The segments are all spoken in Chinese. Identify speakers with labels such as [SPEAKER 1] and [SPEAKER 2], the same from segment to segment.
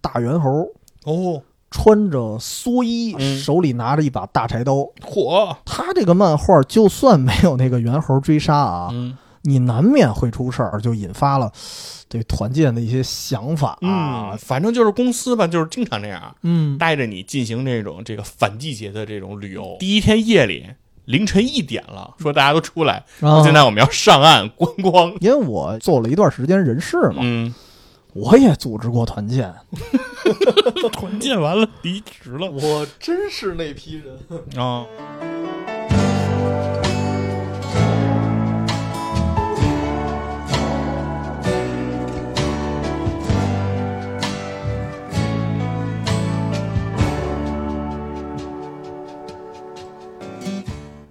[SPEAKER 1] 大猿猴，
[SPEAKER 2] 哦，
[SPEAKER 1] 穿着蓑衣，
[SPEAKER 2] 嗯
[SPEAKER 1] 手里拿着一把大柴刀。
[SPEAKER 2] 嚯，
[SPEAKER 1] 他这个漫画就算没有那个猿猴追杀啊，
[SPEAKER 2] 嗯
[SPEAKER 1] 你难免会出事儿，就引发了对团建的一些想法啊
[SPEAKER 2] 嗯，。反正就是公司吧，就是经常这样，
[SPEAKER 1] 嗯
[SPEAKER 2] 带着你进行这种这个反季节的这种旅游。第一天夜里凌晨一点了，说大家都出来，
[SPEAKER 1] 啊
[SPEAKER 2] 现在我们要上岸观光。
[SPEAKER 1] 因为我做了一段时间人事嘛，
[SPEAKER 2] 嗯，
[SPEAKER 1] 我也组织过团建，
[SPEAKER 2] 团建完了，离职了
[SPEAKER 1] 我真是那批人。
[SPEAKER 2] 啊。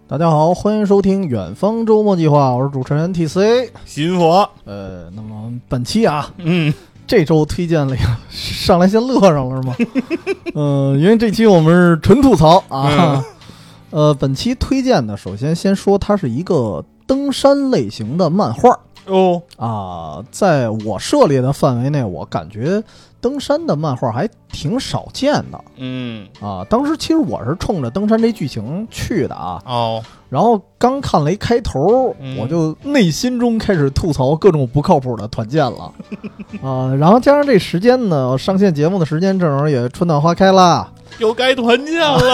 [SPEAKER 1] 大家好，欢迎收听《远方周末计划》，我是主持人 TC。
[SPEAKER 2] 新佛，
[SPEAKER 1] 呃，那么本期啊，
[SPEAKER 2] 嗯，
[SPEAKER 1] 这周推荐了一个， 上来先乐上了是吗？ 呃，因为这期我们是纯吐槽啊。 呃，本期推荐的，首先先说它是一个登山类型的漫画
[SPEAKER 2] 哦，
[SPEAKER 1] 啊，在我涉猎的范围内，我感觉登山的漫画还挺少见的
[SPEAKER 2] 嗯，
[SPEAKER 1] 啊。当时其实我是冲着登山这剧情去的啊，
[SPEAKER 2] 哦，
[SPEAKER 1] 然后刚看了一开头，
[SPEAKER 2] 嗯
[SPEAKER 1] 我就内心中开始吐槽各种不靠谱的团建了， 啊、然后加上这时间呢，上线节目的时间正好也春暖花开 啦，
[SPEAKER 2] 又该团建了，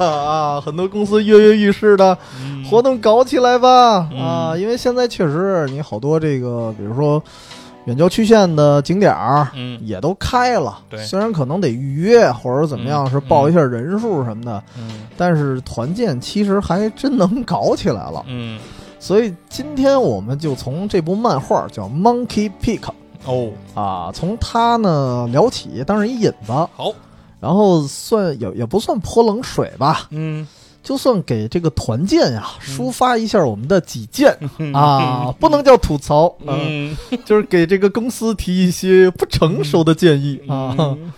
[SPEAKER 1] 啊，很多公司跃跃欲试的
[SPEAKER 2] 嗯
[SPEAKER 1] 活动搞起来吧，
[SPEAKER 2] 嗯
[SPEAKER 1] 啊，因为现在确实你好多这个，比如说远郊区县的景点儿。
[SPEAKER 2] 嗯
[SPEAKER 1] 也都开了，
[SPEAKER 2] 对
[SPEAKER 1] 虽然可能得预约或者怎么样，
[SPEAKER 2] 嗯
[SPEAKER 1] 是报一下人数什么的，
[SPEAKER 2] 嗯
[SPEAKER 1] 但是团建其实还真能搞起来了。
[SPEAKER 2] 嗯，
[SPEAKER 1] 所以今天我们就从这部漫画叫《Monkey Peak》
[SPEAKER 2] 哦，
[SPEAKER 1] 啊，从它呢聊起，当然一引子，
[SPEAKER 2] 好，
[SPEAKER 1] 然后算也也不算泼冷水吧，
[SPEAKER 2] 嗯
[SPEAKER 1] 就算给这个团建呀、抒发一下我们的己 见、啊，不能叫吐槽，嗯、
[SPEAKER 2] 嗯
[SPEAKER 1] 就是给这个公司提一些不成熟的建议啊。
[SPEAKER 2] 嗯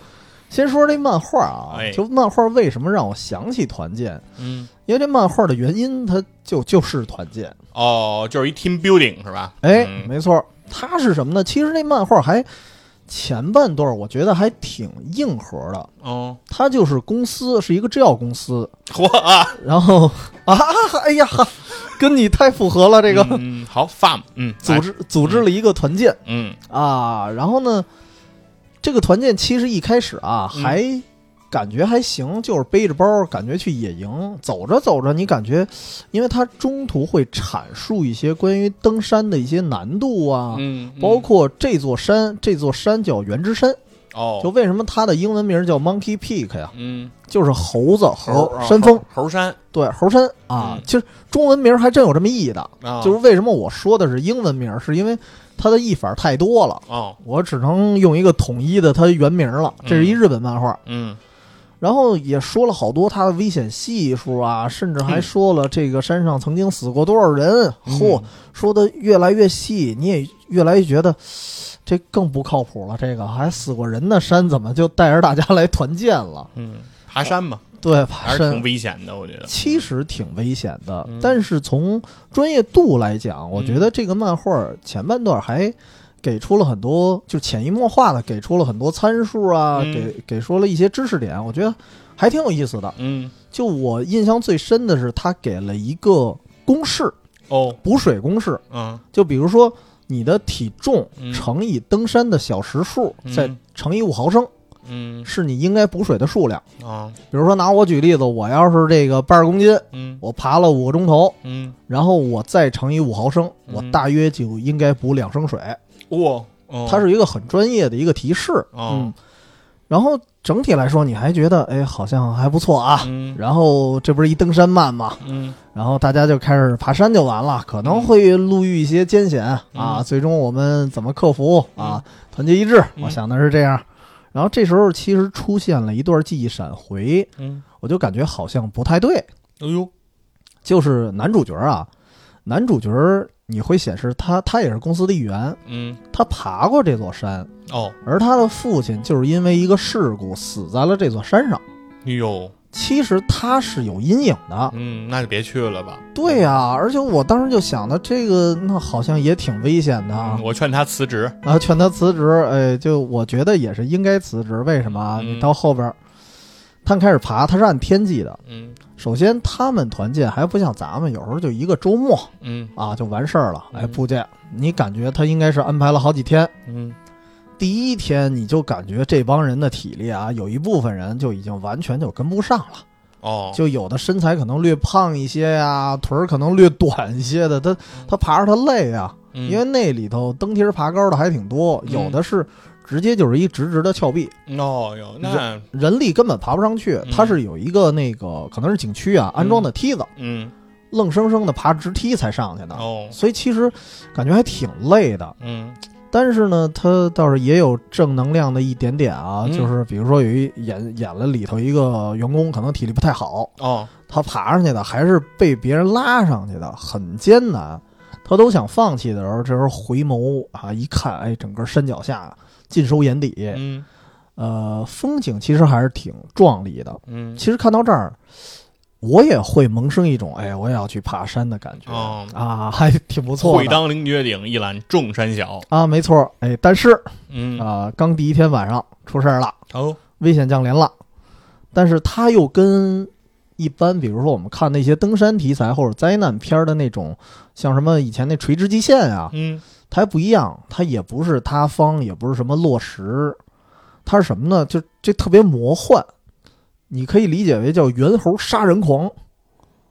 [SPEAKER 1] 先说这漫画啊
[SPEAKER 2] 哎，
[SPEAKER 1] 就漫画为什么让我想起团建？
[SPEAKER 2] 嗯，
[SPEAKER 1] 因为这漫画的原因，它就就是团建。
[SPEAKER 2] 哦，就是一 team building 是吧？
[SPEAKER 1] 哎，
[SPEAKER 2] 嗯
[SPEAKER 1] 没错，它是什么呢？其实那漫画还前半段我觉得还挺硬核的，
[SPEAKER 2] 哦，
[SPEAKER 1] 它就是公司是一个制药公司，
[SPEAKER 2] 我啊，
[SPEAKER 1] 然后啊，哎呀， 跟你太符合 了，这个、
[SPEAKER 2] 嗯，好，farm，嗯，
[SPEAKER 1] 组
[SPEAKER 2] 来，
[SPEAKER 1] 织组织了一个团建
[SPEAKER 2] 嗯
[SPEAKER 1] 啊，然后呢，这个团建其实一开始啊
[SPEAKER 2] 嗯
[SPEAKER 1] 还。感觉还行，就是背着包，感觉去野营，走着走着，你感觉，因为它中途会阐述一些关于登山的一些难度啊，
[SPEAKER 2] 嗯，
[SPEAKER 1] 包括这座山，这座山叫原之山。
[SPEAKER 2] 哦，
[SPEAKER 1] 就为什么它的英文名叫 Monkey Peak 呀？
[SPEAKER 2] 嗯，
[SPEAKER 1] 就是猴子
[SPEAKER 2] 猴
[SPEAKER 1] 和山峰，，
[SPEAKER 2] 猴山
[SPEAKER 1] 对，猴山啊
[SPEAKER 2] 嗯。
[SPEAKER 1] 其实中文名还真有这么意义的，
[SPEAKER 2] 啊，
[SPEAKER 1] 就是为什么我说的是英文名，是因为它的译法太多了，
[SPEAKER 2] 哦，
[SPEAKER 1] 我只能用一个统一的它原名了。这是一日本漫画，
[SPEAKER 2] 嗯
[SPEAKER 1] 然后也说了好多它的危险系数啊，甚至还
[SPEAKER 2] 嗯
[SPEAKER 1] 说了这个山上曾经死过多少人，嚯、说的越来越细，你也越来越觉得这更不靠谱了。这个还死过人的山，怎么就带着大家来团建了？
[SPEAKER 2] 嗯，爬山嘛，
[SPEAKER 1] 对，
[SPEAKER 2] 还
[SPEAKER 1] 爬
[SPEAKER 2] 是挺
[SPEAKER 1] 山
[SPEAKER 2] 危险的，我觉得，
[SPEAKER 1] 其实挺危险的，
[SPEAKER 2] 嗯
[SPEAKER 1] 但是从专业度来讲，我
[SPEAKER 2] 嗯
[SPEAKER 1] 觉得这个漫画前半段还。给出了很多，就潜移默化的给出了很多参数啊，
[SPEAKER 2] 嗯
[SPEAKER 1] 给给说了一些知识点，我觉得还挺有意思的。
[SPEAKER 2] 嗯，
[SPEAKER 1] 就我印象最深的是，他给了一个公式，
[SPEAKER 2] 哦，
[SPEAKER 1] 补水公式，
[SPEAKER 2] 嗯
[SPEAKER 1] 就比如说你的体重
[SPEAKER 2] 嗯
[SPEAKER 1] 乘以登山的小时数，
[SPEAKER 2] 嗯
[SPEAKER 1] 再乘以五毫升，
[SPEAKER 2] 嗯
[SPEAKER 1] 是你应该补水的数量。
[SPEAKER 2] 啊，
[SPEAKER 1] 比如说拿我举例子，我要是这个八十公斤，
[SPEAKER 2] 嗯
[SPEAKER 1] 我爬了五个钟头，
[SPEAKER 2] 嗯，
[SPEAKER 1] 然后我再乘以五毫升，
[SPEAKER 2] 嗯
[SPEAKER 1] 我大约就应该补两升水。
[SPEAKER 2] 哇，哦
[SPEAKER 1] 它是一个很专业的一个提示，嗯
[SPEAKER 2] 哦。
[SPEAKER 1] 然后整体来说，你还觉得哎，好像还不错啊。
[SPEAKER 2] 嗯
[SPEAKER 1] 然后这不是一登山漫吗？
[SPEAKER 2] 嗯
[SPEAKER 1] 然后大家就开始爬山就完了，可能会路遇一些艰险啊。
[SPEAKER 2] 嗯
[SPEAKER 1] 最终我们怎么克服啊？团结一致，
[SPEAKER 2] 嗯
[SPEAKER 1] 我想的是这样。然后这时候其实出现了一段记忆闪回，
[SPEAKER 2] 嗯，
[SPEAKER 1] 我就感觉好像不太对。
[SPEAKER 2] 哎呦，
[SPEAKER 1] 就是男主角啊，男主角你会显示他他也是公司的一员，
[SPEAKER 2] 嗯
[SPEAKER 1] 他爬过这座山，
[SPEAKER 2] 哦，
[SPEAKER 1] 而他的父亲就是因为一个事故死在了这座山上。
[SPEAKER 2] 哎呦，
[SPEAKER 1] 其实它是有阴影的。
[SPEAKER 2] 嗯，那就别去了吧。
[SPEAKER 1] 对呀、而且我当时就想的，这个那好像也挺危险的啊
[SPEAKER 2] 嗯，我劝他辞职。
[SPEAKER 1] 然后劝他辞职，哎，就我觉得也是应该辞职。为什么啊？
[SPEAKER 2] 嗯
[SPEAKER 1] 你到后边儿，他们开始爬，他是按天计的。
[SPEAKER 2] 嗯
[SPEAKER 1] 首先，他们团建还不像咱们，有时候就一个周末
[SPEAKER 2] 嗯
[SPEAKER 1] 啊就完事儿了。哎，
[SPEAKER 2] 嗯
[SPEAKER 1] 部队，你感觉他应该是安排了好几天。
[SPEAKER 2] 嗯
[SPEAKER 1] 第一天你就感觉这帮人的体力啊，有一部分人就已经完全就跟不上了，
[SPEAKER 2] 哦，
[SPEAKER 1] 就有的身材可能略胖一些呀、腿儿可能略短一些的，他他爬着他累啊，因为那里头登梯儿爬高的还挺多，
[SPEAKER 2] 嗯
[SPEAKER 1] 有的是直接就是一直直的峭壁，
[SPEAKER 2] 嗯哦哟，那
[SPEAKER 1] 人力根本爬不上去
[SPEAKER 2] 嗯，
[SPEAKER 1] 它是有一个那个可能是景区啊安装的梯子，
[SPEAKER 2] 嗯
[SPEAKER 1] 愣生生的爬直梯才上去的。
[SPEAKER 2] 哦
[SPEAKER 1] 所以其实感觉还挺累的，
[SPEAKER 2] 嗯
[SPEAKER 1] 但是呢，它倒是也有正能量的一点点啊，
[SPEAKER 2] 嗯
[SPEAKER 1] 就是比如说有一演演了里头一个员工，可能体力不太好，
[SPEAKER 2] 哦
[SPEAKER 1] 他爬上去的还是被别人拉上去的，很艰难。他都想放弃的时候，这时候回眸啊，一看，哎，整个山脚下尽收眼底，
[SPEAKER 2] 嗯
[SPEAKER 1] 呃，风景其实还是挺壮丽的。
[SPEAKER 2] 嗯
[SPEAKER 1] 其实看到这儿，我也会萌生一种，哎，我也要去爬山的感觉、
[SPEAKER 2] 哦
[SPEAKER 1] 啊，还挺不错
[SPEAKER 2] 会
[SPEAKER 1] 的
[SPEAKER 2] 当凌绝顶，一览众山小。
[SPEAKER 1] 啊，没错，哎，但是
[SPEAKER 2] 嗯
[SPEAKER 1] 啊、刚第一天晚上出事儿了，
[SPEAKER 2] 哦
[SPEAKER 1] 危险降临了，但是它又跟一般，比如说我们看那些登山题材或者灾难片儿的那种，像什么以前那垂直极限啊，
[SPEAKER 2] 嗯
[SPEAKER 1] 它还不一样，它也不是塌方，也不是什么落石，它是什么呢？就这特别魔幻，你可以理解为叫猿猴杀人狂。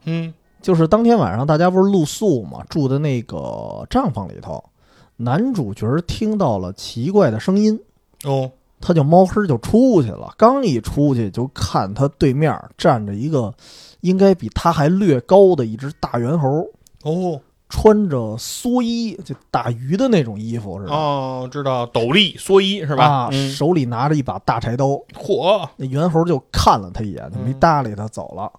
[SPEAKER 2] 嗯
[SPEAKER 1] 就是当天晚上大家不是露宿嘛，住的那个帐篷里头，男主角听到了奇怪的声音，
[SPEAKER 2] 哦
[SPEAKER 1] 他就猫黑儿就出去了。刚一出去，就看他对面站着一个应该比他还略高的一只大猿猴，
[SPEAKER 2] 哦
[SPEAKER 1] 穿着蓑衣，就打鱼的那种衣服似的，
[SPEAKER 2] 哦，知道斗笠蓑衣是
[SPEAKER 1] 是
[SPEAKER 2] 吧？
[SPEAKER 1] 啊，
[SPEAKER 2] 嗯，
[SPEAKER 1] 手里拿着一把大柴刀。
[SPEAKER 2] 火
[SPEAKER 1] 那猿猴就看了他一眼，就没
[SPEAKER 2] 嗯
[SPEAKER 1] 搭理他，走了。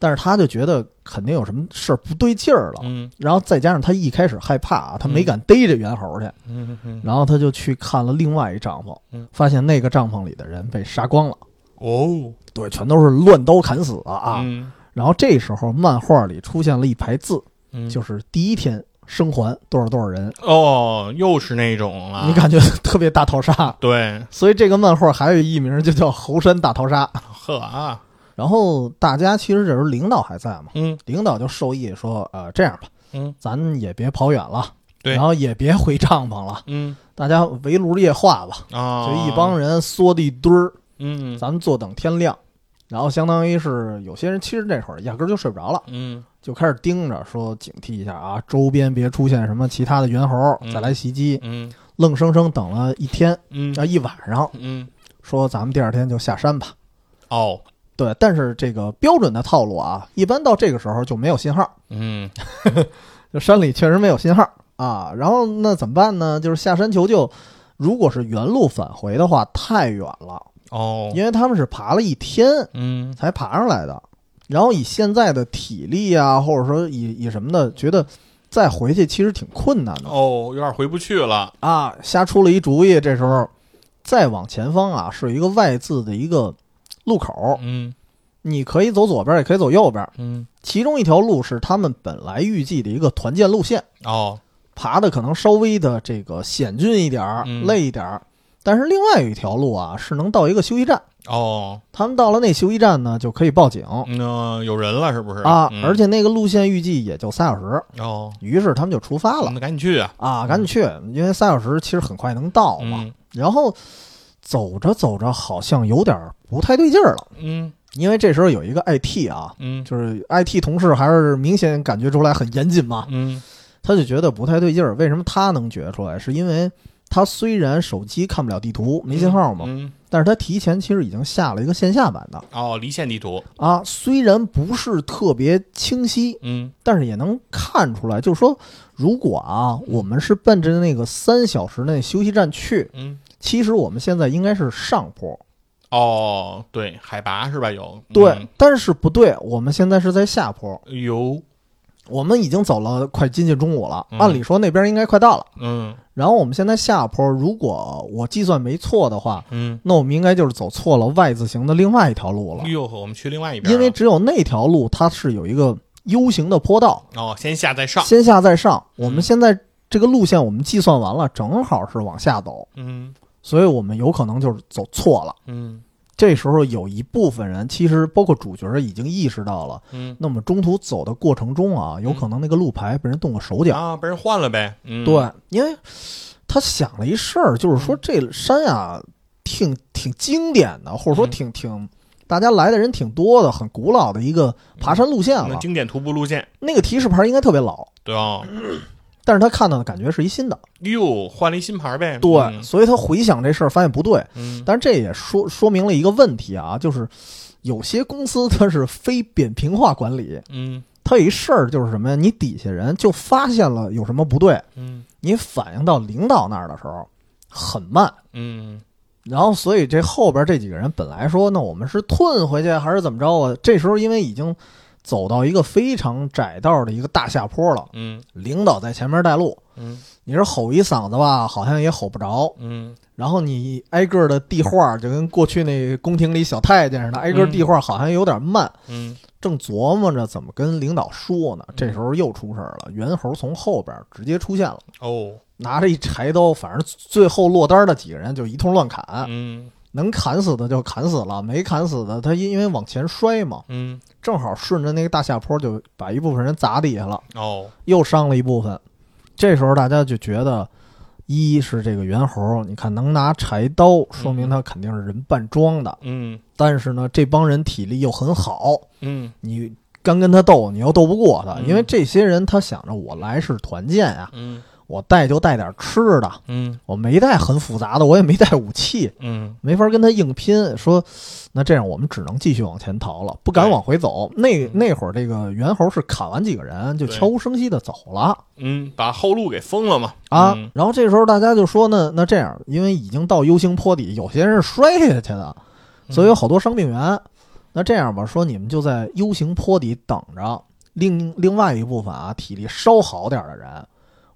[SPEAKER 1] 但是他就觉得肯定有什么事儿不对劲儿了，
[SPEAKER 2] 嗯
[SPEAKER 1] 然后再加上他一开始害怕啊，他
[SPEAKER 2] 嗯
[SPEAKER 1] 没敢逮着猿猴去，
[SPEAKER 2] 嗯嗯
[SPEAKER 1] 然后他就去看了另外一帐篷
[SPEAKER 2] 嗯，
[SPEAKER 1] 发现那个帐篷里的人被杀光了，
[SPEAKER 2] 哦
[SPEAKER 1] 对，全都是乱刀砍死的啊。
[SPEAKER 2] 嗯
[SPEAKER 1] 然后这时候漫画里出现了一排字，
[SPEAKER 2] 嗯
[SPEAKER 1] 就是第一天生还多少多少人，
[SPEAKER 2] 哦，又是那种啊，
[SPEAKER 1] 你感觉特别大逃杀。
[SPEAKER 2] 对，
[SPEAKER 1] 所以这个漫画还有一名就叫《猴山大逃杀》。
[SPEAKER 2] 呵啊，
[SPEAKER 1] 然后大家其实这时候领导还在嘛，
[SPEAKER 2] 嗯
[SPEAKER 1] 领导就授意说，呃，这样吧，
[SPEAKER 2] 嗯
[SPEAKER 1] 咱也别跑远了，
[SPEAKER 2] 对
[SPEAKER 1] 然后也别回帐篷了，
[SPEAKER 2] 嗯
[SPEAKER 1] 大家围炉夜话吧。
[SPEAKER 2] 啊，
[SPEAKER 1] 就一帮人缩的一堆儿，
[SPEAKER 2] 嗯
[SPEAKER 1] 咱们坐等天亮。然后相当于是有些人其实那会儿压根儿就睡不着了，
[SPEAKER 2] 嗯
[SPEAKER 1] 就开始盯着说警惕一下啊，周边别出现什么其他的猿猴
[SPEAKER 2] 嗯
[SPEAKER 1] 再来袭击。
[SPEAKER 2] 嗯
[SPEAKER 1] 愣生生等了一天
[SPEAKER 2] 嗯
[SPEAKER 1] 啊一晚上，
[SPEAKER 2] 嗯
[SPEAKER 1] 说咱们第二天就下山吧。
[SPEAKER 2] 哦
[SPEAKER 1] 对，但是这个标准的套路啊，一般到这个时候就没有信号，
[SPEAKER 2] 嗯
[SPEAKER 1] 就山里确实没有信号啊。然后那怎么办呢？就是下山求救。如果是原路返回的话，太远了，
[SPEAKER 2] 哦
[SPEAKER 1] 因为他们是爬了一天，
[SPEAKER 2] 嗯
[SPEAKER 1] 才爬上来的。然后以现在的体力啊，或者说以以什么的，觉得再回去其实挺困难的
[SPEAKER 2] 哦，有点回不去了，
[SPEAKER 1] 啊。瞎出了一主意，这时候再往前方啊，是有一个外字的一个路口，
[SPEAKER 2] 嗯
[SPEAKER 1] 你可以走左边，也可以走右边。
[SPEAKER 2] 嗯
[SPEAKER 1] 其中一条路是他们本来预计的一个团建路线，
[SPEAKER 2] 哦
[SPEAKER 1] 爬的可能稍微的这个险峻一点儿，
[SPEAKER 2] 嗯
[SPEAKER 1] 累一点儿。但是另外有一条路啊，是能到一个休息站。
[SPEAKER 2] 哦，
[SPEAKER 1] 他们到了那休息站呢，就可以报警。
[SPEAKER 2] 那有人了是不是
[SPEAKER 1] 啊，
[SPEAKER 2] 嗯
[SPEAKER 1] 而且那个路线预计也就仨小时，
[SPEAKER 2] 哦，
[SPEAKER 1] 于是他们就出发了
[SPEAKER 2] 那赶紧去啊，
[SPEAKER 1] 啊，赶紧去，因为仨小时其实很快能到嘛。
[SPEAKER 2] 嗯
[SPEAKER 1] 然后走着走着，好像有点不太对劲儿了，
[SPEAKER 2] 嗯
[SPEAKER 1] 因为这时候有一个 IT 啊，
[SPEAKER 2] 嗯
[SPEAKER 1] 就是 IT 同事还是明显感觉出来很严谨嘛，
[SPEAKER 2] 嗯
[SPEAKER 1] 他就觉得不太对劲儿。为什么他能觉出来？是因为他虽然手机看不了地图，没信号嘛，
[SPEAKER 2] 嗯
[SPEAKER 1] 但是他提前其实已经下了一个线下版的
[SPEAKER 2] 哦，离线地图，
[SPEAKER 1] 啊，虽然不是特别清晰，
[SPEAKER 2] 嗯
[SPEAKER 1] 但是也能看出来，就是说，如果啊，我们是奔着那个三小时内休息站去，
[SPEAKER 2] 嗯。
[SPEAKER 1] 其实我们现在应该是上坡，
[SPEAKER 2] 哦，对，海拔是吧？有嗯
[SPEAKER 1] 对，但是不对，我们现在是在下坡
[SPEAKER 2] 有
[SPEAKER 1] 我们已经走了快接近中午了，
[SPEAKER 2] 嗯
[SPEAKER 1] 按理说那边应该快到了。
[SPEAKER 2] 嗯
[SPEAKER 1] 然后我们现在下坡，如果我计算没错的话，
[SPEAKER 2] 嗯，
[SPEAKER 1] 那我们应该就是走错了 Y 字形的另外一条路了，
[SPEAKER 2] 哟呵，我们去另外一边啊，
[SPEAKER 1] 因为只有那条路它是有一个 U 型的坡道，
[SPEAKER 2] 哦，先下再上，
[SPEAKER 1] 先下再上。
[SPEAKER 2] 嗯
[SPEAKER 1] 我们现在这个路线我们计算完了，正好是往下走，
[SPEAKER 2] 嗯
[SPEAKER 1] 所以我们有可能就是走错了。
[SPEAKER 2] 嗯
[SPEAKER 1] 这时候有一部分人，其实包括主角已经意识到了，
[SPEAKER 2] 嗯，
[SPEAKER 1] 那么中途走的过程中啊，有可能那个路牌被人动过手脚。
[SPEAKER 2] 啊，被人换了呗，嗯，
[SPEAKER 1] 对，因为他想了一事儿，就是说
[SPEAKER 2] 嗯
[SPEAKER 1] 这山啊，挺挺经典的，或者说
[SPEAKER 2] 嗯
[SPEAKER 1] 挺挺大家来的人挺多的，很古老的一个爬山路线
[SPEAKER 2] 那
[SPEAKER 1] 了。
[SPEAKER 2] 嗯经典徒步路线，
[SPEAKER 1] 那个提示牌应该特别老，
[SPEAKER 2] 对啊，
[SPEAKER 1] 但是他看到的感觉是一新
[SPEAKER 2] 嗯
[SPEAKER 1] 的，
[SPEAKER 2] 哟，换了一新牌呗，
[SPEAKER 1] 对，所以他回想这事儿发现不对。
[SPEAKER 2] 嗯，
[SPEAKER 1] 但是这也说说明了一个问题啊，就是有些公司它是非扁平化管理，
[SPEAKER 2] 嗯
[SPEAKER 1] 它有一事儿就是什么呀？你底下人就发现了有什么不对，
[SPEAKER 2] 嗯
[SPEAKER 1] 你反映到领导那儿的时候很慢。
[SPEAKER 2] 嗯
[SPEAKER 1] 然后，所以这后边这几个人本来说，那我们是退回去还是怎么着啊？这时候因为已经走到一个非常窄道的一个大下坡了，
[SPEAKER 2] 嗯
[SPEAKER 1] 领导在前面带路，
[SPEAKER 2] 嗯
[SPEAKER 1] 你是吼一嗓子吧，好像也吼不着。
[SPEAKER 2] 嗯
[SPEAKER 1] 然后你挨个的递话，就跟过去那宫廷里小太监似的，挨个递话好像有点慢。
[SPEAKER 2] 嗯
[SPEAKER 1] 正琢磨着怎么跟领导说呢，这时候又出事儿了。猿猴从后边直接出现了，
[SPEAKER 2] 哦，
[SPEAKER 1] 拿着一柴刀，反正最后落单的几个人就一通乱砍，
[SPEAKER 2] 嗯
[SPEAKER 1] 能砍死的就砍死了，没砍死的他因因为往前摔嘛，
[SPEAKER 2] 嗯
[SPEAKER 1] 正好顺着那个大下坡就把一部分人砸底下了，
[SPEAKER 2] 哦，
[SPEAKER 1] 又伤了一部分。这时候大家就觉得，一是这个猿猴，你看能拿柴刀，说明他肯定是人扮装的。
[SPEAKER 2] 嗯
[SPEAKER 1] 但是呢，这帮人体力又很好，
[SPEAKER 2] 嗯
[SPEAKER 1] 你刚跟他斗，你又斗不过他，
[SPEAKER 2] 嗯
[SPEAKER 1] 因为这些人他想着我来是团建呀、
[SPEAKER 2] 嗯
[SPEAKER 1] 我带就带点吃的，
[SPEAKER 2] 嗯
[SPEAKER 1] 我没带很复杂的，我也没带武器，
[SPEAKER 2] 嗯
[SPEAKER 1] 没法跟他硬拼。说那这样我们只能继续往前逃了，不敢
[SPEAKER 2] 对
[SPEAKER 1] 往回走。那
[SPEAKER 2] 嗯
[SPEAKER 1] 那会儿这个猿猴是砍完几个人就
[SPEAKER 2] 对
[SPEAKER 1] 悄无声息的走了。
[SPEAKER 2] 嗯，把后路给封了嘛，
[SPEAKER 1] 啊
[SPEAKER 2] 嗯，
[SPEAKER 1] 然后这时候大家就说呢，那这样，因为已经到 U 型坡底，有些人是摔下去的，所以
[SPEAKER 2] 嗯
[SPEAKER 1] 有好多伤病员。那这样吧，说你们就在 U 型坡底等着，另另外一部分啊，体力稍好点的人，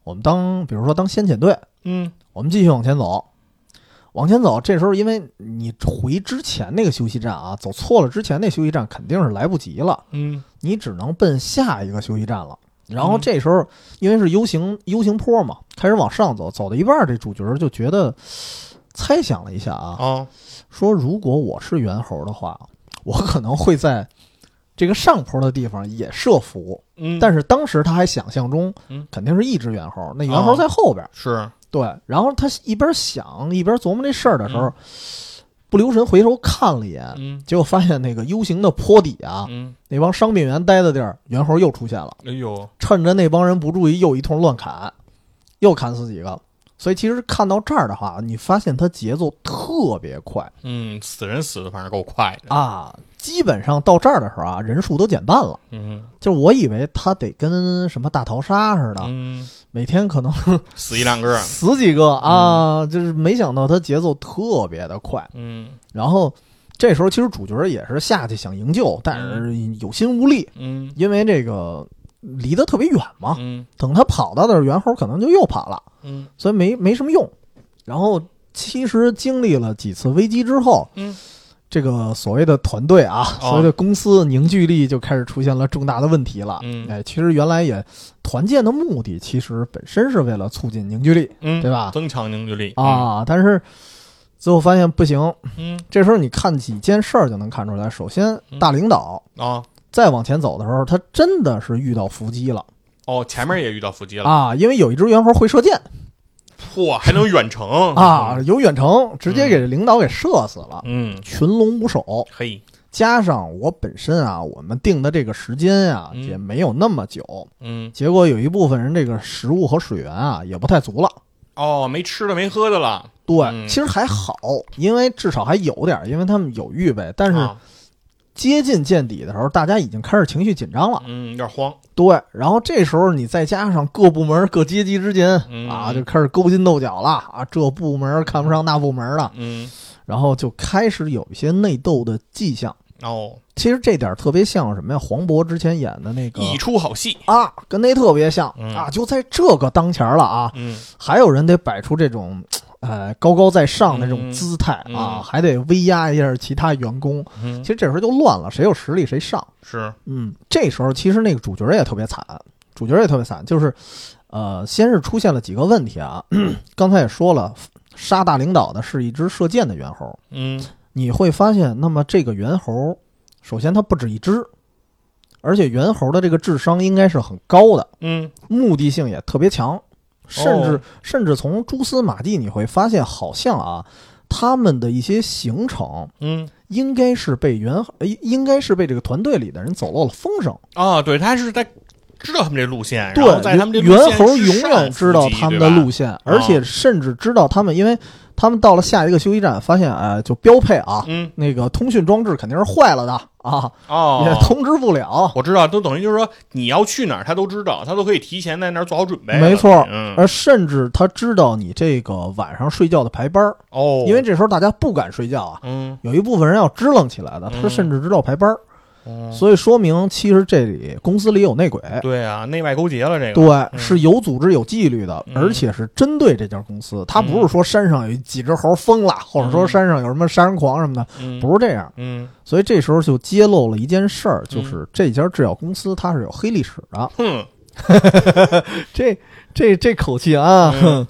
[SPEAKER 1] 我们当比如说当先遣队，
[SPEAKER 2] 嗯
[SPEAKER 1] 我们继续往前走，往前走。这时候因为你回之前那个休息站啊，走错了之前那休息站肯定是来不及了，
[SPEAKER 2] 嗯
[SPEAKER 1] 你只能奔下一个休息站了。然后
[SPEAKER 2] 嗯
[SPEAKER 1] 这时候，因为是 U 型 U 型坡嘛，开始往上走，走到一半儿，这主角就觉得呃猜想了一下啊，
[SPEAKER 2] 啊，
[SPEAKER 1] 说如果我是猿猴的话，我可能会在这个上坡的地方也设伏。
[SPEAKER 2] 嗯，
[SPEAKER 1] 但是当时他还想象中
[SPEAKER 2] 嗯，哦
[SPEAKER 1] 肯定是一只猿猴，那猿猴在后边儿。
[SPEAKER 2] 是
[SPEAKER 1] 对，然后他一边想一边琢磨这事儿的时候，不留神回头看了一眼，
[SPEAKER 2] 嗯
[SPEAKER 1] 结果发现那个 U 型的坡底啊，
[SPEAKER 2] 嗯，
[SPEAKER 1] 那帮伤病员待的地儿，猿猴又出现了，
[SPEAKER 2] 哎呦，
[SPEAKER 1] 趁着那帮人不注意，又一通乱砍，又砍死几个。所以其实看到这儿的话，你发现他节奏特别快
[SPEAKER 2] 嗯，死人死的反正够快的，
[SPEAKER 1] 啊，基本上到这儿的时候啊，人数都减半了。
[SPEAKER 2] 嗯
[SPEAKER 1] 就是我以为他得跟什么大逃杀似的，
[SPEAKER 2] 嗯，
[SPEAKER 1] 每天可能
[SPEAKER 2] 死一两个，
[SPEAKER 1] 死几个啊，就是没想到他节奏特别的快。
[SPEAKER 2] 嗯
[SPEAKER 1] 然后这时候其实主角也是下去想营救，但是有心无力，
[SPEAKER 2] 嗯
[SPEAKER 1] 因为这个离得特别远嘛。
[SPEAKER 2] 嗯
[SPEAKER 1] 等他跑到那儿，猿猴可能就又跑了，
[SPEAKER 2] 嗯
[SPEAKER 1] 所以没没什么用。然后其实经历了几次危机之后，
[SPEAKER 2] 嗯，
[SPEAKER 1] 这个所谓的团队啊，
[SPEAKER 2] 哦
[SPEAKER 1] 所谓的公司凝聚力就开始出现了重大的问题了。
[SPEAKER 2] 嗯
[SPEAKER 1] 哎，其实原来也团建的目的其实本身是为了促进凝聚力
[SPEAKER 2] 嗯，
[SPEAKER 1] 对吧
[SPEAKER 2] 增强凝聚力，
[SPEAKER 1] 啊，但是最后发现不行。
[SPEAKER 2] 嗯
[SPEAKER 1] 这时候你看几件事儿就能看出来，首先
[SPEAKER 2] 嗯
[SPEAKER 1] 大领导。
[SPEAKER 2] 啊
[SPEAKER 1] 再往前走的时候，他真的是遇到伏击了
[SPEAKER 2] 哦，前面也遇到伏击了，
[SPEAKER 1] 啊！因为有一只猿猴会射箭，
[SPEAKER 2] 嚯，还能远程
[SPEAKER 1] 啊，，有远程，直接给领导给射死了。
[SPEAKER 2] 嗯，
[SPEAKER 1] 群龙无首，
[SPEAKER 2] 嘿，
[SPEAKER 1] 加上我本身啊，我们定的这个时间啊，
[SPEAKER 2] 嗯
[SPEAKER 1] 也没有那么久，
[SPEAKER 2] 嗯，
[SPEAKER 1] 结果有一部分人这个食物和水源啊也不太足了。
[SPEAKER 2] 哦，没吃的没喝的了，
[SPEAKER 1] 对，
[SPEAKER 2] 嗯
[SPEAKER 1] 其实还好，因为至少还有点儿，因为他们有预备。但是
[SPEAKER 2] 啊
[SPEAKER 1] 接近见底的时候，大家已经开始情绪紧张了。
[SPEAKER 2] 嗯，有点慌，
[SPEAKER 1] 对，然后这时候你再加上各部门、各阶级之间
[SPEAKER 2] 嗯
[SPEAKER 1] 啊，就开始勾心斗角了啊，这部门看不上那部门了。
[SPEAKER 2] 嗯
[SPEAKER 1] 然后就开始有一些内斗的迹象。
[SPEAKER 2] 哦，
[SPEAKER 1] 其实这点儿特别像什么呀？黄渤之前演的那个
[SPEAKER 2] 一出好戏，
[SPEAKER 1] 啊，跟那特别像、
[SPEAKER 2] 嗯
[SPEAKER 1] 啊！就在这个当前儿了啊，
[SPEAKER 2] 嗯
[SPEAKER 1] 还有人得摆出这种，呃，高高在上的这种
[SPEAKER 2] 嗯
[SPEAKER 1] 姿态啊，
[SPEAKER 2] 嗯
[SPEAKER 1] 还得威压一下其他员工。
[SPEAKER 2] 嗯
[SPEAKER 1] 其，实这时候就乱了，谁有实力谁上。
[SPEAKER 2] 是，
[SPEAKER 1] 嗯，这时候其实那个主角也特别惨，主角也特别惨，就是，呃，先是出现了几个问题啊， 刚才也说了，杀大领导的是一只射箭的猿猴，
[SPEAKER 2] 嗯
[SPEAKER 1] 你会发现，那么这个猿猴，首先它不止一只，而且猿猴的这个智商应该是很高的，
[SPEAKER 2] 嗯
[SPEAKER 1] 目的性也特别强，甚至、甚至从蛛丝马迹你会发现，好像啊，他们的一些行程
[SPEAKER 2] 嗯，
[SPEAKER 1] 应该是被猿呃应该是被这个团队里的人走漏了风声。
[SPEAKER 2] 啊，对，他是在知道他们这路线，然
[SPEAKER 1] 对
[SPEAKER 2] 后，在他们这路
[SPEAKER 1] 猿
[SPEAKER 2] 线
[SPEAKER 1] 猴
[SPEAKER 2] 之
[SPEAKER 1] 永
[SPEAKER 2] 上
[SPEAKER 1] 远
[SPEAKER 2] 伏
[SPEAKER 1] 知道
[SPEAKER 2] 击
[SPEAKER 1] 他们
[SPEAKER 2] 对
[SPEAKER 1] 的
[SPEAKER 2] 吧啊
[SPEAKER 1] 路线，而且甚至知道他们，因为他们到了下一个休息站，发现哎、就标配啊。
[SPEAKER 2] 嗯
[SPEAKER 1] 那个通讯装置肯定是坏了的啊，也
[SPEAKER 2] 哦，
[SPEAKER 1] 通知不了。
[SPEAKER 2] 我知道，都等于就是说你要去哪儿，他都知道，他都可以提前在那儿做好准备了。
[SPEAKER 1] 没错
[SPEAKER 2] 嗯，
[SPEAKER 1] 而甚至他知道你这个晚上睡觉的排班儿，
[SPEAKER 2] 哦，
[SPEAKER 1] 因为这时候大家不敢睡觉啊，
[SPEAKER 2] 嗯
[SPEAKER 1] 有一部分人要支棱起来的，
[SPEAKER 2] 嗯
[SPEAKER 1] 他甚至知道排班儿，
[SPEAKER 2] 嗯，
[SPEAKER 1] 所以说明其实这里公司里有内鬼，
[SPEAKER 2] 对啊，内外勾结了这个，
[SPEAKER 1] 对，嗯是有组织有纪律的，
[SPEAKER 2] 嗯
[SPEAKER 1] 而且是针对这家公司，他不是说山上有几只猴疯了，或者说山上有什么杀人狂什么的，
[SPEAKER 2] 嗯
[SPEAKER 1] 不是这样。
[SPEAKER 2] 嗯，
[SPEAKER 1] 所以这时候就揭露了一件事儿，就是这家制药公司它是有黑历史的，
[SPEAKER 2] 哼，
[SPEAKER 1] 这这这口气啊！
[SPEAKER 2] 嗯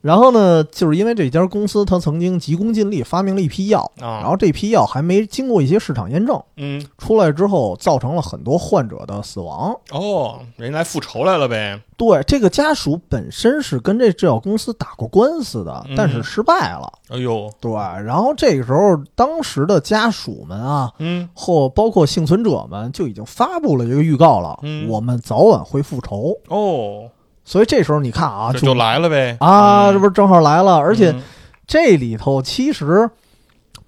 [SPEAKER 1] 然后呢，就是因为这家公司它曾经急功近利，发明了一批药，
[SPEAKER 2] 啊，
[SPEAKER 1] 然后这批药还没经过一些市场验证，
[SPEAKER 2] 嗯，
[SPEAKER 1] 出来之后造成了很多患者的死亡。
[SPEAKER 2] 哦，人家来复仇来了呗，
[SPEAKER 1] 对，这个家属本身是跟这制药公司打过官司的
[SPEAKER 2] 嗯，
[SPEAKER 1] 但是失败了。
[SPEAKER 2] 哎呦，
[SPEAKER 1] 对，然后这个时候，当时的家属们啊，
[SPEAKER 2] 嗯
[SPEAKER 1] 或包括幸存者们，就已经发布了一个预告了，
[SPEAKER 2] 嗯
[SPEAKER 1] 我们早晚会复仇。
[SPEAKER 2] 哦，
[SPEAKER 1] 所以这时候你看啊，
[SPEAKER 2] 这就来了呗
[SPEAKER 1] 啊，
[SPEAKER 2] 嗯
[SPEAKER 1] 这不是正好来了？而且
[SPEAKER 2] 嗯
[SPEAKER 1] 这里头其实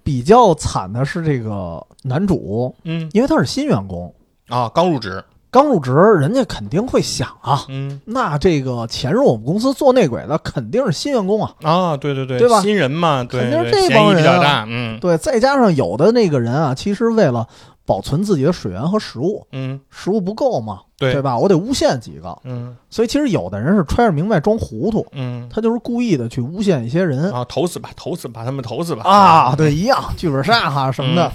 [SPEAKER 1] 比较惨的是这个男主，
[SPEAKER 2] 嗯
[SPEAKER 1] 因为他是新员工，
[SPEAKER 2] 啊，刚入职，
[SPEAKER 1] 刚入职，人家肯定会想啊，
[SPEAKER 2] 嗯
[SPEAKER 1] 那这个潜入我们公司做内鬼的肯定是新员工啊，
[SPEAKER 2] 啊，对对对，
[SPEAKER 1] 对吧
[SPEAKER 2] 新人嘛，对，
[SPEAKER 1] 肯定是
[SPEAKER 2] 对
[SPEAKER 1] 这帮
[SPEAKER 2] 嫌疑比
[SPEAKER 1] 人
[SPEAKER 2] 较
[SPEAKER 1] 啊
[SPEAKER 2] 大，嗯
[SPEAKER 1] 对，再加上有的那个人啊，其实为了保存自己的水源和食物，
[SPEAKER 2] 嗯
[SPEAKER 1] 食物不够嘛，
[SPEAKER 2] 对
[SPEAKER 1] 吧？我得诬陷几个，
[SPEAKER 2] 嗯
[SPEAKER 1] 所以其实有的人是揣着明白装糊涂，
[SPEAKER 2] 嗯，
[SPEAKER 1] 他就是故意的去诬陷一些人
[SPEAKER 2] 啊，投死吧，投死吧，把他们投死吧，
[SPEAKER 1] 啊，对，一样剧本杀哈什么
[SPEAKER 2] 嗯
[SPEAKER 1] 的。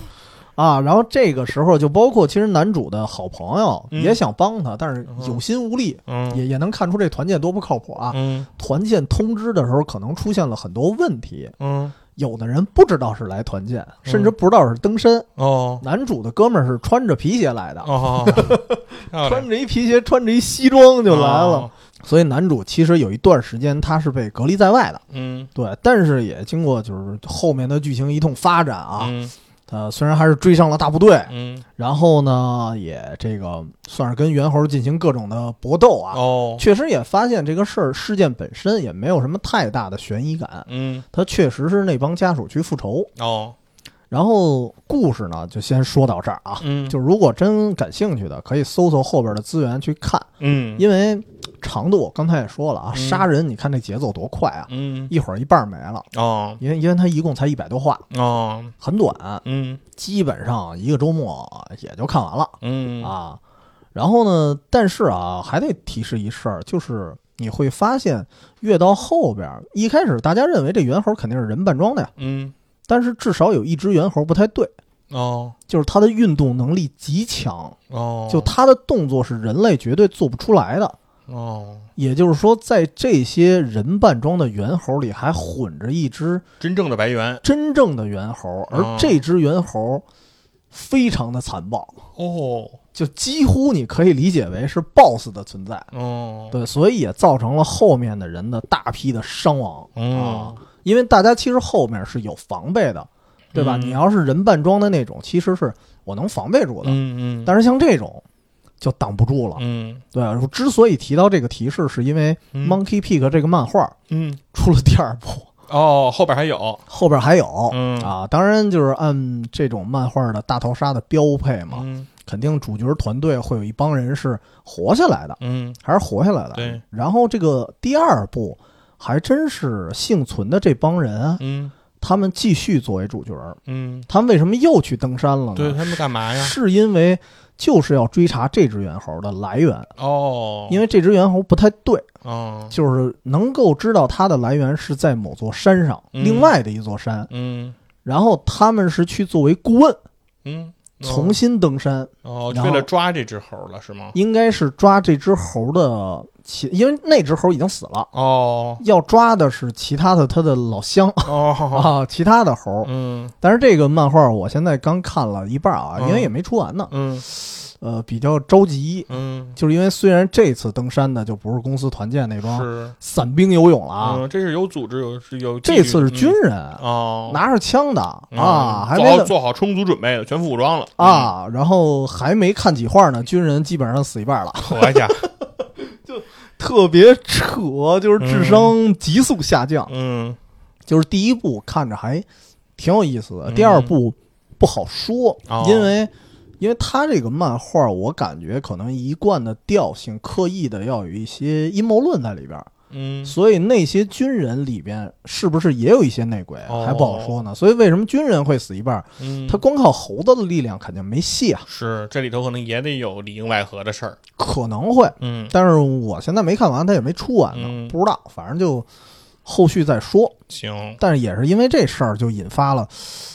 [SPEAKER 1] 啊，然后这个时候就包括，其实男主的好朋友
[SPEAKER 2] 嗯
[SPEAKER 1] 也想帮他，但是有心无力，
[SPEAKER 2] 嗯
[SPEAKER 1] 也也能看出这团建多不靠谱啊。
[SPEAKER 2] 嗯
[SPEAKER 1] 团建通知的时候，可能出现了很多问题，
[SPEAKER 2] 嗯
[SPEAKER 1] 有的人不知道是来团建，甚至不知道是登山。
[SPEAKER 2] 哦
[SPEAKER 1] 男主的哥们儿是穿着皮鞋来的，
[SPEAKER 2] 哦，漂亮
[SPEAKER 1] 穿着一皮鞋，穿着一西装就来了。
[SPEAKER 2] 哦
[SPEAKER 1] 所以男主其实有一段时间他是被隔离在外的，
[SPEAKER 2] 嗯
[SPEAKER 1] 对。但是也经过就是后面的剧情一通发展啊，
[SPEAKER 2] 嗯
[SPEAKER 1] 呃，虽然还是追上了大部队，
[SPEAKER 2] 嗯
[SPEAKER 1] 然后呢，也这个算是跟猿猴进行各种的搏斗啊。
[SPEAKER 2] 哦
[SPEAKER 1] 确实也发现这个事儿事件本身也没有什么太大的悬疑感，
[SPEAKER 2] 嗯
[SPEAKER 1] 他确实是那帮家属去复仇。
[SPEAKER 2] 哦
[SPEAKER 1] 然后故事呢，就先说到这儿啊。
[SPEAKER 2] 嗯
[SPEAKER 1] 就如果真感兴趣的，可以搜搜后边的资源去看，
[SPEAKER 2] 嗯
[SPEAKER 1] 因为长度我刚才也说了啊，
[SPEAKER 2] 嗯
[SPEAKER 1] 杀人你看这节奏多快啊，
[SPEAKER 2] 嗯
[SPEAKER 1] 一会儿一半没了，
[SPEAKER 2] 哦
[SPEAKER 1] 因为因为它一共才一百多话，
[SPEAKER 2] 哦
[SPEAKER 1] 很短，
[SPEAKER 2] 嗯
[SPEAKER 1] 基本上一个周末也就看完了
[SPEAKER 2] 嗯
[SPEAKER 1] 啊。然后呢，但是啊，还得提示一事儿，就是你会发现越到后边儿，一开始大家认为这猿猴肯定是人扮装的呀，
[SPEAKER 2] 嗯
[SPEAKER 1] 但是至少有一只猿猴不太对，
[SPEAKER 2] 哦
[SPEAKER 1] 就是它的运动能力极强，
[SPEAKER 2] 哦
[SPEAKER 1] 就它的动作是人类绝对做不出来的。
[SPEAKER 2] 哦，
[SPEAKER 1] 也就是说，在这些人扮装的猿猴里，还混着一只
[SPEAKER 2] 真正的白猿
[SPEAKER 1] 真正的猿猴，
[SPEAKER 2] 哦
[SPEAKER 1] 而这只猿猴非常的残暴，
[SPEAKER 2] 哦
[SPEAKER 1] 就几乎你可以理解为是 BOSS 的存在。
[SPEAKER 2] 哦
[SPEAKER 1] 对，所以也造成了后面的人的大批的伤亡啊
[SPEAKER 2] 嗯，
[SPEAKER 1] 因为大家其实后面是有防备的，对吧？
[SPEAKER 2] 嗯
[SPEAKER 1] 你要是人扮装的那种，其实是我能防备住的，
[SPEAKER 2] 嗯嗯，
[SPEAKER 1] 但是像这种就挡不住了。
[SPEAKER 2] 嗯
[SPEAKER 1] 对，我之所以提到这个提示，是因为《
[SPEAKER 2] 嗯
[SPEAKER 1] Monkey Peak》这个漫画
[SPEAKER 2] 嗯
[SPEAKER 1] 出了第二部，
[SPEAKER 2] 哦，后边还有
[SPEAKER 1] 后边还有、
[SPEAKER 2] 嗯
[SPEAKER 1] 啊。当然就是按这种漫画的大逃杀的标配嘛，
[SPEAKER 2] 嗯
[SPEAKER 1] 肯定主角团队会有一帮人是活下来的，
[SPEAKER 2] 嗯
[SPEAKER 1] 还是活下来的。
[SPEAKER 2] 对，
[SPEAKER 1] 然后这个第二部还真是幸存的这帮人，啊
[SPEAKER 2] 嗯
[SPEAKER 1] 他们继续作为主角儿。
[SPEAKER 2] 嗯，
[SPEAKER 1] 他们为什么又去登山了呢？
[SPEAKER 2] 对他们干嘛呀？
[SPEAKER 1] 是因为就是要追查这只猿猴的来源，
[SPEAKER 2] 哦，
[SPEAKER 1] 因
[SPEAKER 2] 为
[SPEAKER 1] 为这只猿猴不太对，
[SPEAKER 2] 哦，
[SPEAKER 1] 就是能够知道它的来源是在某座山上，
[SPEAKER 2] 嗯
[SPEAKER 1] 另外的一座山。
[SPEAKER 2] 嗯
[SPEAKER 1] 然后他们是去作为顾问，
[SPEAKER 2] 嗯，哦
[SPEAKER 1] 重新登山，
[SPEAKER 2] 哦，
[SPEAKER 1] 然
[SPEAKER 2] 为了
[SPEAKER 1] 后
[SPEAKER 2] 抓这只猴了是吗？
[SPEAKER 1] 应该是抓这只猴的其，因为那只猴已经死了，
[SPEAKER 2] 哦
[SPEAKER 1] 要抓的是其他的它的老乡。
[SPEAKER 2] 哦，
[SPEAKER 1] 啊，其他的猴，
[SPEAKER 2] 嗯
[SPEAKER 1] 但是这个漫画我现在刚看了一半啊，
[SPEAKER 2] 嗯
[SPEAKER 1] 因为也没出完呢，
[SPEAKER 2] 嗯
[SPEAKER 1] 呃，比较着急，
[SPEAKER 2] 嗯，
[SPEAKER 1] 就是因为虽然这次登山的就不是公司团建那帮
[SPEAKER 2] 是
[SPEAKER 1] 散兵游泳了啊，
[SPEAKER 2] 嗯，这是有组织有是有纪律，
[SPEAKER 1] 这次是军
[SPEAKER 2] 嗯
[SPEAKER 1] 人，
[SPEAKER 2] 哦，
[SPEAKER 1] 拿着枪的
[SPEAKER 2] 嗯
[SPEAKER 1] 啊，还
[SPEAKER 2] 做
[SPEAKER 1] 没
[SPEAKER 2] 好
[SPEAKER 1] 等
[SPEAKER 2] 做好充足准备了，全副武装了，嗯
[SPEAKER 1] 啊，然后还没看几画呢，军人基本上死一半了，
[SPEAKER 2] 嗯我家，
[SPEAKER 1] 特别扯，就是智商急速下降，
[SPEAKER 2] 嗯
[SPEAKER 1] 就是第一部看着还挺有意思的，
[SPEAKER 2] 嗯
[SPEAKER 1] 第二部不好说，
[SPEAKER 2] 哦
[SPEAKER 1] 因为。因为他这个漫画，我感觉可能一贯的调性，刻意的要有一些阴谋论在里边儿，
[SPEAKER 2] 嗯
[SPEAKER 1] 所以那些军人里边是不是也有一些内鬼，
[SPEAKER 2] 哦
[SPEAKER 1] 还不好说呢。所以为什么军人会死一半儿？
[SPEAKER 2] 嗯，
[SPEAKER 1] 他光靠猴子的力量肯定没戏啊，
[SPEAKER 2] 是这里头可能也得有里应外合的事儿，
[SPEAKER 1] 可能会。
[SPEAKER 2] 嗯
[SPEAKER 1] 但是我现在没看完，他也没出完呢，
[SPEAKER 2] 嗯
[SPEAKER 1] 不知道，反正就后续再说。
[SPEAKER 2] 行，
[SPEAKER 1] 但是也是因为这事儿，就引发了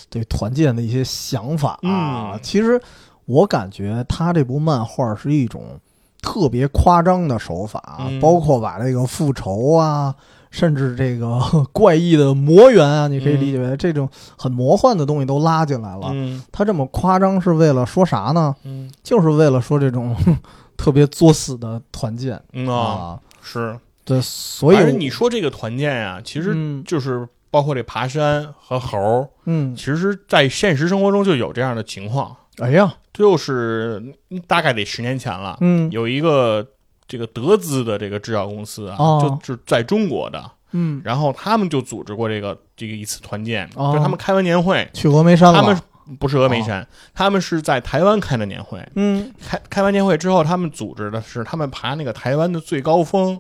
[SPEAKER 1] 对团建的一些想法啊。
[SPEAKER 2] 嗯
[SPEAKER 1] 其实我感觉他这部漫画是一种特别夸张的手法，啊
[SPEAKER 2] 嗯
[SPEAKER 1] 包括把这个复仇啊，甚至这个 怪异的魔源啊，你可以理解为这种很魔幻的东西都拉进来了。
[SPEAKER 2] 嗯
[SPEAKER 1] 他这么夸张是为了说啥呢？
[SPEAKER 2] 嗯
[SPEAKER 1] 就是为了说这种 特别作死的团建
[SPEAKER 2] 嗯啊，
[SPEAKER 1] 啊。
[SPEAKER 2] 是，
[SPEAKER 1] 对，所以
[SPEAKER 2] 反
[SPEAKER 1] 我
[SPEAKER 2] 正你说这个团建呀，其实
[SPEAKER 1] 嗯
[SPEAKER 2] 就是包括这爬山和猴儿，
[SPEAKER 1] 嗯，
[SPEAKER 2] 其实，在现实生活中就有这样的情况，
[SPEAKER 1] 哎呀，
[SPEAKER 2] 就是大概得十年前了，
[SPEAKER 1] 嗯
[SPEAKER 2] 有一个这个德资的这个制药公司啊，
[SPEAKER 1] 哦
[SPEAKER 2] 就就是在中国的，
[SPEAKER 1] 嗯，
[SPEAKER 2] 然后他们就组织过这个这个一次团建，
[SPEAKER 1] 哦
[SPEAKER 2] 就他们开完年会，
[SPEAKER 1] 去峨眉山了。哦
[SPEAKER 2] 他们不是峨眉山，他们是在台湾开的年会，
[SPEAKER 1] 嗯
[SPEAKER 2] 开开完年会之后，他们组织的是他们爬那个台湾的最高峰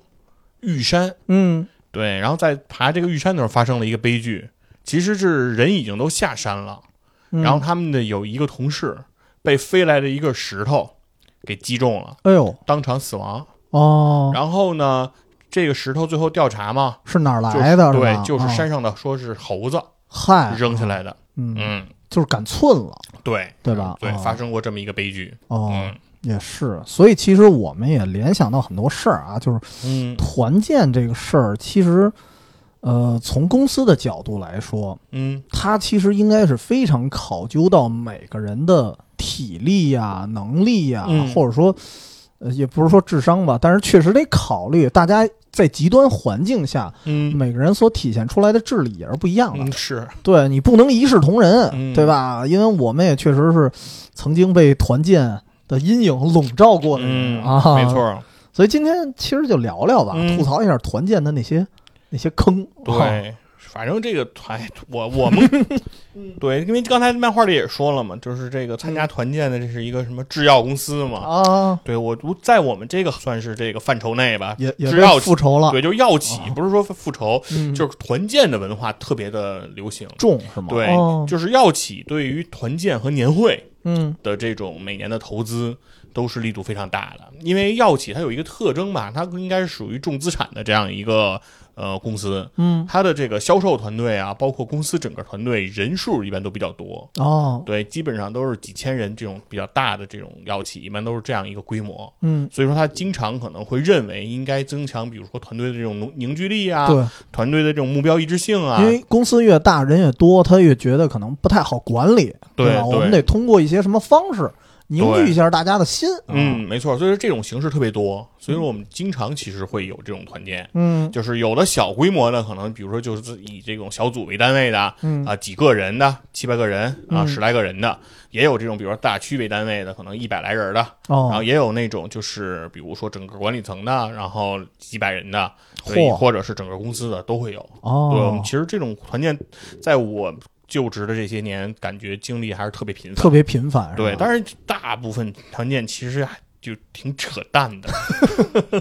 [SPEAKER 2] 玉山，
[SPEAKER 1] 嗯
[SPEAKER 2] 对，然后在爬这个玉山的时候发生了一个悲剧，其实是人已经都下山了，
[SPEAKER 1] 嗯，
[SPEAKER 2] 然后他们的有一个同事被飞来的一个石头给击中了，
[SPEAKER 1] 哎呦
[SPEAKER 2] 当场死亡。
[SPEAKER 1] 哦，
[SPEAKER 2] 然后呢，这个石头最后调查嘛，
[SPEAKER 1] 是哪儿
[SPEAKER 2] 就是
[SPEAKER 1] 来的？吧
[SPEAKER 2] 对，就是
[SPEAKER 1] 啊
[SPEAKER 2] 山上的，说是猴子
[SPEAKER 1] 嗨
[SPEAKER 2] 扔下，来的。
[SPEAKER 1] 嗯，
[SPEAKER 2] 嗯，
[SPEAKER 1] 就是赶寸了
[SPEAKER 2] 对，
[SPEAKER 1] 对吧
[SPEAKER 2] 对
[SPEAKER 1] 啊，
[SPEAKER 2] 发生过这么一个悲剧。
[SPEAKER 1] 哦
[SPEAKER 2] 嗯，
[SPEAKER 1] 也是。所以其实我们也联想到很多事儿啊，就是
[SPEAKER 2] 嗯
[SPEAKER 1] 团建这个事儿，其实呃，从公司的角度来说，
[SPEAKER 2] 嗯
[SPEAKER 1] 它其实应该是非常考究到每个人的体力呀、能力呀、
[SPEAKER 2] 嗯
[SPEAKER 1] 或者说。呃，也不是说智商吧，但是确实得考虑大家在极端环境下，
[SPEAKER 2] 嗯
[SPEAKER 1] 每个人所体现出来的智力也是不一样的。
[SPEAKER 2] 嗯，是，
[SPEAKER 1] 对你不能一视同仁，
[SPEAKER 2] 嗯
[SPEAKER 1] 对吧？因为我们也确实是曾经被团建的阴影笼罩过的人、
[SPEAKER 2] 嗯，
[SPEAKER 1] 啊，
[SPEAKER 2] 没错。儿，
[SPEAKER 1] 所以今天其实就聊聊吧，
[SPEAKER 2] 嗯
[SPEAKER 1] 吐槽一下团建的那些那些坑。啊，
[SPEAKER 2] 对。反正这个团，我我们对，因为刚才漫画里也说了嘛，就是这个参加团建的，这是一个什么制药公司嘛？
[SPEAKER 1] 啊，
[SPEAKER 2] 对我我在我们这个算是这个范畴内吧，
[SPEAKER 1] 也也
[SPEAKER 2] 制药
[SPEAKER 1] 被复仇了，
[SPEAKER 2] 对，就是药企，不是说复仇，
[SPEAKER 1] 嗯，
[SPEAKER 2] 就是团建的文化特别的流行。
[SPEAKER 1] 重是吗？
[SPEAKER 2] 对
[SPEAKER 1] 哦，
[SPEAKER 2] 就是药企对于团建和年会
[SPEAKER 1] 嗯
[SPEAKER 2] 的这种每年的投资都是力度非常大的，因为药企它有一个特征吧，它应该是属于重资产的这样一个呃公司，
[SPEAKER 1] 嗯，
[SPEAKER 2] 它的这个销售团队啊，包括公司整个团队人数一般都比较多，
[SPEAKER 1] 哦，
[SPEAKER 2] 对，基本上都是几千人这种比较大的这种药企，一般都是这样一个规模。
[SPEAKER 1] 嗯，
[SPEAKER 2] 所以说，他经常可能会认为应该增强，比如说团队的这种凝凝聚力啊，
[SPEAKER 1] 对，
[SPEAKER 2] 团队的这种目标一致性啊
[SPEAKER 1] 因，为公司越大，人越多，他越觉得可能不太好管理，
[SPEAKER 2] 对
[SPEAKER 1] 吧？
[SPEAKER 2] 对
[SPEAKER 1] 我们得通过一些什么方式凝聚一下大家的心。啊
[SPEAKER 2] 嗯，没错，所以说这种形式特别多，所以说我们经常其实会有这种团建，
[SPEAKER 1] 嗯
[SPEAKER 2] 就是有的小规模的，可能比如说就是以这种小组为单位的，
[SPEAKER 1] 嗯
[SPEAKER 2] 啊几个人的，七八个人啊
[SPEAKER 1] 嗯
[SPEAKER 2] 十来个人的，也有这种比如说大区为单位的，可能一百来人的，然后
[SPEAKER 1] 哦，
[SPEAKER 2] 也有那种就是比如说整个管理层的，然后几百人的，
[SPEAKER 1] 嚯
[SPEAKER 2] 对，或者是整个公司的都会有。对，我
[SPEAKER 1] 哦
[SPEAKER 2] 们，其实这种团建，在我就职的这些年，感觉经历还是特别频繁
[SPEAKER 1] 特。别频繁，是吧
[SPEAKER 2] 对，当然大部分团建其实还就挺扯淡的，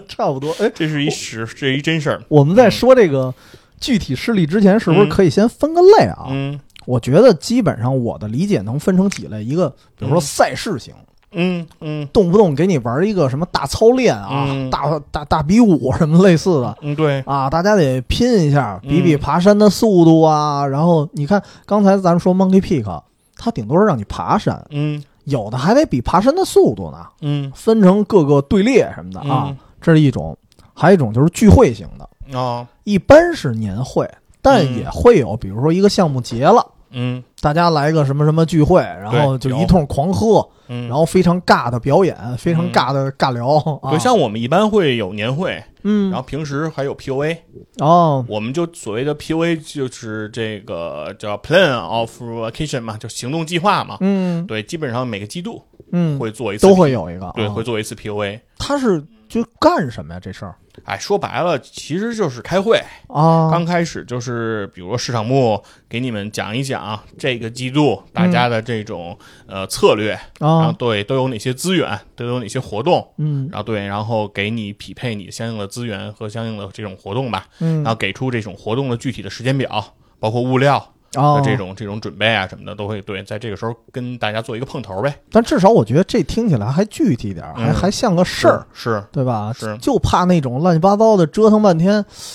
[SPEAKER 1] 差不多。哎，
[SPEAKER 2] 这是一实，这是一真事儿。
[SPEAKER 1] 我们在说这个具体事例之前，是不是可以先分个类啊？
[SPEAKER 2] 嗯
[SPEAKER 1] 我觉得基本上我的理解能分成几类，一个比如说
[SPEAKER 2] 嗯
[SPEAKER 1] 赛事型，
[SPEAKER 2] 嗯嗯
[SPEAKER 1] 动不动给你玩一个什么大操练啊、
[SPEAKER 2] 嗯
[SPEAKER 1] 大大大比武什么类似的
[SPEAKER 2] 嗯，对，
[SPEAKER 1] 啊，大家得拼一下，
[SPEAKER 2] 嗯
[SPEAKER 1] 比比爬山的速度啊。然后你看刚才咱们说 Monkey Peak，它顶多是让你爬山，
[SPEAKER 2] 嗯
[SPEAKER 1] 有的还得比爬山的速度呢，
[SPEAKER 2] 嗯
[SPEAKER 1] 分成各个队列什么的啊，
[SPEAKER 2] 嗯
[SPEAKER 1] 这是一种。还有一种就是聚会型的，
[SPEAKER 2] 哦，
[SPEAKER 1] 一般是年会，但
[SPEAKER 2] 嗯
[SPEAKER 1] 也会有，比如说一个项目结了。
[SPEAKER 2] 嗯
[SPEAKER 1] 大家来个什么什么聚会，然后就
[SPEAKER 2] 对
[SPEAKER 1] 一通狂喝，
[SPEAKER 2] 嗯，
[SPEAKER 1] 然后非常尬的表演，非常尬的尬聊啊
[SPEAKER 2] 对，，像我们一般会有年会，然
[SPEAKER 1] 嗯，
[SPEAKER 2] 后平时还有 POA，
[SPEAKER 1] 哦，
[SPEAKER 2] 我们就所谓的 POA 就是这个叫 Plan of Action 嘛，就行动计划嘛。
[SPEAKER 1] 嗯
[SPEAKER 2] 对，基本上每个季度
[SPEAKER 1] 嗯，
[SPEAKER 2] 会做一次，
[SPEAKER 1] 都会有一个，
[SPEAKER 2] 对，
[SPEAKER 1] 啊
[SPEAKER 2] 会做一次 POA。
[SPEAKER 1] 他是就干什么呀？这事儿
[SPEAKER 2] 哎，说白了，其实就是开会。
[SPEAKER 1] 啊，
[SPEAKER 2] 刚开始就是，比如说市场部给你们讲一讲这个季度大家的这种、呃策略，然后
[SPEAKER 1] 嗯啊，
[SPEAKER 2] 对都有哪些资源，都有哪些活动，
[SPEAKER 1] 嗯
[SPEAKER 2] 然后对，然后给你匹配你相应的资源和相应的这种活动吧，
[SPEAKER 1] 嗯
[SPEAKER 2] 然，后给出这种活动的具体的时间表，包括物料
[SPEAKER 1] 啊
[SPEAKER 2] 的这，种、这种准备啊什么的，都会对在这个时候跟大家做一个碰头呗。
[SPEAKER 1] 但至少我觉得这听起来还具体点儿，还
[SPEAKER 2] 嗯
[SPEAKER 1] 还像个事儿，
[SPEAKER 2] 是，
[SPEAKER 1] 对吧？
[SPEAKER 2] 是
[SPEAKER 1] 就怕那种乱七八糟的折腾半天，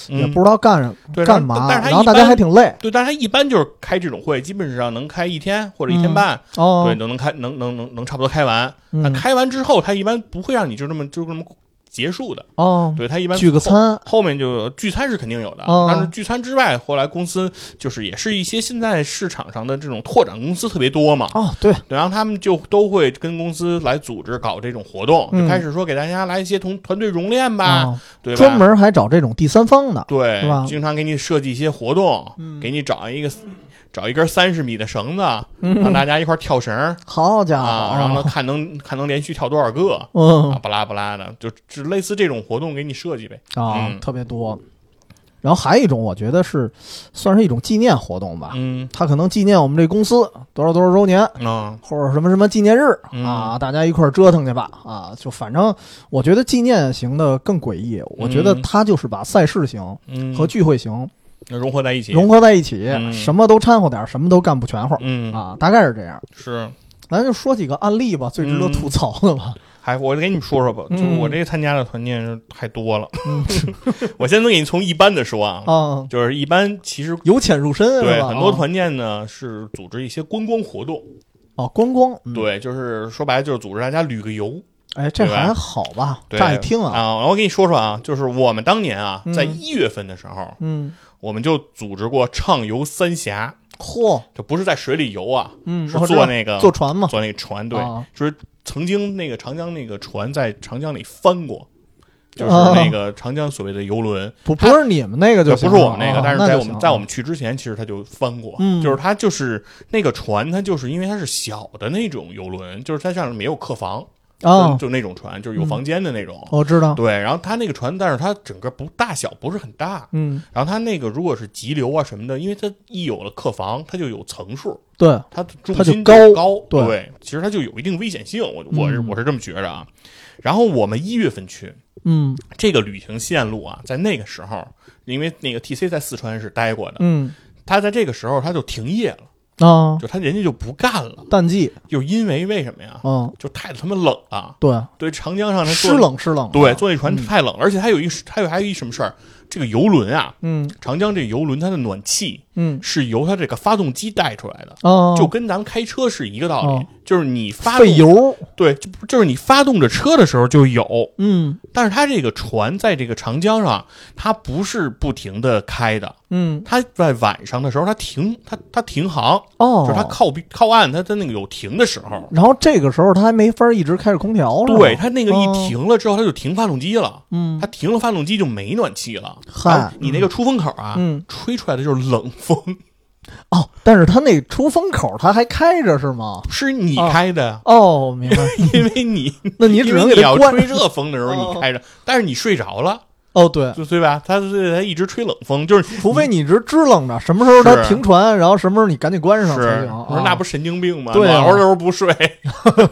[SPEAKER 1] 也
[SPEAKER 2] 嗯
[SPEAKER 1] 不知道干
[SPEAKER 2] 对
[SPEAKER 1] 干
[SPEAKER 2] 然后
[SPEAKER 1] 嘛，
[SPEAKER 2] 但是他
[SPEAKER 1] 然后
[SPEAKER 2] 一
[SPEAKER 1] 大家
[SPEAKER 2] 般
[SPEAKER 1] 还挺累
[SPEAKER 2] 对，但是他一般就是开这种会，基本上能开一天或者一天半，
[SPEAKER 1] 哦
[SPEAKER 2] 对，，能能开能能能能差不多开完。那
[SPEAKER 1] 嗯
[SPEAKER 2] 开完之后，他一般不会让你就这么就这么结束的，
[SPEAKER 1] 哦，
[SPEAKER 2] 对他一般
[SPEAKER 1] 聚个
[SPEAKER 2] 后。
[SPEAKER 1] 餐，
[SPEAKER 2] 后面就呃聚餐是肯定有的，
[SPEAKER 1] 哦
[SPEAKER 2] 但是聚餐之外，后来公司就是也是一些现在市场上的这种拓展公司特别多嘛，
[SPEAKER 1] 哦，对，
[SPEAKER 2] 对然后他们就都会跟公司来组织搞这种活动，
[SPEAKER 1] 嗯
[SPEAKER 2] 就开始说给大家来一些同团队熔炼吧，
[SPEAKER 1] 啊，
[SPEAKER 2] 对吧？
[SPEAKER 1] 专门还找这种第三方的，
[SPEAKER 2] 对
[SPEAKER 1] 是吧，
[SPEAKER 2] 经常给你设计一些活动，
[SPEAKER 1] 嗯
[SPEAKER 2] 给你找一个找一根三十米的绳子，
[SPEAKER 1] 嗯
[SPEAKER 2] 让大家一块儿跳绳 儿
[SPEAKER 1] 好家伙，
[SPEAKER 2] 啊，然后呢看能看能连续跳多少个。啊，
[SPEAKER 1] 嗯
[SPEAKER 2] 巴拉巴拉的，就只类似这种活动给你设计呗。
[SPEAKER 1] 啊、
[SPEAKER 2] 嗯
[SPEAKER 1] 特别多。然后还有一种，我觉得是算是一种纪念活动吧，
[SPEAKER 2] 嗯
[SPEAKER 1] 他可能纪念我们这公司多少多少周年，
[SPEAKER 2] 啊，
[SPEAKER 1] 或者什么什么纪念日、
[SPEAKER 2] 嗯
[SPEAKER 1] 啊，大家一块儿折腾去吧啊！就反正我觉得纪念型的更诡异，我觉得他就是把赛事型
[SPEAKER 2] 嗯，
[SPEAKER 1] 和聚会型
[SPEAKER 2] 那融合在一起。
[SPEAKER 1] 融合在一起，
[SPEAKER 2] 嗯
[SPEAKER 1] 什么都掺和点儿，什么都干不全乎儿、
[SPEAKER 2] 嗯，
[SPEAKER 1] 啊，大概是这样。
[SPEAKER 2] 是。
[SPEAKER 1] 咱就说几个案例吧，最值得
[SPEAKER 2] 嗯
[SPEAKER 1] 吐槽的吧。
[SPEAKER 2] 还我给你们说说吧，就
[SPEAKER 1] 嗯
[SPEAKER 2] 是我这参加的团建是太多了。
[SPEAKER 1] 嗯
[SPEAKER 2] 我先能给你从一般的说啊，
[SPEAKER 1] 啊，
[SPEAKER 2] 就是一般其实
[SPEAKER 1] 由浅入深是
[SPEAKER 2] 对
[SPEAKER 1] 吧？
[SPEAKER 2] 很多
[SPEAKER 1] 啊
[SPEAKER 2] 团建呢是组织一些观光活动，
[SPEAKER 1] 哦，观光，嗯，
[SPEAKER 2] 对，就是说白了就是组织大家旅个游。
[SPEAKER 1] 哎，这
[SPEAKER 2] 对吧
[SPEAKER 1] 还好吧？
[SPEAKER 2] 对
[SPEAKER 1] 乍一听啊，
[SPEAKER 2] 啊，我给你说说啊，就是我们当年啊
[SPEAKER 1] 嗯，
[SPEAKER 2] 在一月份的时候，
[SPEAKER 1] 嗯，
[SPEAKER 2] 我们就组织过畅游三峡，
[SPEAKER 1] 嚯，
[SPEAKER 2] 就不是在水里游啊，
[SPEAKER 1] 嗯，
[SPEAKER 2] 是
[SPEAKER 1] 我知
[SPEAKER 2] 坐
[SPEAKER 1] 道
[SPEAKER 2] 那个
[SPEAKER 1] 坐船嘛，
[SPEAKER 2] 坐那个船，对，
[SPEAKER 1] 啊
[SPEAKER 2] 就是曾经那个长江那个船在长江里翻过，就是
[SPEAKER 1] 啊
[SPEAKER 2] 那个长江所谓的游轮，
[SPEAKER 1] 不不是你们那个就
[SPEAKER 2] 不
[SPEAKER 1] 行
[SPEAKER 2] 是
[SPEAKER 1] 了
[SPEAKER 2] 我们那个，
[SPEAKER 1] 啊
[SPEAKER 2] 但是
[SPEAKER 1] 那
[SPEAKER 2] 在
[SPEAKER 1] 就
[SPEAKER 2] 我
[SPEAKER 1] 行
[SPEAKER 2] 们
[SPEAKER 1] 了
[SPEAKER 2] 在我们去之前，其实它就翻过，
[SPEAKER 1] 嗯
[SPEAKER 2] 就是它就是那个船，它就是因为它是小的那种游轮，就是它上面没有客房
[SPEAKER 1] 啊，
[SPEAKER 2] 就就那种船，就是有房间的那种。
[SPEAKER 1] 我知道，
[SPEAKER 2] 对，然后它那个船，但是它整个不大小不是很大，
[SPEAKER 1] 嗯，
[SPEAKER 2] 然后它那个如果是急流啊什么的，因为它一有了客房，它就有层数，
[SPEAKER 1] 对，
[SPEAKER 2] 它的重
[SPEAKER 1] 它就
[SPEAKER 2] 心
[SPEAKER 1] 高
[SPEAKER 2] 高
[SPEAKER 1] 对
[SPEAKER 2] 其实它就有一定危险性，我我是
[SPEAKER 1] 嗯
[SPEAKER 2] 我是这么觉着啊。然后我们一月份去
[SPEAKER 1] 嗯
[SPEAKER 2] 这个旅行线路啊，在那个时候，因为那个 TC 在四川是待过的，
[SPEAKER 1] 嗯
[SPEAKER 2] 他在这个时候他就停业了，
[SPEAKER 1] 啊，
[SPEAKER 2] 就他人家就不干了，
[SPEAKER 1] 淡季，
[SPEAKER 2] 就因为为什么呀？
[SPEAKER 1] 嗯，
[SPEAKER 2] 就太他妈冷了，
[SPEAKER 1] 对，
[SPEAKER 2] 对长江上他坐
[SPEAKER 1] 湿，冷湿冷，
[SPEAKER 2] 对，，坐那船
[SPEAKER 1] 嗯
[SPEAKER 2] 太冷了，而且还有一还有还有一什么事儿，这个游轮啊，
[SPEAKER 1] 嗯
[SPEAKER 2] 长江这游轮它的暖气
[SPEAKER 1] 嗯
[SPEAKER 2] 是由它这个发动机带出来的。
[SPEAKER 1] 啊，
[SPEAKER 2] 就跟咱们开车是一个道理，
[SPEAKER 1] 哦
[SPEAKER 2] 就是你发动
[SPEAKER 1] 费油，
[SPEAKER 2] 对，就不就是你发动着车的时候就有，
[SPEAKER 1] 嗯
[SPEAKER 2] 但是它这个船在这个长江上，它不是不停的开的，
[SPEAKER 1] 嗯，
[SPEAKER 2] 它在晚上的时候它停，它它停航，
[SPEAKER 1] 哦
[SPEAKER 2] 就是，它靠边靠岸，它它那个有停的时候，
[SPEAKER 1] 然后这个时候他还没法一直开着空调，是吧
[SPEAKER 2] 对，它那个
[SPEAKER 1] 哦
[SPEAKER 2] 一停了之后，它就停发动机了，
[SPEAKER 1] 嗯
[SPEAKER 2] 它停了发动机就没暖气了，
[SPEAKER 1] 嗨
[SPEAKER 2] 然后你那个出风口啊，
[SPEAKER 1] 嗯
[SPEAKER 2] 吹出来的就是冷风，
[SPEAKER 1] 哦，但是他那出风口他还开着是吗？
[SPEAKER 2] 是你
[SPEAKER 1] 哦
[SPEAKER 2] 开 的，
[SPEAKER 1] 哦，明 白，
[SPEAKER 2] 因为你
[SPEAKER 1] 那你只
[SPEAKER 2] 因为
[SPEAKER 1] 能给它
[SPEAKER 2] 你要
[SPEAKER 1] 关
[SPEAKER 2] 吹热风的时候
[SPEAKER 1] 哦
[SPEAKER 2] 你开着，但是你睡着了，
[SPEAKER 1] 哦，对，
[SPEAKER 2] 就对吧？它它一直吹冷风，就是
[SPEAKER 1] 除非你一直支棱着，什么时候它
[SPEAKER 2] 是
[SPEAKER 1] 停船，然后什么时候你赶紧关上才
[SPEAKER 2] 是，
[SPEAKER 1] 行。
[SPEAKER 2] 我说那不
[SPEAKER 1] 是
[SPEAKER 2] 是神经病吗？
[SPEAKER 1] 对啊
[SPEAKER 2] 暖和的时候不睡，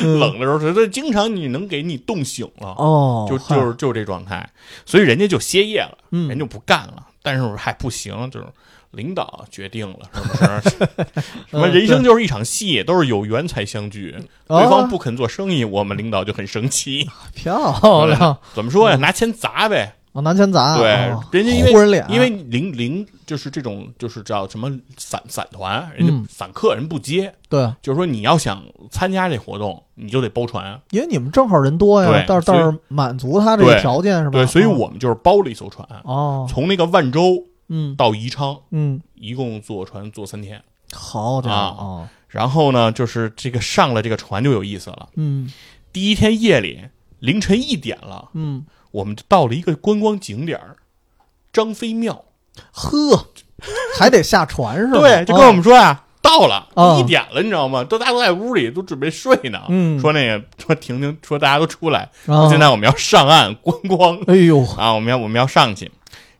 [SPEAKER 2] 冷的时候睡，这经常你能给你冻醒了，
[SPEAKER 1] 哦，
[SPEAKER 2] 就
[SPEAKER 1] 嗨
[SPEAKER 2] 就是就是这状态，所以人家就歇业了，
[SPEAKER 1] 嗯
[SPEAKER 2] 人就不干了。但是我说嗨不行，就是领导决定了，是不是？ 什
[SPEAKER 1] 嗯
[SPEAKER 2] 么人生就是一场戏，都是有缘才相聚。
[SPEAKER 1] 哦
[SPEAKER 2] 对方不肯做生意，我们领导就很生气。
[SPEAKER 1] 漂亮，
[SPEAKER 2] 怎么说呀？拿钱砸呗。
[SPEAKER 1] 往南前砸，
[SPEAKER 2] 对
[SPEAKER 1] 嗯哦，
[SPEAKER 2] 人家啊因为
[SPEAKER 1] 呼人脸，
[SPEAKER 2] 因为零零就是这种就是叫什么散散团，人
[SPEAKER 1] 嗯
[SPEAKER 2] 家散客人不接，
[SPEAKER 1] 对，
[SPEAKER 2] 就是说你要想参加这活动，你就得包船。
[SPEAKER 1] 因为你们正好人多呀
[SPEAKER 2] 对，
[SPEAKER 1] 倒是
[SPEAKER 2] 所以
[SPEAKER 1] 倒是满足他这个
[SPEAKER 2] 对
[SPEAKER 1] 条件是吧？
[SPEAKER 2] 对，所以
[SPEAKER 1] 哦
[SPEAKER 2] 我们就是包了一艘船，
[SPEAKER 1] 哦，
[SPEAKER 2] 从那个万州
[SPEAKER 1] 嗯
[SPEAKER 2] 到宜昌，
[SPEAKER 1] 嗯，
[SPEAKER 2] 一共坐船坐三天。
[SPEAKER 1] 好家
[SPEAKER 2] 啊
[SPEAKER 1] 伙，哦
[SPEAKER 2] 然后呢，就是这个上了这个船就有意思了。
[SPEAKER 1] 嗯
[SPEAKER 2] 第一天夜里凌晨一点了，
[SPEAKER 1] 嗯，
[SPEAKER 2] 我们就到了一个观光景点儿张飞庙。
[SPEAKER 1] 呵，还得下船是吧？哦
[SPEAKER 2] 对，就跟我们说啊，到了
[SPEAKER 1] 啊
[SPEAKER 2] 一点了，你知道吗？都大家都在屋里都准备睡呢。
[SPEAKER 1] 嗯
[SPEAKER 2] 说那个说婷婷说大家都出来，
[SPEAKER 1] 哦，
[SPEAKER 2] 现
[SPEAKER 1] 啊
[SPEAKER 2] 在我们要上岸观光
[SPEAKER 1] 哎呦，
[SPEAKER 2] 啊，我们要我们要上去。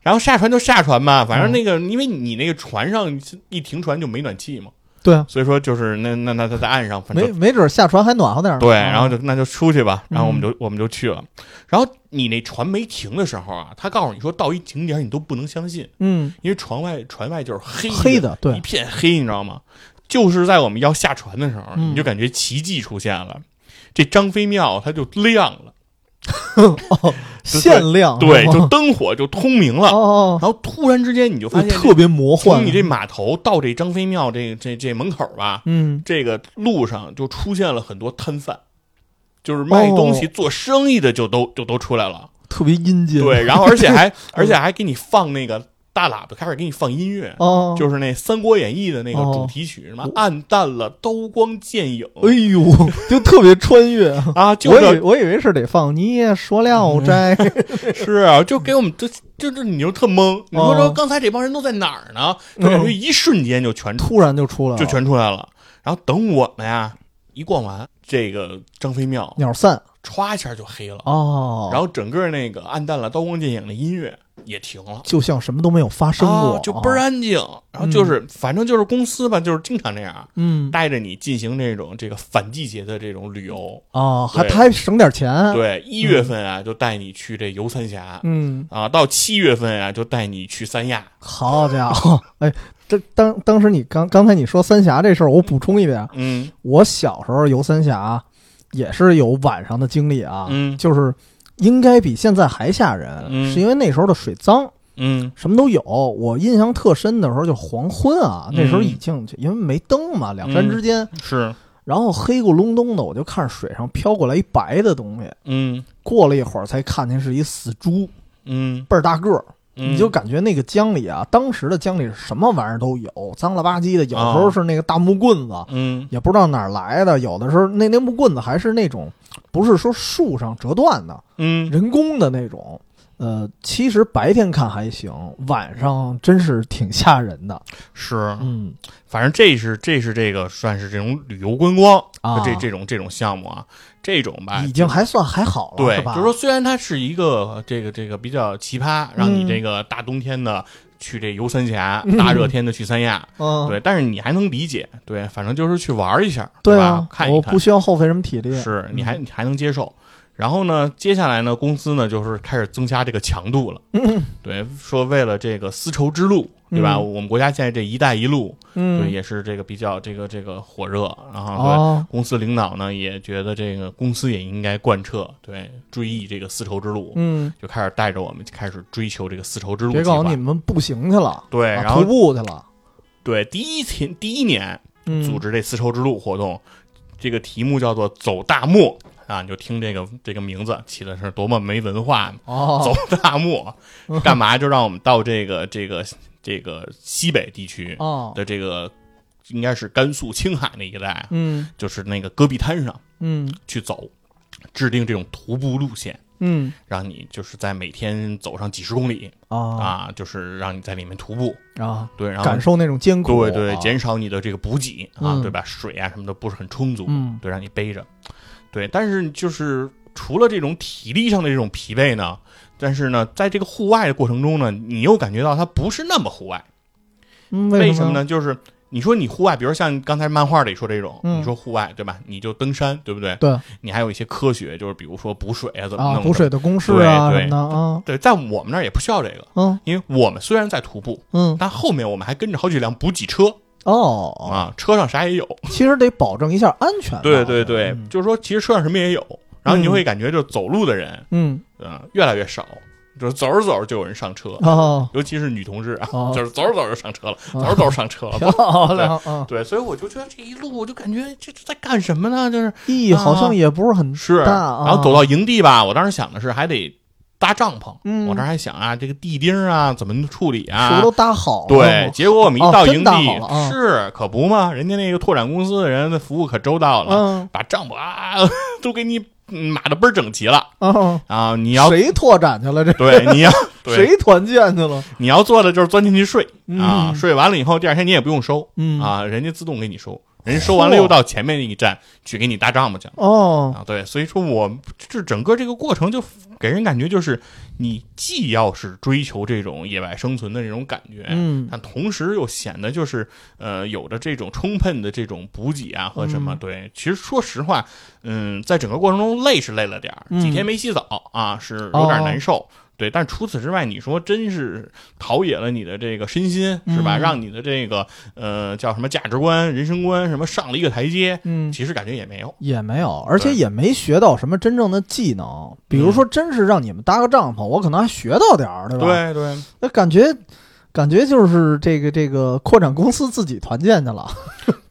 [SPEAKER 2] 然后下船就下船吧，反
[SPEAKER 1] 嗯
[SPEAKER 2] 正那个，因为你那个船上一停船就没暖气嘛，
[SPEAKER 1] 对啊，
[SPEAKER 2] 所以说就是那那那他在岸上，反正
[SPEAKER 1] 没没准下船还暖和点儿呢。
[SPEAKER 2] 对，
[SPEAKER 1] 啊
[SPEAKER 2] 然后就那就出去吧，然后我们
[SPEAKER 1] 嗯
[SPEAKER 2] 就、我们就去了。然后你那船没停的时候啊，他告诉你说到一景点儿你都不能相信，
[SPEAKER 1] 嗯，
[SPEAKER 2] 因为船外船外就是黑
[SPEAKER 1] 黑
[SPEAKER 2] 的，
[SPEAKER 1] 的，对
[SPEAKER 2] 一，片黑，你知道吗？就是在我们要下船的时候，
[SPEAKER 1] 嗯
[SPEAKER 2] 你就感觉奇迹出现了，这张飞庙它就亮了，
[SPEAKER 1] 限量，
[SPEAKER 2] 对，
[SPEAKER 1] 哦
[SPEAKER 2] 就灯火就通明了。
[SPEAKER 1] 哦
[SPEAKER 2] 然后突然之间你就
[SPEAKER 1] 哦
[SPEAKER 2] 发，现这，
[SPEAKER 1] 特别魔幻。
[SPEAKER 2] 从你这码头到这张飞庙这这这门口吧，
[SPEAKER 1] 嗯，
[SPEAKER 2] 这个路上就出现了很多摊贩，就是卖东西、
[SPEAKER 1] 哦
[SPEAKER 2] 做生意的就都就都出来了。
[SPEAKER 1] 特别阴间，
[SPEAKER 2] 对，然后而 且
[SPEAKER 1] 嗯
[SPEAKER 2] 还而且还给你放那个大喇叭，开始给你放音乐，
[SPEAKER 1] 哦，
[SPEAKER 2] 就是那《三国演义》的那个
[SPEAKER 1] 哦
[SPEAKER 2] 主题曲，什么暗淡了，刀光剑影，
[SPEAKER 1] 哎呦， 就特别穿越。
[SPEAKER 2] 啊，哦就
[SPEAKER 1] 我以
[SPEAKER 2] 这
[SPEAKER 1] 我以为是得放，你也说聊斋，
[SPEAKER 2] 是啊，就给我们就就是你就特懵，你说
[SPEAKER 1] 哦嗯
[SPEAKER 2] 说刚才这帮人都在哪儿呢？就感觉一瞬间就全出
[SPEAKER 1] 突然就出来了，
[SPEAKER 2] 就全出来了，然后等我们呀一逛完这个张飞庙，
[SPEAKER 1] 鸟散
[SPEAKER 2] 歘一下就黑了。
[SPEAKER 1] 嗯哦，
[SPEAKER 2] 然
[SPEAKER 1] 后
[SPEAKER 2] 后整个那个暗淡了刀光剑影的音乐也停了，
[SPEAKER 1] 就像什么都没有发生过嗯
[SPEAKER 2] 啊，，就倍儿
[SPEAKER 1] 啊
[SPEAKER 2] 安静。然后就是，反正就是公司吧，就是经常这样，
[SPEAKER 1] 嗯
[SPEAKER 2] 带着你进行这种这个反季节的这种旅游。
[SPEAKER 1] 哦，还
[SPEAKER 2] 对
[SPEAKER 1] 他还省点钱，，
[SPEAKER 2] 对，一月份啊，就带你去这游三峡
[SPEAKER 1] 嗯，
[SPEAKER 2] 啊，到七月份啊，就带你去三亚。
[SPEAKER 1] 好家 伙，哎，这当当时你刚刚才你说三峡这事儿，我补充一点，啊
[SPEAKER 2] 嗯
[SPEAKER 1] 我小时候游三峡啊也是有晚上的经历啊，
[SPEAKER 2] 嗯
[SPEAKER 1] 就是应该比现在还吓人，
[SPEAKER 2] 嗯
[SPEAKER 1] 是因为那时候的水脏，
[SPEAKER 2] 嗯
[SPEAKER 1] 什么都有。我印象特深的时候就黄昏啊，
[SPEAKER 2] 嗯
[SPEAKER 1] 那时候已经因为没灯嘛，两山之间，
[SPEAKER 2] 是
[SPEAKER 1] 然后黑咕隆咚的，我就看水上飘过来一白的东西，
[SPEAKER 2] 嗯
[SPEAKER 1] 过了一会儿才看见是一死猪，
[SPEAKER 2] 嗯，
[SPEAKER 1] 倍儿大个儿。
[SPEAKER 2] 嗯
[SPEAKER 1] 你就感觉那个江里啊，当时的江里是什么玩意儿都有，脏了吧唧的，有时候
[SPEAKER 2] 啊
[SPEAKER 1] 是那个大木棍子，
[SPEAKER 2] 嗯
[SPEAKER 1] 也不知道哪儿来的，有的时候那那木棍子还是那种，不是说树上折断的，
[SPEAKER 2] 嗯
[SPEAKER 1] 人工的那种。呃，其实白天看还行，晚上真是挺吓人的。
[SPEAKER 2] 是，
[SPEAKER 1] 嗯，
[SPEAKER 2] 反正这是这是这个算是这种旅游观光
[SPEAKER 1] 啊
[SPEAKER 2] 这这种这种项目啊，这种吧
[SPEAKER 1] 已经还算还好了，
[SPEAKER 2] 对，
[SPEAKER 1] 是
[SPEAKER 2] 就
[SPEAKER 1] 吧？
[SPEAKER 2] 是说，虽然它是一个这个这个比较奇葩，让你这个大冬天的去这游三峡，
[SPEAKER 1] 嗯
[SPEAKER 2] 大热天的去三亚，
[SPEAKER 1] 嗯，
[SPEAKER 2] 对，但是你还能理解，对，反正就是去玩一下，
[SPEAKER 1] 对
[SPEAKER 2] 吧
[SPEAKER 1] 啊？，
[SPEAKER 2] 看一
[SPEAKER 1] 我
[SPEAKER 2] 看
[SPEAKER 1] 不，需要耗费什么体力。
[SPEAKER 2] 是，
[SPEAKER 1] 嗯
[SPEAKER 2] 你还你还能接受。然后呢，接下来呢，公司呢就是开始增加这个强度了，
[SPEAKER 1] 嗯
[SPEAKER 2] 对，说为了这个丝绸之路，对吧？
[SPEAKER 1] 嗯
[SPEAKER 2] 我们国家现在这“一带一路”对，
[SPEAKER 1] 嗯，
[SPEAKER 2] 也是这个比较这个这个火热，然后对。
[SPEAKER 1] 哦，
[SPEAKER 2] 公司领导呢也觉得这个公司也应该贯彻对追忆这个丝绸之路，
[SPEAKER 1] 嗯，
[SPEAKER 2] 就开始带着我们开始追求这个丝绸之路
[SPEAKER 1] 别
[SPEAKER 2] 计
[SPEAKER 1] 告诉
[SPEAKER 2] 划
[SPEAKER 1] 你。们步行去了，
[SPEAKER 2] 对，
[SPEAKER 1] 啊
[SPEAKER 2] 然
[SPEAKER 1] 徒
[SPEAKER 2] 后
[SPEAKER 1] 步去了。
[SPEAKER 2] 对第一天第一年
[SPEAKER 1] 嗯，
[SPEAKER 2] 组织这丝绸之路活动，这个题目叫做“走大漠”啊，你就听这个这个名字起的是多么没文化。
[SPEAKER 1] 哦，
[SPEAKER 2] 走大漠
[SPEAKER 1] 嗯
[SPEAKER 2] 干嘛？就让我们到这个这个这个西北地区
[SPEAKER 1] 哦，
[SPEAKER 2] 的这个应该是甘肃青海那一带，啊
[SPEAKER 1] 嗯
[SPEAKER 2] 就是那个戈壁滩上
[SPEAKER 1] 嗯
[SPEAKER 2] 去走，制定这种徒步路线。
[SPEAKER 1] 嗯，
[SPEAKER 2] 让你就是在每天走上几十公里
[SPEAKER 1] 啊
[SPEAKER 2] 啊，就是让你在里面徒步，
[SPEAKER 1] 啊，
[SPEAKER 2] 对，然后
[SPEAKER 1] 感受那种艰苦，
[SPEAKER 2] 对对，
[SPEAKER 1] 啊
[SPEAKER 2] 减少你的这个补给啊，
[SPEAKER 1] 嗯
[SPEAKER 2] 对吧？水啊什么的不是很充足，
[SPEAKER 1] 嗯
[SPEAKER 2] 对，让你背着，对。但是就是除了这种体力上的这种疲惫呢，但是呢，在这个户外的过程中呢，你又感觉到它不是那么户外，
[SPEAKER 1] 嗯，
[SPEAKER 2] 为
[SPEAKER 1] 什
[SPEAKER 2] 什么？呢？就是你说你户外，比如像刚才漫画里说这种，
[SPEAKER 1] 嗯
[SPEAKER 2] 你说户外对吧？你就登山，对不对？
[SPEAKER 1] 对
[SPEAKER 2] 你还有一些科学，就是比如说补水啊，怎么
[SPEAKER 1] 啊，
[SPEAKER 2] 弄？
[SPEAKER 1] 补。水的公式啊
[SPEAKER 2] 对
[SPEAKER 1] 什么的啊，
[SPEAKER 2] 对，在我们那儿也不需要这个，
[SPEAKER 1] 嗯
[SPEAKER 2] 因为我们虽然在徒步，
[SPEAKER 1] 嗯
[SPEAKER 2] 但后面我们还跟着好几辆补给车
[SPEAKER 1] 哦，
[SPEAKER 2] 啊，车上啥也有。
[SPEAKER 1] 其实得保证一下安全吧。
[SPEAKER 2] 对对对，
[SPEAKER 1] 嗯
[SPEAKER 2] 就是说其实车上什么也有，然后你就会感觉就是走路的人，
[SPEAKER 1] 嗯
[SPEAKER 2] 嗯、越来越少，就是走着走着就有人上车，
[SPEAKER 1] 哦，
[SPEAKER 2] 尤其是女同志啊，
[SPEAKER 1] 哦
[SPEAKER 2] 就是走着走着上车了，走着走着上车 了。
[SPEAKER 1] 漂亮啊！
[SPEAKER 2] 对，所以我就觉得这一路我就感觉这这在干什么呢？就是
[SPEAKER 1] 意义好像也不是很
[SPEAKER 2] 是，
[SPEAKER 1] 大啊。
[SPEAKER 2] 然后走到营地吧，我当时想的是还得搭帐篷，
[SPEAKER 1] 嗯
[SPEAKER 2] 我这还想啊，这个地钉啊怎么处理啊
[SPEAKER 1] 树？都搭好了，
[SPEAKER 2] 对，结果我们一
[SPEAKER 1] 哦
[SPEAKER 2] 到
[SPEAKER 1] 真
[SPEAKER 2] 营
[SPEAKER 1] 搭
[SPEAKER 2] 地
[SPEAKER 1] 好了，啊
[SPEAKER 2] 是可不嘛，人家那个拓展公司的人的服务可周到了，
[SPEAKER 1] 嗯
[SPEAKER 2] 把帐篷啊 都给你嗯码的倍儿整齐了
[SPEAKER 1] 啊，
[SPEAKER 2] 啊！你要
[SPEAKER 1] 谁拓展去了？这
[SPEAKER 2] 对，你要对，
[SPEAKER 1] 谁团建去了？
[SPEAKER 2] 你要做的就是钻进去睡啊，
[SPEAKER 1] 嗯
[SPEAKER 2] 睡完了以后第二天你也不用收
[SPEAKER 1] 嗯
[SPEAKER 2] 啊，人家自动给你收，人家收完了又到前面那一站去给你搭帐篷去了
[SPEAKER 1] 哦，
[SPEAKER 2] 啊。对，所以说我这整个这个过程就给人感觉就是你既要是追求这种野外生存的这种感觉，
[SPEAKER 1] 嗯
[SPEAKER 2] 但同时又显得就是呃有着这种充分的这种补给啊和什么、
[SPEAKER 1] 嗯
[SPEAKER 2] 对。其实说实话，嗯，在整个过程中累是累了点儿，
[SPEAKER 1] 嗯
[SPEAKER 2] 几天没洗澡啊是有点
[SPEAKER 1] 哦
[SPEAKER 2] 难受。对，但除此之外，你说真是陶冶了你的这个身心，是吧？
[SPEAKER 1] 嗯
[SPEAKER 2] 让你的这个呃叫什么价值观、人生观什么上了一个台阶，
[SPEAKER 1] 嗯，
[SPEAKER 2] 其实感觉也没有。
[SPEAKER 1] 也没有，而且也没学到什么真正的技能。比如说，真是让你们搭个帐篷，我可能还学到点儿，对吧？
[SPEAKER 2] 嗯对对，
[SPEAKER 1] 那感觉。感觉就是这个这个扩展公司自己团建去了，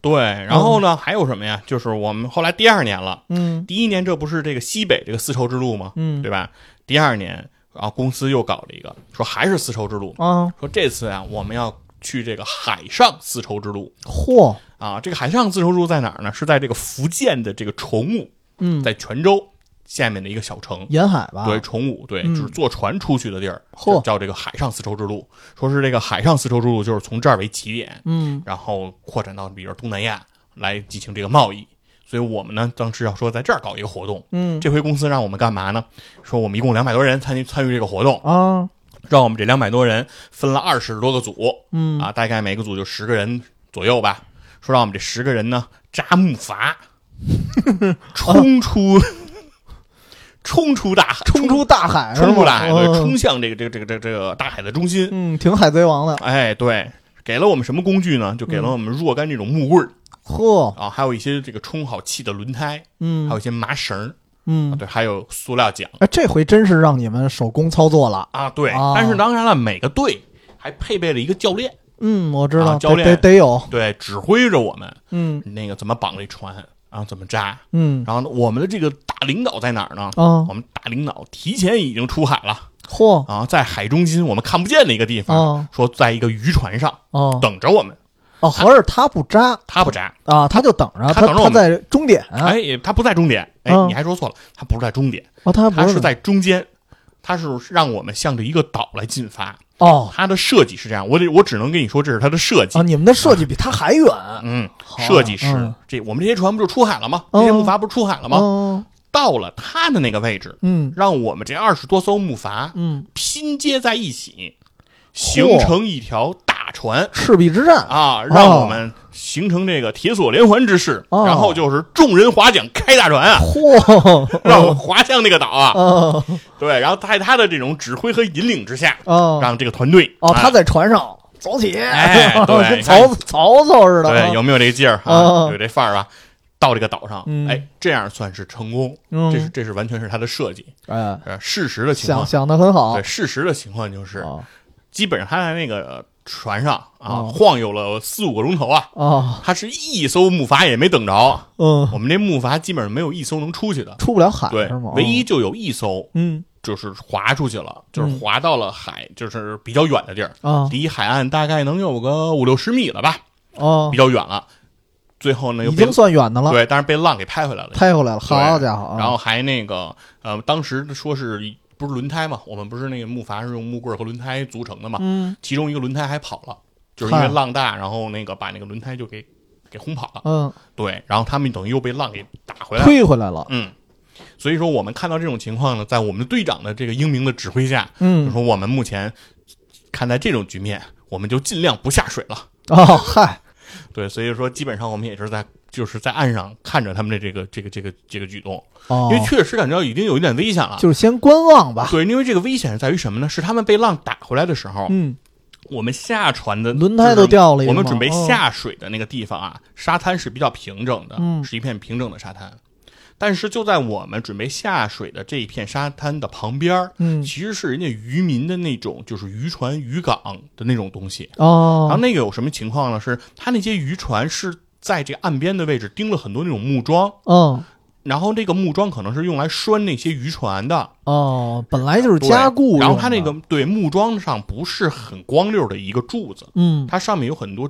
[SPEAKER 2] 对，然后呢，还有什么呀？就是我们后来第二年了，
[SPEAKER 1] 嗯
[SPEAKER 2] 第一年这不是这个西北这个丝绸之路吗？
[SPEAKER 1] 嗯，
[SPEAKER 2] 对吧？第二年，然后公司又搞了一个，说还是丝绸之路，
[SPEAKER 1] 啊，
[SPEAKER 2] 说这次啊，我们要去这个海上丝绸之路
[SPEAKER 1] 嚯，
[SPEAKER 2] 啊。这个海上丝绸之路在哪儿呢？是在这个福建的这个崇武，
[SPEAKER 1] 嗯，
[SPEAKER 2] 在泉州下面的一个小城。
[SPEAKER 1] 沿海吧，
[SPEAKER 2] 对，崇武，对，
[SPEAKER 1] 嗯
[SPEAKER 2] 就是坐船出去的地儿，
[SPEAKER 1] 嚯
[SPEAKER 2] 叫这个海上丝绸之路。说是这个海上丝绸之路，就是从这儿为起点，
[SPEAKER 1] 嗯
[SPEAKER 2] 然后扩展到比如东南亚来进行这个贸易。所以我们呢，当时要说在这儿搞一个活动。
[SPEAKER 1] 嗯
[SPEAKER 2] 这回公司让我们干嘛呢？说我们一共两百多人参与参与这个活动，
[SPEAKER 1] 啊，
[SPEAKER 2] 让我们这两百多人分了二十多个组
[SPEAKER 1] 嗯
[SPEAKER 2] 啊，大概每个组就十个人左右吧。说让我们这十个人呢扎木 筏，冲出，冲出大海，
[SPEAKER 1] 冲出大海，
[SPEAKER 2] 冲出大海，对，
[SPEAKER 1] 嗯
[SPEAKER 2] 冲向这个这个这个这个这个大海的中心。
[SPEAKER 1] 嗯，挺海贼王的，
[SPEAKER 2] 哎，对，给了我们什么工具呢？就给
[SPEAKER 1] 嗯
[SPEAKER 2] 了我们若干这种木棍儿。
[SPEAKER 1] 嚯，
[SPEAKER 2] 啊，还有一些这个充好气的轮胎，还
[SPEAKER 1] 嗯
[SPEAKER 2] 有一些麻绳儿，啊
[SPEAKER 1] 嗯，
[SPEAKER 2] 对，还有塑料桨
[SPEAKER 1] 哎，这回真是让你们手工操作了，
[SPEAKER 2] 啊，对。
[SPEAKER 1] 哦
[SPEAKER 2] 但是当然了，每个队还配备了一个教练，
[SPEAKER 1] 嗯，我知
[SPEAKER 2] 啊
[SPEAKER 1] 道，
[SPEAKER 2] 教
[SPEAKER 1] 得
[SPEAKER 2] 练
[SPEAKER 1] 得得有，
[SPEAKER 2] 对，指挥着我们
[SPEAKER 1] 嗯
[SPEAKER 2] 那个怎么绑这船，然后怎么扎。
[SPEAKER 1] 嗯
[SPEAKER 2] 然后呢，我们的这个大领导在哪儿呢？
[SPEAKER 1] 啊
[SPEAKER 2] 我，们大领导提前已经出海了
[SPEAKER 1] 嚯
[SPEAKER 2] 啊，在海中心我们看不见的一个地方，
[SPEAKER 1] 哦
[SPEAKER 2] 说在一个渔船上
[SPEAKER 1] 哦
[SPEAKER 2] 等着我们，
[SPEAKER 1] 哦，合着他不扎
[SPEAKER 2] 他不扎，
[SPEAKER 1] 啊，他就等着，
[SPEAKER 2] 他
[SPEAKER 1] 他
[SPEAKER 2] 等着
[SPEAKER 1] 他
[SPEAKER 2] 我们
[SPEAKER 1] 在终点啊，
[SPEAKER 2] 哎，也他不在终点，哎，
[SPEAKER 1] 嗯
[SPEAKER 2] 你还说错了，他不是在终点，
[SPEAKER 1] 哦，他还
[SPEAKER 2] 他
[SPEAKER 1] 不
[SPEAKER 2] 是在中间，他是让我们向着一个岛来进发。
[SPEAKER 1] 哦
[SPEAKER 2] 它的设计是这样，我得我只能跟你说这是它的设计
[SPEAKER 1] 啊，。你们的设计比他还远，
[SPEAKER 2] 嗯，
[SPEAKER 1] 好啊
[SPEAKER 2] 设计师，
[SPEAKER 1] 嗯
[SPEAKER 2] 这我们这些船不就出海了吗？
[SPEAKER 1] 嗯
[SPEAKER 2] 这些木筏不是出海了吗？
[SPEAKER 1] 哦
[SPEAKER 2] 到了它的那个位置，
[SPEAKER 1] 嗯
[SPEAKER 2] 让我们这二十多艘木筏
[SPEAKER 1] 嗯，
[SPEAKER 2] 拼接在一起，形成一条大船。
[SPEAKER 1] 赤壁之战
[SPEAKER 2] 啊，让我们形成这个铁索连环之势，
[SPEAKER 1] 哦
[SPEAKER 2] 然后就是众人划桨开大船啊，
[SPEAKER 1] 嚯，
[SPEAKER 2] 让我们划向那个岛啊。
[SPEAKER 1] 哦
[SPEAKER 2] 对，然后在他的这种指挥和引领之下，
[SPEAKER 1] 哦
[SPEAKER 2] 让这个团队
[SPEAKER 1] 哦，
[SPEAKER 2] 啊
[SPEAKER 1] 他在船上走起，
[SPEAKER 2] 哎对
[SPEAKER 1] 跟
[SPEAKER 2] 你看
[SPEAKER 1] 曹曹操似的，
[SPEAKER 2] 对，有没有这个劲儿啊？
[SPEAKER 1] 啊
[SPEAKER 2] 有这范儿吧？到这个岛上，
[SPEAKER 1] 嗯
[SPEAKER 2] 哎，这样算是成功。
[SPEAKER 1] 嗯
[SPEAKER 2] 这是这是完全是他的设计。
[SPEAKER 1] 哎，
[SPEAKER 2] 呃，事实的情
[SPEAKER 1] 想
[SPEAKER 2] 况，
[SPEAKER 1] 想的很好
[SPEAKER 2] 对，，事实的情况就是，
[SPEAKER 1] 啊
[SPEAKER 2] 基本上他在那个船上啊
[SPEAKER 1] 哦
[SPEAKER 2] 晃悠了四五个钟头啊，
[SPEAKER 1] 啊
[SPEAKER 2] 他是一艘木筏也没等着。
[SPEAKER 1] 嗯，
[SPEAKER 2] 我们这木筏基本上没有一艘能出去的，
[SPEAKER 1] 出不了海
[SPEAKER 2] 对
[SPEAKER 1] 是吗？，哦
[SPEAKER 2] 唯一就有一艘
[SPEAKER 1] 嗯
[SPEAKER 2] 就是划出去了，就是
[SPEAKER 1] 嗯
[SPEAKER 2] 划到了海，就是比较远的地儿，
[SPEAKER 1] 啊
[SPEAKER 2] 离海岸大概能有个五六十米了吧，
[SPEAKER 1] 啊
[SPEAKER 2] 比，较远了。最后呢，又
[SPEAKER 1] 已
[SPEAKER 2] 被
[SPEAKER 1] 经算远的了，
[SPEAKER 2] 对，但是被浪给拍回来了。
[SPEAKER 1] 拍回来了，
[SPEAKER 2] 对
[SPEAKER 1] 好家伙啊！
[SPEAKER 2] 然后还那个呃，当时说是不是轮胎嘛？我们不是那个木筏是用木棍儿和轮胎组成的嘛？
[SPEAKER 1] 嗯
[SPEAKER 2] 其中一个轮胎还跑了，就是因为
[SPEAKER 1] 嗨
[SPEAKER 2] 浪大，然后那个把那个轮胎就给给轰跑了。
[SPEAKER 1] 嗯，
[SPEAKER 2] 对，然后他们等于又被浪给打回来了。
[SPEAKER 1] 推回来了，
[SPEAKER 2] 嗯，所以说我们看到这种情况呢，在我们的队长的这个英明的指挥下，就
[SPEAKER 1] 嗯
[SPEAKER 2] 说我们目前看待这种局面，我们就尽量不下水了。
[SPEAKER 1] 哦嗨，
[SPEAKER 2] 对，所以说基本上我们也是在就是在岸上看着他们的这个这个这个这个举动，
[SPEAKER 1] 哦
[SPEAKER 2] 因为确实感觉到已经有一点危险了。
[SPEAKER 1] 就是先观望吧。
[SPEAKER 2] 对，因为这个危险在于什么呢？是他们被浪打回来的时候，
[SPEAKER 1] 嗯，
[SPEAKER 2] 我们下船的
[SPEAKER 1] 轮胎都掉了一个
[SPEAKER 2] 我
[SPEAKER 1] 嘛哦
[SPEAKER 2] 们准备下水的那个地方啊，沙滩是比较平整的，
[SPEAKER 1] 嗯
[SPEAKER 2] 是一片平整的沙滩。但是就在我们准备下水的这一片沙滩的旁边儿，
[SPEAKER 1] 嗯
[SPEAKER 2] 其实是人家渔民的那种，就是渔船、渔港的那种东西。然后
[SPEAKER 1] 哦，
[SPEAKER 2] 那个有什么情况呢？是他那些渔船是在这个岸边的位置钉了很多那种木桩，
[SPEAKER 1] 嗯
[SPEAKER 2] 然后这个木桩可能是用来拴那些渔船的，
[SPEAKER 1] 哦，本来就是
[SPEAKER 2] 对
[SPEAKER 1] 加固用的，
[SPEAKER 2] 然后它那个对木桩上不是很光溜的一个柱子，
[SPEAKER 1] 嗯
[SPEAKER 2] 它上面有很多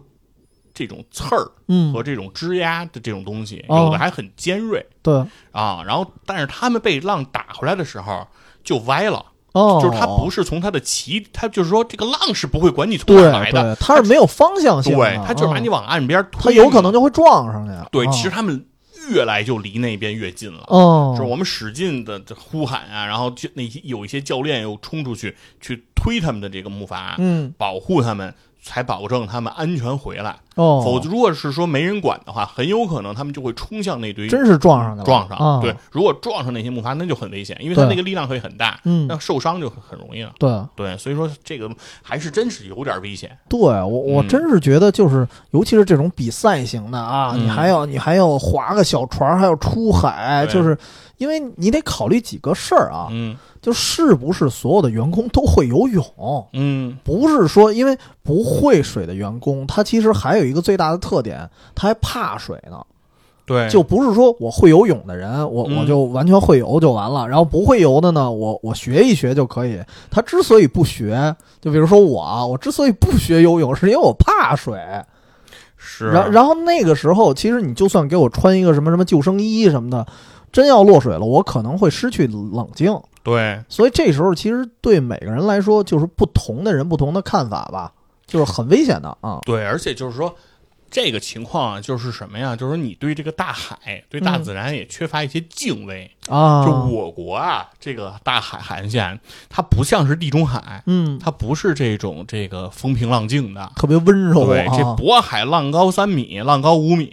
[SPEAKER 2] 这种刺儿
[SPEAKER 1] 嗯
[SPEAKER 2] 和这种枝丫的这种东西，
[SPEAKER 1] 哦
[SPEAKER 2] 有的还很尖锐
[SPEAKER 1] 对
[SPEAKER 2] 啊。然后，但是他们被浪打回来的时候就歪了，
[SPEAKER 1] 哦，
[SPEAKER 2] 就是它不是从它的鳍，它就是说这个浪是不会管你从哪
[SPEAKER 1] 对
[SPEAKER 2] 儿来的，
[SPEAKER 1] 对，它是没有方向性的，
[SPEAKER 2] 对，它就是把你
[SPEAKER 1] 嗯
[SPEAKER 2] 往岸边推，
[SPEAKER 1] 它有可能就会撞上去。
[SPEAKER 2] 对。
[SPEAKER 1] 嗯
[SPEAKER 2] 其实他们越来就离那边越近了。
[SPEAKER 1] 哦，
[SPEAKER 2] 就是我们使劲的呼喊啊，然后就那些有一些教练又冲出去去推他们的这个木筏，
[SPEAKER 1] 嗯
[SPEAKER 2] 保护他们，才保证他们安全回来。
[SPEAKER 1] 哦，
[SPEAKER 2] 否则，如果是说没人管的话，很有可能他们就会冲向那堆
[SPEAKER 1] 真是撞上去了，
[SPEAKER 2] 撞上。
[SPEAKER 1] 啊
[SPEAKER 2] 对，如果撞上那些木筏，那就很危险，因为它
[SPEAKER 1] 对
[SPEAKER 2] 那个力量会很大，
[SPEAKER 1] 嗯
[SPEAKER 2] 那受伤就很很容易了。
[SPEAKER 1] 对
[SPEAKER 2] 对，所以说这个还是真是有点危险。
[SPEAKER 1] 对，我我
[SPEAKER 2] 嗯
[SPEAKER 1] 真是觉得就是，尤其是这种比赛型的啊，
[SPEAKER 2] 嗯
[SPEAKER 1] 你还要你还要划个小船，还要出海，
[SPEAKER 2] 对
[SPEAKER 1] 就是因为你得考虑几个事儿啊，
[SPEAKER 2] 嗯
[SPEAKER 1] 就是不是所有的员工都会游泳。
[SPEAKER 2] 嗯
[SPEAKER 1] 不是说，因为不会水的员工，他其实还有一个最大的特点，他还怕水呢。
[SPEAKER 2] 对，
[SPEAKER 1] 就不是说我会游泳的人，我
[SPEAKER 2] 哎嗯
[SPEAKER 1] 我就完全会游就完了。然后不会游的呢，我我学一学就可以。他之所以不学，就比如说我啊，我之所以不学游泳，是因为我怕水。
[SPEAKER 2] 是，啊
[SPEAKER 1] 然然后那个时候，其实你就算给我穿一个什么什么救生衣什么的，真要落水了，我可能会失去冷静。
[SPEAKER 2] 对
[SPEAKER 1] 所以这时候，其实对每个人来说，就是不同的人不同的看法吧，就是很危险的啊。
[SPEAKER 2] 对，而且就是说。这个情况啊，就是什么呀？就是说你对这个大海、对大
[SPEAKER 1] 嗯
[SPEAKER 2] 自然也缺乏一些敬畏。
[SPEAKER 1] 啊，
[SPEAKER 2] 就我国啊，这个大海海岸线，它不像是地中海，
[SPEAKER 1] 嗯，
[SPEAKER 2] 它不是这种这个风平浪静的。
[SPEAKER 1] 特别温柔
[SPEAKER 2] 对，这
[SPEAKER 1] 啊，
[SPEAKER 2] 渤海浪高三米，浪高五米，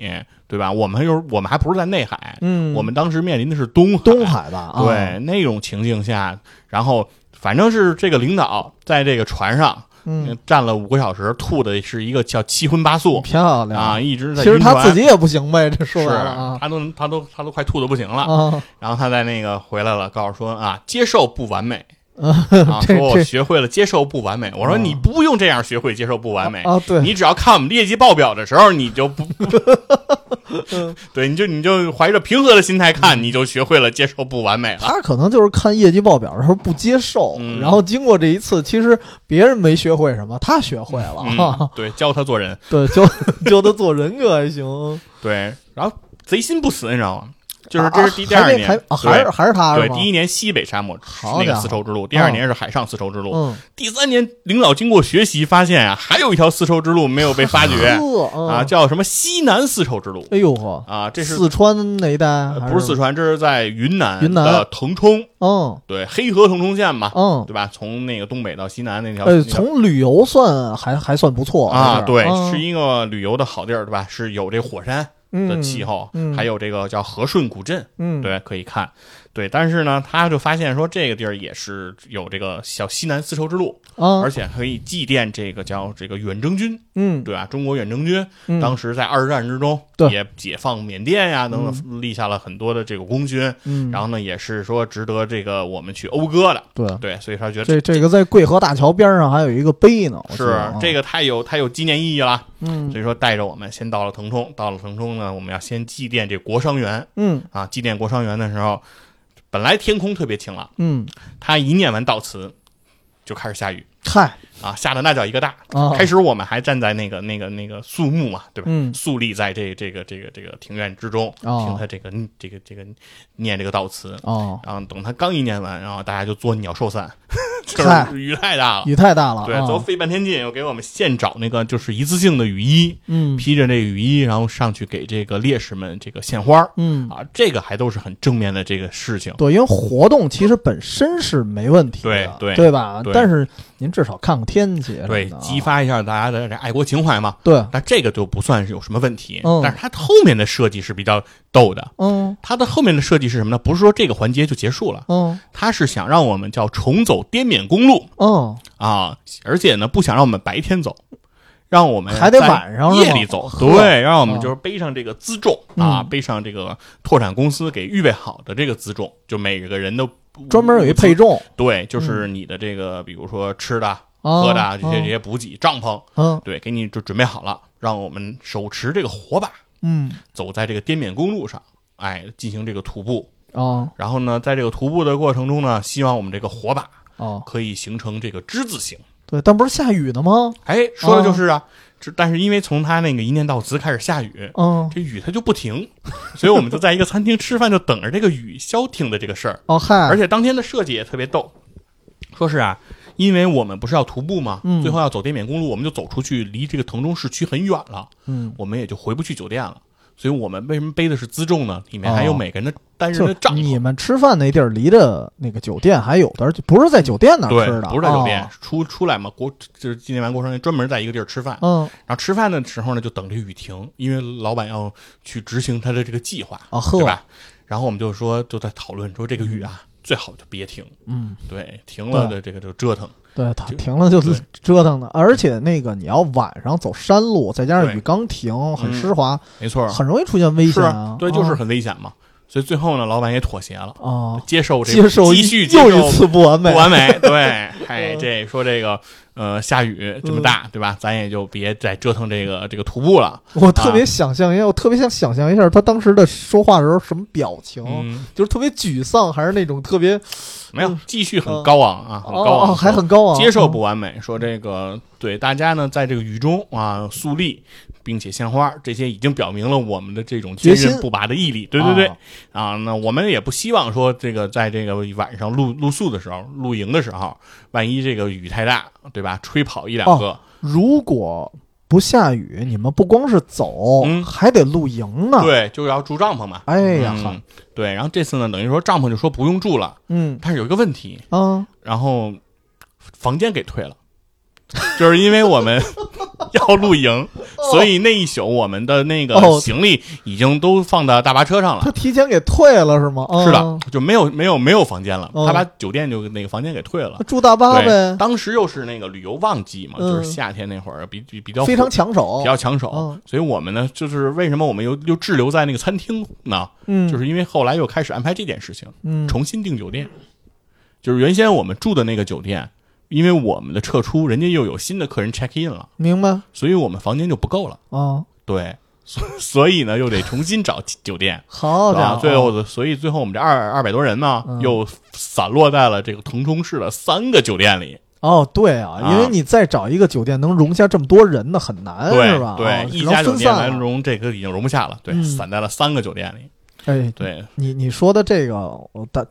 [SPEAKER 2] 对吧？我们又我们还不是在内海，
[SPEAKER 1] 嗯，
[SPEAKER 2] 我们当时面临的是东海。
[SPEAKER 1] 东海吧，啊、
[SPEAKER 2] 对，那种情境下，然后反正是这个领导在这个船上、
[SPEAKER 1] 嗯，
[SPEAKER 2] 站了五个小时，吐的是一个叫七荤八素
[SPEAKER 1] 漂亮
[SPEAKER 2] 啊，！一直
[SPEAKER 1] 其
[SPEAKER 2] 在
[SPEAKER 1] 实
[SPEAKER 2] 晕船。
[SPEAKER 1] 他自己也不行呗，这说
[SPEAKER 2] 是
[SPEAKER 1] 白了啊，
[SPEAKER 2] 他都他都他都快吐的不行了。
[SPEAKER 1] 啊，
[SPEAKER 2] 然后他在那个回来了，告诉说啊，接受不完美，
[SPEAKER 1] 嗯
[SPEAKER 2] 啊，
[SPEAKER 1] 这
[SPEAKER 2] 说我
[SPEAKER 1] 这
[SPEAKER 2] 学会了接受不完美。我说
[SPEAKER 1] 嗯
[SPEAKER 2] 你不用这样学会接受不完美，
[SPEAKER 1] 啊，对，
[SPEAKER 2] 哎你只要看我们业绩报表的时候，你 就不，对，你就你就怀着平和的心态
[SPEAKER 1] 嗯
[SPEAKER 2] 看，你就学会了接受不完美 了。
[SPEAKER 1] 他可能就是看业绩报表的时候不接受，
[SPEAKER 2] 嗯
[SPEAKER 1] 然后经过这一次，其实别人没学会什么，他学会了，
[SPEAKER 2] 嗯，对，教他做人，
[SPEAKER 1] 对，教教他做人格还行，
[SPEAKER 2] 对，然后贼心不死，你知道吗？就是这是第第
[SPEAKER 1] 啊
[SPEAKER 2] 二
[SPEAKER 1] 还
[SPEAKER 2] 年，
[SPEAKER 1] 还啊还是还是他
[SPEAKER 2] 对
[SPEAKER 1] 是
[SPEAKER 2] 对
[SPEAKER 1] 吗？
[SPEAKER 2] 第一年西北沙漠
[SPEAKER 1] 好
[SPEAKER 2] 那个
[SPEAKER 1] 家伙
[SPEAKER 2] 丝绸之路，第二年是海上丝绸之路，
[SPEAKER 1] 嗯，
[SPEAKER 2] 第三年领导经过学习发现啊，还有一条丝绸之路没有被发掘。
[SPEAKER 1] 呵嗯
[SPEAKER 2] 啊，，叫什么西南丝绸之路
[SPEAKER 1] 哎呦呵，
[SPEAKER 2] 啊？这是
[SPEAKER 1] 哦四川那一带
[SPEAKER 2] 呃，
[SPEAKER 1] 还
[SPEAKER 2] 不是四川，这是在云南
[SPEAKER 1] 云南
[SPEAKER 2] 的腾冲，
[SPEAKER 1] 嗯
[SPEAKER 2] 对，黑河腾冲县嘛，
[SPEAKER 1] 嗯，
[SPEAKER 2] 对吧？从那个东北到西南那条，
[SPEAKER 1] 呃，
[SPEAKER 2] 那条
[SPEAKER 1] 从旅游算还还算不错
[SPEAKER 2] 啊，对，是
[SPEAKER 1] 是
[SPEAKER 2] 一个旅游的好地儿，对吧？是有这火山的气，候，
[SPEAKER 1] 嗯
[SPEAKER 2] 还有这个叫和顺古镇，
[SPEAKER 1] 嗯嗯，
[SPEAKER 2] 对，可以看。对，但是呢，他就发现说这个地儿也是有这个小西南丝绸之路，
[SPEAKER 1] 啊
[SPEAKER 2] 而，且可以祭奠这个叫这个远征军，
[SPEAKER 1] 嗯，
[SPEAKER 2] 对吧？中国远征军
[SPEAKER 1] 嗯
[SPEAKER 2] 当时在二战之中
[SPEAKER 1] 对
[SPEAKER 2] 也解放缅甸呀等等，立下了很多的这个功勋。
[SPEAKER 1] 嗯，
[SPEAKER 2] 然后呢，也是说值得这个我们去讴歌的，
[SPEAKER 1] 对，
[SPEAKER 2] 对，所以他觉得
[SPEAKER 1] 这这个在桂河大桥边上还有一个碑呢，我记
[SPEAKER 2] 是
[SPEAKER 1] 得啊
[SPEAKER 2] 这个太有太有纪念意义了，
[SPEAKER 1] 嗯
[SPEAKER 2] 所以说带着我们先到了腾冲，到了腾冲呢，我们要先祭奠这国殇园
[SPEAKER 1] 嗯
[SPEAKER 2] 啊，祭奠国殇园的时候，本来天空特别晴朗，
[SPEAKER 1] 嗯，
[SPEAKER 2] 他一念完悼词就开始下雨
[SPEAKER 1] 嗨
[SPEAKER 2] 啊，下的那叫一个大。
[SPEAKER 1] 啊，
[SPEAKER 2] 开始我们还站在那个那个那个肃穆嘛，对吧？
[SPEAKER 1] 嗯
[SPEAKER 2] 肃立在这这个这个这个庭院之中，
[SPEAKER 1] 哦
[SPEAKER 2] 听他这个这个这个念这个悼词。
[SPEAKER 1] 哦，
[SPEAKER 2] 然后等他刚一念完，然后大家就作鸟兽散， 就
[SPEAKER 1] 嗨
[SPEAKER 2] 是雨太大了。
[SPEAKER 1] 雨太大了，
[SPEAKER 2] 对
[SPEAKER 1] 啊，
[SPEAKER 2] 都费半天劲，又给我们现找那个就是一次性的雨衣，
[SPEAKER 1] 嗯
[SPEAKER 2] 披着这雨衣，然后上去给这个烈士们这个献花儿
[SPEAKER 1] 嗯，
[SPEAKER 2] 啊，这个还都是很正面的这个事情。
[SPEAKER 1] 对，因为活动其实本身是没问题的，
[SPEAKER 2] 对对
[SPEAKER 1] 对吧？
[SPEAKER 2] 对
[SPEAKER 1] 但是您至少看看天气什么的啊。
[SPEAKER 2] 对，激发一下大家的这爱国情怀嘛。
[SPEAKER 1] 对，
[SPEAKER 2] 但这个就不算是有什么问题，
[SPEAKER 1] 嗯
[SPEAKER 2] 但是它后面的设计是比较逗的。
[SPEAKER 1] 嗯
[SPEAKER 2] 它的后面的设计是什么呢？不是说这个环节就结束了，
[SPEAKER 1] 嗯
[SPEAKER 2] 它是想让我们叫重走滇缅公路
[SPEAKER 1] 嗯，
[SPEAKER 2] 啊，而且呢不想让我们白天走，让我们
[SPEAKER 1] 还得
[SPEAKER 2] 在
[SPEAKER 1] 晚上是
[SPEAKER 2] 夜
[SPEAKER 1] 吗
[SPEAKER 2] 里走。
[SPEAKER 1] 呵
[SPEAKER 2] 对，让我们
[SPEAKER 1] 啊
[SPEAKER 2] 就是背上这个辎重
[SPEAKER 1] 嗯
[SPEAKER 2] 啊，背上这个拓展公司给预备好的这个辎重，就每个人都
[SPEAKER 1] 专门有一配。嗯重
[SPEAKER 2] 对，就是你的这个，比如说吃的、
[SPEAKER 1] 啊，
[SPEAKER 2] 喝的啊这些
[SPEAKER 1] 啊
[SPEAKER 2] 这些补给、帐篷，
[SPEAKER 1] 嗯
[SPEAKER 2] 对，给你就准备好了，让我们手持这个火把，
[SPEAKER 1] 嗯
[SPEAKER 2] 走在这个滇缅公路上，哎，进行这个徒步。
[SPEAKER 1] 哦
[SPEAKER 2] 然后呢，在这个徒步的过程中呢，希望我们这个火把
[SPEAKER 1] 哦，
[SPEAKER 2] 可以形成这个之字形。
[SPEAKER 1] 对，但不是下雨呢吗？
[SPEAKER 2] 哎，说的就是啊，这但是因为从他那个一念到词开始下雨，
[SPEAKER 1] 嗯
[SPEAKER 2] 这雨它就不停，所以我们就在一个餐厅吃饭，就等着这个雨消停的这个事儿。
[SPEAKER 1] 哦嗨，
[SPEAKER 2] 而且当天的设计也特别逗，说是啊，因为我们不是要徒步嘛，
[SPEAKER 1] 嗯
[SPEAKER 2] 最后要走滇缅公路，我们就走出去，离这个腾冲市区很远了，
[SPEAKER 1] 嗯，
[SPEAKER 2] 我们也就回不去酒店了。所以我们为什么背的是辎重呢？里面还有
[SPEAKER 1] 哦
[SPEAKER 2] 每个人的单人
[SPEAKER 1] 就
[SPEAKER 2] 的帐篷。
[SPEAKER 1] 你们吃饭那地儿离着那个酒店还有点儿，就不是在酒店那儿
[SPEAKER 2] 对
[SPEAKER 1] 吃的，，
[SPEAKER 2] 不是在酒店、
[SPEAKER 1] 哦。
[SPEAKER 2] 出出来嘛，国就是纪念完国殇日专门在一个地儿吃饭，
[SPEAKER 1] 嗯
[SPEAKER 2] 然后吃饭的时候呢，就等着雨停，因为老板要去执行他的这个计划，
[SPEAKER 1] 啊
[SPEAKER 2] 对
[SPEAKER 1] 呵，
[SPEAKER 2] 吧？然后我们就说就在讨论说这个雨啊，最好就别停，
[SPEAKER 1] 嗯，
[SPEAKER 2] 对，停了
[SPEAKER 1] 对
[SPEAKER 2] 的这个就折腾，
[SPEAKER 1] 对，它
[SPEAKER 2] 就
[SPEAKER 1] 停了就
[SPEAKER 2] 对
[SPEAKER 1] 折腾的，而且那个你要晚上走山路，再加上
[SPEAKER 2] 对
[SPEAKER 1] 雨刚停，很
[SPEAKER 2] 嗯
[SPEAKER 1] 湿滑，
[SPEAKER 2] 没错，
[SPEAKER 1] 很容易出现危
[SPEAKER 2] 是
[SPEAKER 1] 险啊。
[SPEAKER 2] 对，就是
[SPEAKER 1] 啊
[SPEAKER 2] 很危险嘛。所以最后呢，老板也妥协了，
[SPEAKER 1] 啊，
[SPEAKER 2] 接受这
[SPEAKER 1] 接
[SPEAKER 2] 个
[SPEAKER 1] 受
[SPEAKER 2] 继续接
[SPEAKER 1] 又
[SPEAKER 2] 受
[SPEAKER 1] 一次不完美
[SPEAKER 2] 不。完美，对， 哎，
[SPEAKER 1] 嗯
[SPEAKER 2] 这说这个呃下雨这么大，对吧？咱也就别再折腾这个这个徒步了，
[SPEAKER 1] 我特别想象一下，我特别想想象一下他当时的说话的时候什么表情，
[SPEAKER 2] 嗯，
[SPEAKER 1] 就是特别沮丧，还是那种特别
[SPEAKER 2] 没有，继续很
[SPEAKER 1] 哦嗯
[SPEAKER 2] 高昂啊，很高
[SPEAKER 1] 哦哦，
[SPEAKER 2] 昂，
[SPEAKER 1] 还很高昂，
[SPEAKER 2] 接受不完美，说这个对大家呢，在这个雨中啊肃立，并且献花，这些已经表明了我们的这种坚
[SPEAKER 1] 决心
[SPEAKER 2] 韧不拔的毅力。对对对，
[SPEAKER 1] 啊
[SPEAKER 2] 啊，那我们也不希望说这个在这个晚上露露宿的时候、露营的时候，万一这个雨太大，对吧？吹跑一
[SPEAKER 1] 哦
[SPEAKER 2] 两个，
[SPEAKER 1] 如果不下雨，你们不光是走，
[SPEAKER 2] 嗯
[SPEAKER 1] 还得露营呢。，
[SPEAKER 2] 对，就要住帐篷嘛。
[SPEAKER 1] 哎呀
[SPEAKER 2] 嗯
[SPEAKER 1] 哈，
[SPEAKER 2] 对，然后这次呢，等于说帐篷就说不用住了，
[SPEAKER 1] 嗯
[SPEAKER 2] 但是有一个问题，
[SPEAKER 1] 啊，
[SPEAKER 2] 然后房间给退了，就是因为 我们要露营，所以那一宿我们的那个
[SPEAKER 1] 哦
[SPEAKER 2] 行李已经都放到大巴车上了。
[SPEAKER 1] 他提前给退了是吗？啊
[SPEAKER 2] 是的，，就没有没有没有房间了，
[SPEAKER 1] 哦
[SPEAKER 2] 他把酒店就那个房间给退了。
[SPEAKER 1] 啊住大巴
[SPEAKER 2] 对，
[SPEAKER 1] 呗，
[SPEAKER 2] 当时又是那个旅游旺季嘛，
[SPEAKER 1] 嗯
[SPEAKER 2] 就是夏天那会儿比比比较
[SPEAKER 1] 非常抢手
[SPEAKER 2] 比，较抢手
[SPEAKER 1] 嗯，
[SPEAKER 2] 所以我们呢，就是为什么我们又又滞留在那个餐厅呢？
[SPEAKER 1] 嗯，
[SPEAKER 2] 就是因为后来又开始安排这件事情。
[SPEAKER 1] 嗯
[SPEAKER 2] 重新订酒店，就是原先我们住的那个酒店，因为我们的撤出，人家又有新的客人 check in 了，
[SPEAKER 1] 明白
[SPEAKER 2] 所以我们房间就不够了。
[SPEAKER 1] 啊，
[SPEAKER 2] 对，所所以呢又得重新找酒店。
[SPEAKER 1] 好家
[SPEAKER 2] 啊，
[SPEAKER 1] 伙，
[SPEAKER 2] 最后的，所以最后我们这二二百多人呢，
[SPEAKER 1] 哦嗯
[SPEAKER 2] 又散落在了这个腾冲市的三个酒店里。
[SPEAKER 1] 哦，对啊，
[SPEAKER 2] 啊
[SPEAKER 1] 因为你再找一个酒店能容下这么多人的很难，
[SPEAKER 2] 对
[SPEAKER 1] 是吧？
[SPEAKER 2] 对
[SPEAKER 1] 啊，
[SPEAKER 2] 一
[SPEAKER 1] 只能
[SPEAKER 2] 家酒
[SPEAKER 1] 分
[SPEAKER 2] 店
[SPEAKER 1] 散
[SPEAKER 2] 来
[SPEAKER 1] 了。
[SPEAKER 2] 容这个已经容不下了，对，
[SPEAKER 1] 嗯
[SPEAKER 2] 散在了三个酒店里。
[SPEAKER 1] 哎，
[SPEAKER 2] 对，
[SPEAKER 1] 你你说的这个，我大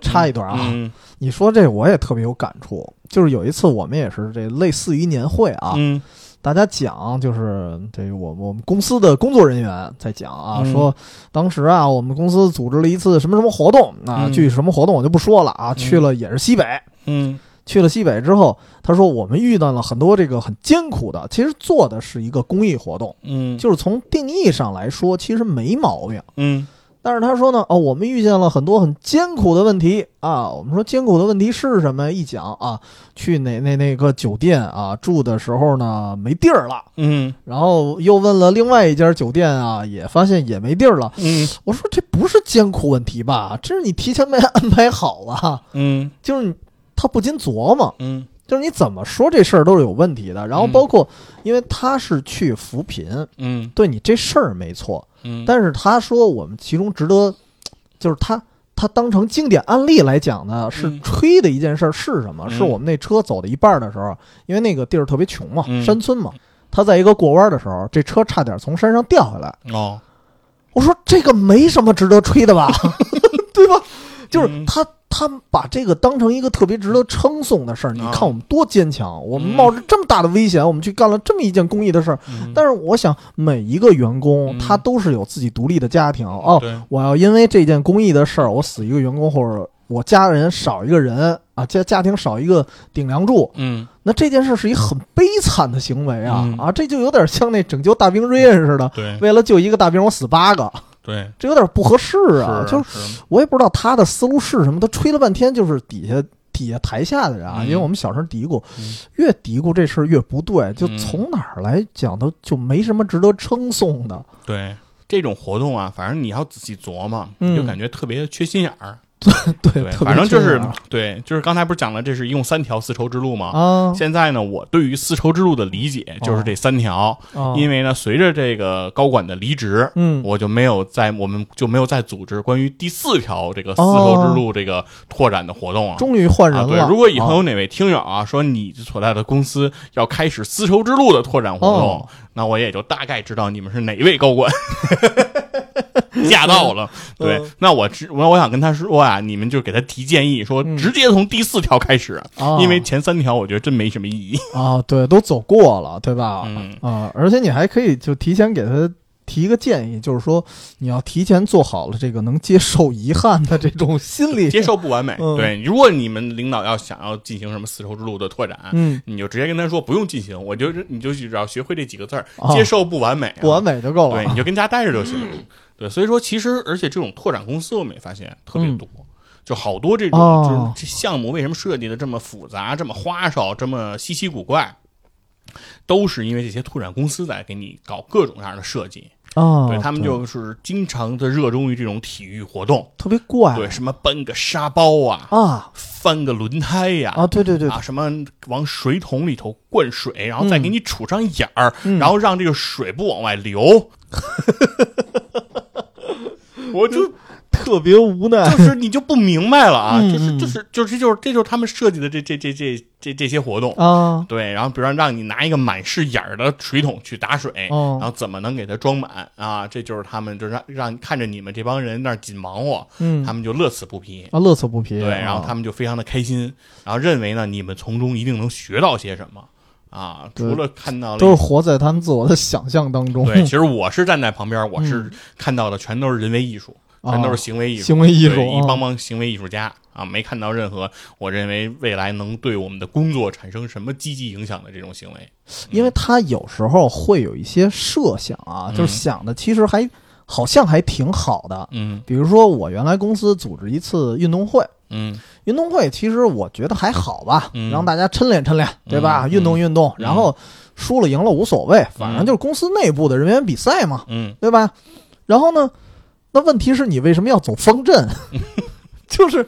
[SPEAKER 1] 插一段啊，
[SPEAKER 2] 嗯
[SPEAKER 1] 你说这我也特别有感触，就是有一次我们也是这类似于年会啊，
[SPEAKER 2] 嗯
[SPEAKER 1] 大家讲就是这我我们公司的工作人员在讲啊，
[SPEAKER 2] 嗯
[SPEAKER 1] 说当时啊我们公司组织了一次什么什么活动啊，
[SPEAKER 2] 嗯
[SPEAKER 1] 具体什么活动我就不说了啊，
[SPEAKER 2] 嗯
[SPEAKER 1] 去了也是西北。
[SPEAKER 2] 嗯
[SPEAKER 1] 去了西北之后，他说我们遇到了很多这个很艰苦的，其实做的是一个公益活动，
[SPEAKER 2] 嗯，
[SPEAKER 1] 就是从定义上来说其实没毛病。
[SPEAKER 2] 嗯
[SPEAKER 1] 但是他说呢，哦，我们遇见了很多很艰苦的问题啊。我们说艰苦的问题是什么？一讲啊，去哪那那个酒店啊住的时候呢没地儿了，
[SPEAKER 2] 嗯
[SPEAKER 1] 然后又问了另外一家酒店啊，也发现也没地儿了。
[SPEAKER 2] 嗯
[SPEAKER 1] 我说这不是艰苦问题吧？这是你提前没安排好啊。
[SPEAKER 2] 嗯
[SPEAKER 1] 就是你他不禁琢磨，
[SPEAKER 2] 嗯
[SPEAKER 1] 就是你怎么说这事儿都是有问题的。然后
[SPEAKER 2] 嗯
[SPEAKER 1] 包括，因为他是去扶贫，
[SPEAKER 2] 嗯
[SPEAKER 1] 对你这事儿没错，
[SPEAKER 2] 嗯，
[SPEAKER 1] 但是他说我们其中值得，就是他他当成经典案例来讲呢，是
[SPEAKER 2] 嗯
[SPEAKER 1] 吹的一件事儿是什么？
[SPEAKER 2] 嗯
[SPEAKER 1] 是我们那车走到一半儿的时候，因为那个地儿特别穷嘛，
[SPEAKER 2] 嗯
[SPEAKER 1] 山村嘛，他在一个过弯的时候，这车差点从山上掉下来。
[SPEAKER 2] 哦，
[SPEAKER 1] 我说这个没什么值得吹的 吧，对吧？就是
[SPEAKER 2] 嗯
[SPEAKER 1] 他。他把这个当成一个特别值得称颂的事儿，你
[SPEAKER 2] 啊
[SPEAKER 1] 看我们多坚强，我们
[SPEAKER 2] 嗯
[SPEAKER 1] 冒着这么大的危险，我们去干了这么一件公益的事儿，
[SPEAKER 2] 嗯
[SPEAKER 1] 但是我想，每一个员工
[SPEAKER 2] 嗯
[SPEAKER 1] 他都是有自己独立的家庭哦。
[SPEAKER 2] 对，
[SPEAKER 1] 我要因为这件公益的事儿，我死一个员工或者我家人少一个人啊，家家庭少一个顶梁柱，
[SPEAKER 2] 嗯
[SPEAKER 1] 那这件事是一很悲惨的行为啊、
[SPEAKER 2] 嗯
[SPEAKER 1] 啊，这就有点像那拯救大兵瑞恩似的，
[SPEAKER 2] 对
[SPEAKER 1] 为了救一个大兵我死八个，
[SPEAKER 2] 对
[SPEAKER 1] 这有点不合适啊。
[SPEAKER 2] 是
[SPEAKER 1] 就是我也不知道他的思路是什么，他吹了半天就是底下底下台下的人啊，
[SPEAKER 2] 嗯
[SPEAKER 1] 因为我们小声嘀咕，
[SPEAKER 2] 嗯
[SPEAKER 1] 越嘀咕这事儿越不对，就
[SPEAKER 2] 嗯
[SPEAKER 1] 从哪儿来讲都就没什么值得称颂的。
[SPEAKER 2] 对这种活动啊，反正你要仔细琢磨，
[SPEAKER 1] 嗯
[SPEAKER 2] 你就感觉特别缺心眼儿。
[SPEAKER 1] 对，
[SPEAKER 2] 对，
[SPEAKER 1] 特别
[SPEAKER 2] 反正就是
[SPEAKER 1] 这样
[SPEAKER 2] 对，就是刚才不是讲了，这是一共三条丝绸之路吗？
[SPEAKER 1] 啊，哦
[SPEAKER 2] 现在呢，我对于丝绸之路的理解就是这三条，
[SPEAKER 1] 为
[SPEAKER 2] 因为呢，随着这个高管的离职，
[SPEAKER 1] 啊哦嗯
[SPEAKER 2] 我就没有在我们就没有再组织关于第四条这个丝
[SPEAKER 1] 哦
[SPEAKER 2] 绸之路这个拓展的活动了。
[SPEAKER 1] 终于换人
[SPEAKER 2] 啊，对
[SPEAKER 1] 了。，
[SPEAKER 2] 如果以后
[SPEAKER 1] 啊
[SPEAKER 2] 有哪位听友啊说你所在的公司要开始丝绸之路的拓展活动，
[SPEAKER 1] 哦
[SPEAKER 2] 那我也就大概知道你们是哪一位高 管。吓到了，对，
[SPEAKER 1] 嗯
[SPEAKER 2] 那我知我我想跟他说呀、你们就给他提建议，说
[SPEAKER 1] 嗯
[SPEAKER 2] 直接从第四条开始，
[SPEAKER 1] 啊
[SPEAKER 2] 因为前三条我觉得真没什么意义。
[SPEAKER 1] 啊，对，都走过了，对吧？
[SPEAKER 2] 嗯
[SPEAKER 1] 啊，而且你还可以就提前给他提一个建议，就是说你要提前做好了这个能接受遗憾的这种心理。
[SPEAKER 2] 接受不完美。
[SPEAKER 1] 嗯
[SPEAKER 2] 对，如果你们领导要想要进行什么丝绸之路的拓展，
[SPEAKER 1] 嗯，
[SPEAKER 2] 你就直接跟他说不用进行，我就你就只要学会这几个字儿，
[SPEAKER 1] 哦
[SPEAKER 2] 接受不完美、啊
[SPEAKER 1] 不完，美就够了
[SPEAKER 2] 对，。你就跟家待着就行。对，所以说其实而且这种拓展公司我们也发现特别多。就好多这种，
[SPEAKER 1] 嗯哦
[SPEAKER 2] 就是这项目为什么设计的这么复杂、这么花哨、这么稀奇古怪，都是因为这些拓展公司在给你搞各种各样的设计。
[SPEAKER 1] 啊，
[SPEAKER 2] 对他们就是经常的热衷于这种体育活动，
[SPEAKER 1] 特别怪。
[SPEAKER 2] 对什么搬个沙包啊，
[SPEAKER 1] 啊
[SPEAKER 2] 翻个轮胎呀、
[SPEAKER 1] 啊，对对对，
[SPEAKER 2] 啊什么往水桶里头灌水，然后再给你杵上眼儿，
[SPEAKER 1] 嗯
[SPEAKER 2] 然后让这个水不往 外流。我 就
[SPEAKER 1] 特别无奈。
[SPEAKER 2] 就是你就不明白了啊，
[SPEAKER 1] 嗯
[SPEAKER 2] 就是
[SPEAKER 1] 嗯
[SPEAKER 2] 就是就是这就是这就是他们设计的这这这这这这些活动。
[SPEAKER 1] 啊，
[SPEAKER 2] 对，然后比如说让你拿一个满是眼儿的水桶去打水，
[SPEAKER 1] 哦
[SPEAKER 2] 哎然后怎么能给它装满啊？这就是他们，就是让让看着你们这帮人那儿紧忙活，
[SPEAKER 1] 嗯
[SPEAKER 2] 他们就乐此不疲。
[SPEAKER 1] 啊，乐此不疲。
[SPEAKER 2] 对，然后他
[SPEAKER 1] 们
[SPEAKER 2] 们就非常的开心，然后认为呢，你们从中一定能学到些什么啊。
[SPEAKER 1] 对
[SPEAKER 2] 除了看到了
[SPEAKER 1] 都是活在他们自我的想象当 中，
[SPEAKER 2] 对，其实我是站在旁边，我是看到的全都是人为艺术，
[SPEAKER 1] 啊
[SPEAKER 2] 全都是行为艺术，
[SPEAKER 1] 嗯行为艺术
[SPEAKER 2] 对一
[SPEAKER 1] 啊
[SPEAKER 2] 帮帮行为艺术家啊，没看到任何我认为未来能对我们的工作产生什么积极影响的这种行为。
[SPEAKER 1] 因为他有时候会有一些设想啊，
[SPEAKER 2] 嗯
[SPEAKER 1] 就是想的其实还好像还挺好的。
[SPEAKER 2] 嗯
[SPEAKER 1] 比如说，我原来公司组织一次运动会，
[SPEAKER 2] 嗯
[SPEAKER 1] 运动会其实我觉得还好吧，
[SPEAKER 2] 嗯
[SPEAKER 1] 让大家抻练抻练，对吧？
[SPEAKER 2] 嗯
[SPEAKER 1] 运动运动，然后输了赢了无所谓，反正就是公司内部的人员比赛嘛，
[SPEAKER 2] 嗯，
[SPEAKER 1] 对吧？然后呢，那问题是你为什么要走方阵？ 就是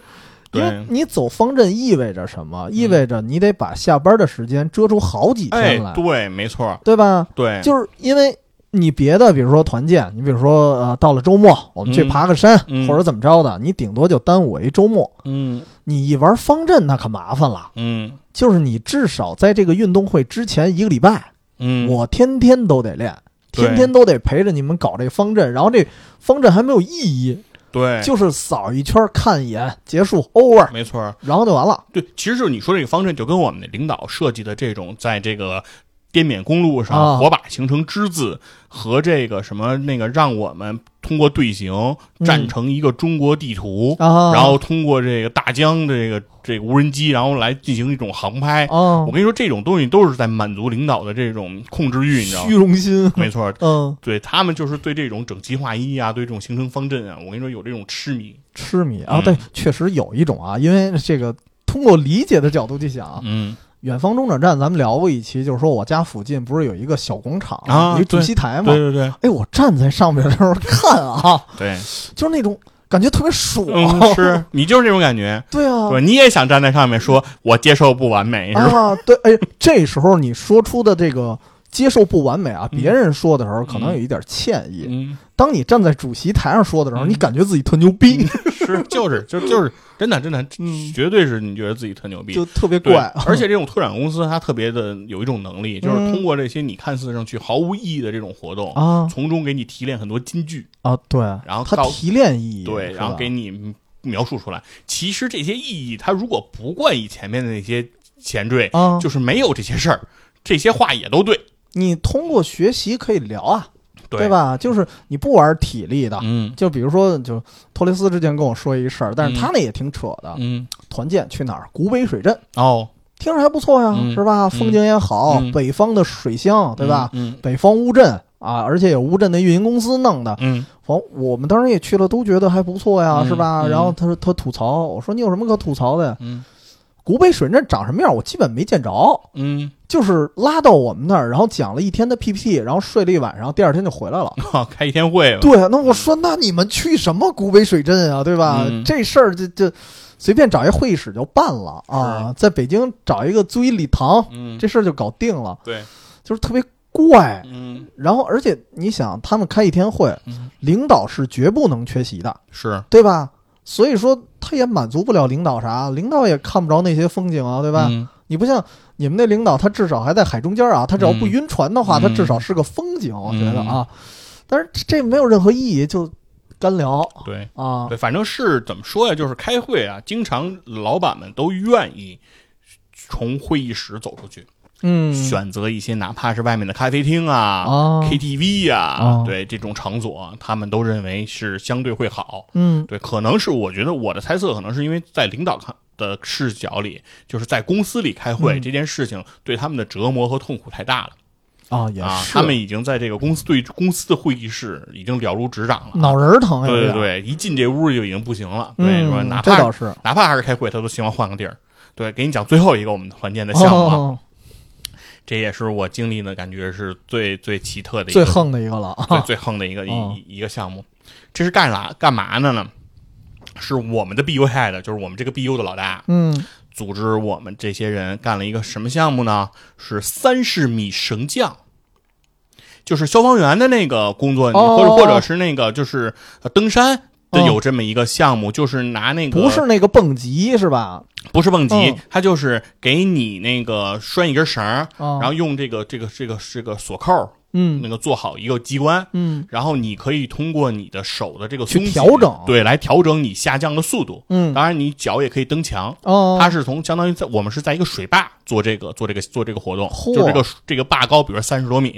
[SPEAKER 1] 因为
[SPEAKER 2] 对。
[SPEAKER 1] 你走方阵意味着什么？意味着你得把下班的时间遮出好几
[SPEAKER 2] 哎
[SPEAKER 1] 天来，，
[SPEAKER 2] 对，没错，
[SPEAKER 1] 对吧？
[SPEAKER 2] 对，
[SPEAKER 1] 就是因为你别的，比如说团建，你比如说呃，到了周末我们去
[SPEAKER 2] 嗯
[SPEAKER 1] 爬个山、
[SPEAKER 2] 嗯
[SPEAKER 1] 或者怎么着的，你顶多就耽误我一周末。
[SPEAKER 2] 嗯
[SPEAKER 1] 你一玩方阵，那可麻烦了。
[SPEAKER 2] 嗯
[SPEAKER 1] 就是你至少在这个运动会之前一个礼拜，
[SPEAKER 2] 嗯，
[SPEAKER 1] 我天天都得练，
[SPEAKER 2] 对
[SPEAKER 1] 天天都得陪着你们搞这方阵，然后这方阵还没有意义，
[SPEAKER 2] 对，
[SPEAKER 1] 就是扫一圈看一眼，结束 over，
[SPEAKER 2] 没错，
[SPEAKER 1] 然后就完了。
[SPEAKER 2] 对，其实就是你说这个方阵，就跟我们的领导设计的这种，在这个滇缅公路
[SPEAKER 1] 啊
[SPEAKER 2] 上火把形成之字，和这个什么那个让我们通过队形
[SPEAKER 1] 嗯
[SPEAKER 2] 站成一个中国地图，
[SPEAKER 1] 啊，
[SPEAKER 2] 然后通过这个大疆的这个这个无人机，然后来进行一种航拍。
[SPEAKER 1] 啊
[SPEAKER 2] 我，跟你说，这种东西都是在满足领导的这种控制欲，你知道
[SPEAKER 1] 虚
[SPEAKER 2] 吗？
[SPEAKER 1] 荣 心，
[SPEAKER 2] 没错。
[SPEAKER 1] 嗯，
[SPEAKER 2] 对他们就是对这种整齐划一啊，对这种形成方阵啊，我跟你说有这种痴迷。
[SPEAKER 1] 痴迷啊，
[SPEAKER 2] 嗯
[SPEAKER 1] 对，确实有一种啊，因为这个通过理解的角度去想啊，
[SPEAKER 2] 嗯
[SPEAKER 1] 远方中转站咱们聊过一期，就是说我家附近不是有一个小广场
[SPEAKER 2] 啊
[SPEAKER 1] 有一主
[SPEAKER 2] 对
[SPEAKER 1] 席台嘛
[SPEAKER 2] 对？对对
[SPEAKER 1] 哎，我站在上面的时候看啊，
[SPEAKER 2] 对，
[SPEAKER 1] 就是哦那种感觉特别爽，
[SPEAKER 2] 嗯，是你就是这种感觉。
[SPEAKER 1] 对啊，
[SPEAKER 2] 对，你也想站在上面说“我接受不完美”是 吧？
[SPEAKER 1] 啊，对，哎，这时候你说出的这个。接受不完美啊！
[SPEAKER 2] 嗯
[SPEAKER 1] 别人说的时候可能有一点歉意，
[SPEAKER 2] 嗯，
[SPEAKER 1] 当你站在主席台上说的时候，
[SPEAKER 2] 嗯
[SPEAKER 1] 你感觉自己特牛逼，
[SPEAKER 2] 是，就是，就就是，真的，真的，
[SPEAKER 1] 嗯
[SPEAKER 2] 绝对是你觉得自己特牛逼。
[SPEAKER 1] 就特别
[SPEAKER 2] 嗯对
[SPEAKER 1] 怪。，
[SPEAKER 2] 而且这种拓展公司，它特别的有一种能力，就是
[SPEAKER 1] 嗯
[SPEAKER 2] 通过这些你看似上去毫无意义的这种活动，
[SPEAKER 1] 啊
[SPEAKER 2] 从中给你提炼很多金句，
[SPEAKER 1] 啊，对，
[SPEAKER 2] 然后
[SPEAKER 1] 他
[SPEAKER 2] 到
[SPEAKER 1] 提炼意义，
[SPEAKER 2] 对，
[SPEAKER 1] 是
[SPEAKER 2] 然后
[SPEAKER 1] 吧
[SPEAKER 2] 给你描述出来。其实这些意义，它如果不冠以前面的那些前缀，
[SPEAKER 1] 啊，
[SPEAKER 2] 就是没有这些事儿，这些话也都对。
[SPEAKER 1] 你通过学习可以聊啊，
[SPEAKER 2] 对
[SPEAKER 1] 吧？就是你不玩体力的，
[SPEAKER 2] 嗯
[SPEAKER 1] 就比如说，就托雷斯之前跟我说一事儿，但是他那也挺扯的，
[SPEAKER 2] 嗯，
[SPEAKER 1] 团建去哪儿？古北水镇，
[SPEAKER 2] 哦，
[SPEAKER 1] 听着还不错呀，
[SPEAKER 2] 嗯
[SPEAKER 1] 是吧？风景也好，
[SPEAKER 2] 嗯
[SPEAKER 1] 北方的水乡，对吧？
[SPEAKER 2] 嗯？
[SPEAKER 1] 北方乌镇啊，而且有乌镇的运营公司弄的，
[SPEAKER 2] 嗯
[SPEAKER 1] 我我们当时也去了，都觉得还不错呀，
[SPEAKER 2] 嗯
[SPEAKER 1] 是吧？
[SPEAKER 2] 嗯
[SPEAKER 1] 然后他说他吐槽，我说你有什么可吐槽的呀？
[SPEAKER 2] 嗯
[SPEAKER 1] 古北水镇长什么样，我基本没见着，
[SPEAKER 2] 嗯
[SPEAKER 1] 就是拉到我们那儿，然后讲了一天的 PPT，然后睡了一晚上，第二天就回来了。
[SPEAKER 2] 嗯， 哦开一天会吧，
[SPEAKER 1] 对，那我说，那你们去什么古北水镇啊，对吧？
[SPEAKER 2] 嗯
[SPEAKER 1] 这事儿就就随便找一会议室就办了啊，在北京找一个租一礼堂，
[SPEAKER 2] 嗯，
[SPEAKER 1] 这事儿就搞定了，
[SPEAKER 2] 对，
[SPEAKER 1] 就是特别怪。
[SPEAKER 2] 嗯
[SPEAKER 1] 然后，而且你想，他们开一天会，
[SPEAKER 2] 嗯，
[SPEAKER 1] 领导是绝不能缺席的，
[SPEAKER 2] 是，
[SPEAKER 1] 对吧？所以说，他也满足不了领导啥，领导也看不着那些风景啊，对
[SPEAKER 2] 对
[SPEAKER 1] 吧？？你不像你们那领导，他至少还在海中间啊，他只要不晕船的话，
[SPEAKER 2] 嗯
[SPEAKER 1] 他至少是个风景，我觉得啊。但是这没有任何意义，就干聊
[SPEAKER 2] 对
[SPEAKER 1] 啊。
[SPEAKER 2] 对，反正是怎么说呀？就是开会啊，经常老板们都愿意。从会议室走出去，
[SPEAKER 1] 嗯，
[SPEAKER 2] 选择一些哪怕是外面的咖啡厅啊、
[SPEAKER 1] 啊，
[SPEAKER 2] KTV 呀、
[SPEAKER 1] 哦
[SPEAKER 2] 对这种场所，他们都认为是相对会好。
[SPEAKER 1] 嗯
[SPEAKER 2] 对，可能是我觉得我的猜测，可能是因为在领导看的视角里，就是在公司里开会、
[SPEAKER 1] 嗯
[SPEAKER 2] 这件事情对他们的折磨和痛苦太大了
[SPEAKER 1] 啊，也
[SPEAKER 2] 啊！
[SPEAKER 1] 是，
[SPEAKER 2] 他们已经在这个公司对公司的会议室已经了如指掌了。
[SPEAKER 1] 脑仁儿哎疼呀，
[SPEAKER 2] 对对
[SPEAKER 1] 这个，
[SPEAKER 2] 对，一进这屋就已经不行了。对，说
[SPEAKER 1] 嗯
[SPEAKER 2] 哪，
[SPEAKER 1] 这
[SPEAKER 2] 怕
[SPEAKER 1] 倒是
[SPEAKER 2] 哪怕还是开会，他都希望换个地儿。对，给你讲最后一个我们团建的项目啊，
[SPEAKER 1] 哦，
[SPEAKER 2] 这也是我经历的感觉是最最奇特的一
[SPEAKER 1] 最
[SPEAKER 2] 个
[SPEAKER 1] 横的一个了
[SPEAKER 2] 最
[SPEAKER 1] 啊，
[SPEAKER 2] 最横的一个一
[SPEAKER 1] 哦
[SPEAKER 2] 一一个项目。这是干啥干嘛的呢？是我们的 BU head，就是我们这个 BU 的老大，
[SPEAKER 1] 嗯
[SPEAKER 2] 组织我们这些人干了一个什么项目呢？是三十米绳降，就是消防员的那个工作，你
[SPEAKER 1] 哦
[SPEAKER 2] 或者
[SPEAKER 1] 哦
[SPEAKER 2] 或者是那个就是呃登山。的
[SPEAKER 1] 哦
[SPEAKER 2] 有这么一个项目，就是拿那个
[SPEAKER 1] 不是那个蹦极是吧？
[SPEAKER 2] 不是蹦极
[SPEAKER 1] 嗯，
[SPEAKER 2] 它就是给你那个拴一根绳儿，
[SPEAKER 1] 然
[SPEAKER 2] 然后用这个这个这个这个锁扣
[SPEAKER 1] 哦嗯
[SPEAKER 2] 那个做好一个机关，
[SPEAKER 1] 嗯
[SPEAKER 2] 然后你可以通过你的手的这个松
[SPEAKER 1] 去
[SPEAKER 2] 紧
[SPEAKER 1] 调整
[SPEAKER 2] 对，来调整你下降的速度。
[SPEAKER 1] 嗯
[SPEAKER 2] 当然，你脚也可以蹬墙。
[SPEAKER 1] 哦，
[SPEAKER 2] 它是从相当于在我们是在一个水坝做这个做这个做这个活动，
[SPEAKER 1] 嚯
[SPEAKER 2] 就这个这个坝高，比如三十多米，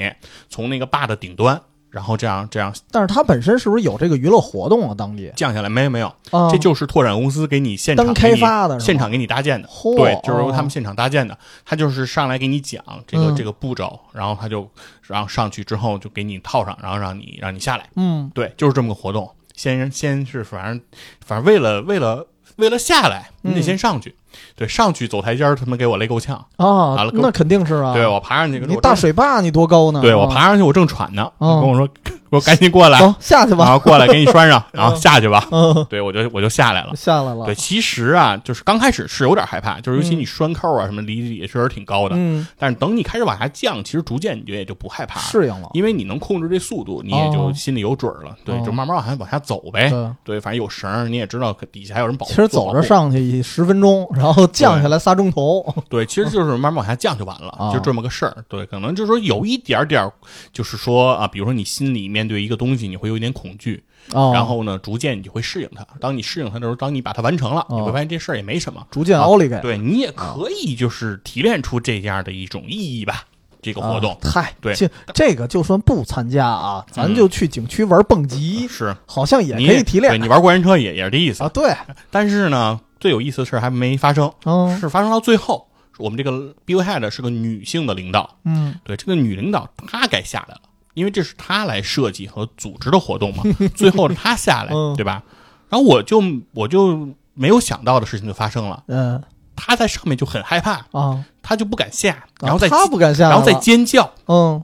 [SPEAKER 2] 从那个坝的顶端，然后这样这样
[SPEAKER 1] 但是它本身是不是有这个娱乐活动啊？当地
[SPEAKER 2] 降下来。没有没有，
[SPEAKER 1] 啊，
[SPEAKER 2] 这就是拓展公司给你现场
[SPEAKER 1] 单开
[SPEAKER 2] 给你
[SPEAKER 1] 发的是吗
[SPEAKER 2] 现场给你搭建的。
[SPEAKER 1] 嚯
[SPEAKER 2] 对，就是由
[SPEAKER 1] 哦
[SPEAKER 2] 他们现场搭建的，他就是上来给你讲这个、
[SPEAKER 1] 嗯
[SPEAKER 2] 这个步骤，然后他就然后上去之后就给你套上，然后让你让你下来。
[SPEAKER 1] 嗯
[SPEAKER 2] 对，就是这么个活动。先先是反正反正为了为了为了下来，你得
[SPEAKER 1] 嗯
[SPEAKER 2] 先上去。对，上去走台阶儿，他妈给我累够呛。
[SPEAKER 1] 啊
[SPEAKER 2] 完了，跟我
[SPEAKER 1] 那肯定是啊，
[SPEAKER 2] 对我爬上去，
[SPEAKER 1] 你
[SPEAKER 2] 我
[SPEAKER 1] 大
[SPEAKER 2] 正，
[SPEAKER 1] 水坝你多高呢？
[SPEAKER 2] 对我
[SPEAKER 1] 啊
[SPEAKER 2] 爬上去，我正喘呢。
[SPEAKER 1] 哦
[SPEAKER 2] 跟我说，我赶紧过来，
[SPEAKER 1] 走下去
[SPEAKER 2] 然
[SPEAKER 1] 吧，
[SPEAKER 2] 后过来给你拴上，然
[SPEAKER 1] 嗯
[SPEAKER 2] 后下去吧。
[SPEAKER 1] 嗯，
[SPEAKER 2] 对，我就我就下来了。
[SPEAKER 1] 下来了，
[SPEAKER 2] 对，其实啊，就是刚开始是有点害怕，就是尤其
[SPEAKER 1] 嗯
[SPEAKER 2] 你拴扣啊什么，离得也确实挺高的。
[SPEAKER 1] 嗯，
[SPEAKER 2] 但是等你开始往下降，其实逐渐你就也就不害怕了，
[SPEAKER 1] 适应了，
[SPEAKER 2] 因为你能控制这速度，你也就
[SPEAKER 1] 啊哦
[SPEAKER 2] 心里有准儿了。对，
[SPEAKER 1] 哦
[SPEAKER 2] 就慢慢往下往下走呗。
[SPEAKER 1] 对，
[SPEAKER 2] 对，反正有绳儿，你也知道底下还有人保
[SPEAKER 1] 嗯
[SPEAKER 2] 护。
[SPEAKER 1] 其实
[SPEAKER 2] 做保
[SPEAKER 1] 走着
[SPEAKER 2] 护，
[SPEAKER 1] 上去十分钟，然后降下来仨钟头，
[SPEAKER 2] 对，其实就是慢慢往下降就完了，
[SPEAKER 1] 嗯啊
[SPEAKER 2] 就这么个事儿。对，可能就是说有一点点儿，就是说啊，比如说你心里面对一个东西，你会有一点恐惧，
[SPEAKER 1] 哦，
[SPEAKER 2] 然后呢，逐渐你就会适应它。当你适应它的时候，当你把它完成了，
[SPEAKER 1] 哦
[SPEAKER 2] 你会发现这事儿也没什么。
[SPEAKER 1] 逐渐奥利给，
[SPEAKER 2] 啊对你也可以就是提炼出这样的一种意义吧，这个
[SPEAKER 1] 啊，
[SPEAKER 2] 活动。
[SPEAKER 1] 嗨，
[SPEAKER 2] 对
[SPEAKER 1] 这这个就算不参加啊，咱就去景区玩蹦极，
[SPEAKER 2] 是，
[SPEAKER 1] 好像也
[SPEAKER 2] 嗯你
[SPEAKER 1] 可以提
[SPEAKER 2] 对
[SPEAKER 1] 炼
[SPEAKER 2] 你玩过山车也也是这意思
[SPEAKER 1] 啊，。对，
[SPEAKER 2] 但是呢，最有意思的事儿还没发生，
[SPEAKER 1] 嗯
[SPEAKER 2] 是发生到最后，我们这个 Bill Head 是个女性的领导，
[SPEAKER 1] 嗯，
[SPEAKER 2] 对，这个女领导她该下来了，因为这是她来设计和组织的活动嘛。最后是她下来，
[SPEAKER 1] 嗯
[SPEAKER 2] 对吧？然后我就我就没有想到的事情就发生了，
[SPEAKER 1] 嗯
[SPEAKER 2] 她在上面就很害怕，
[SPEAKER 1] 啊，
[SPEAKER 2] 她就不敢下，
[SPEAKER 1] 啊
[SPEAKER 2] 然后再、
[SPEAKER 1] 他不敢下来了，
[SPEAKER 2] 然后再尖叫。
[SPEAKER 1] 嗯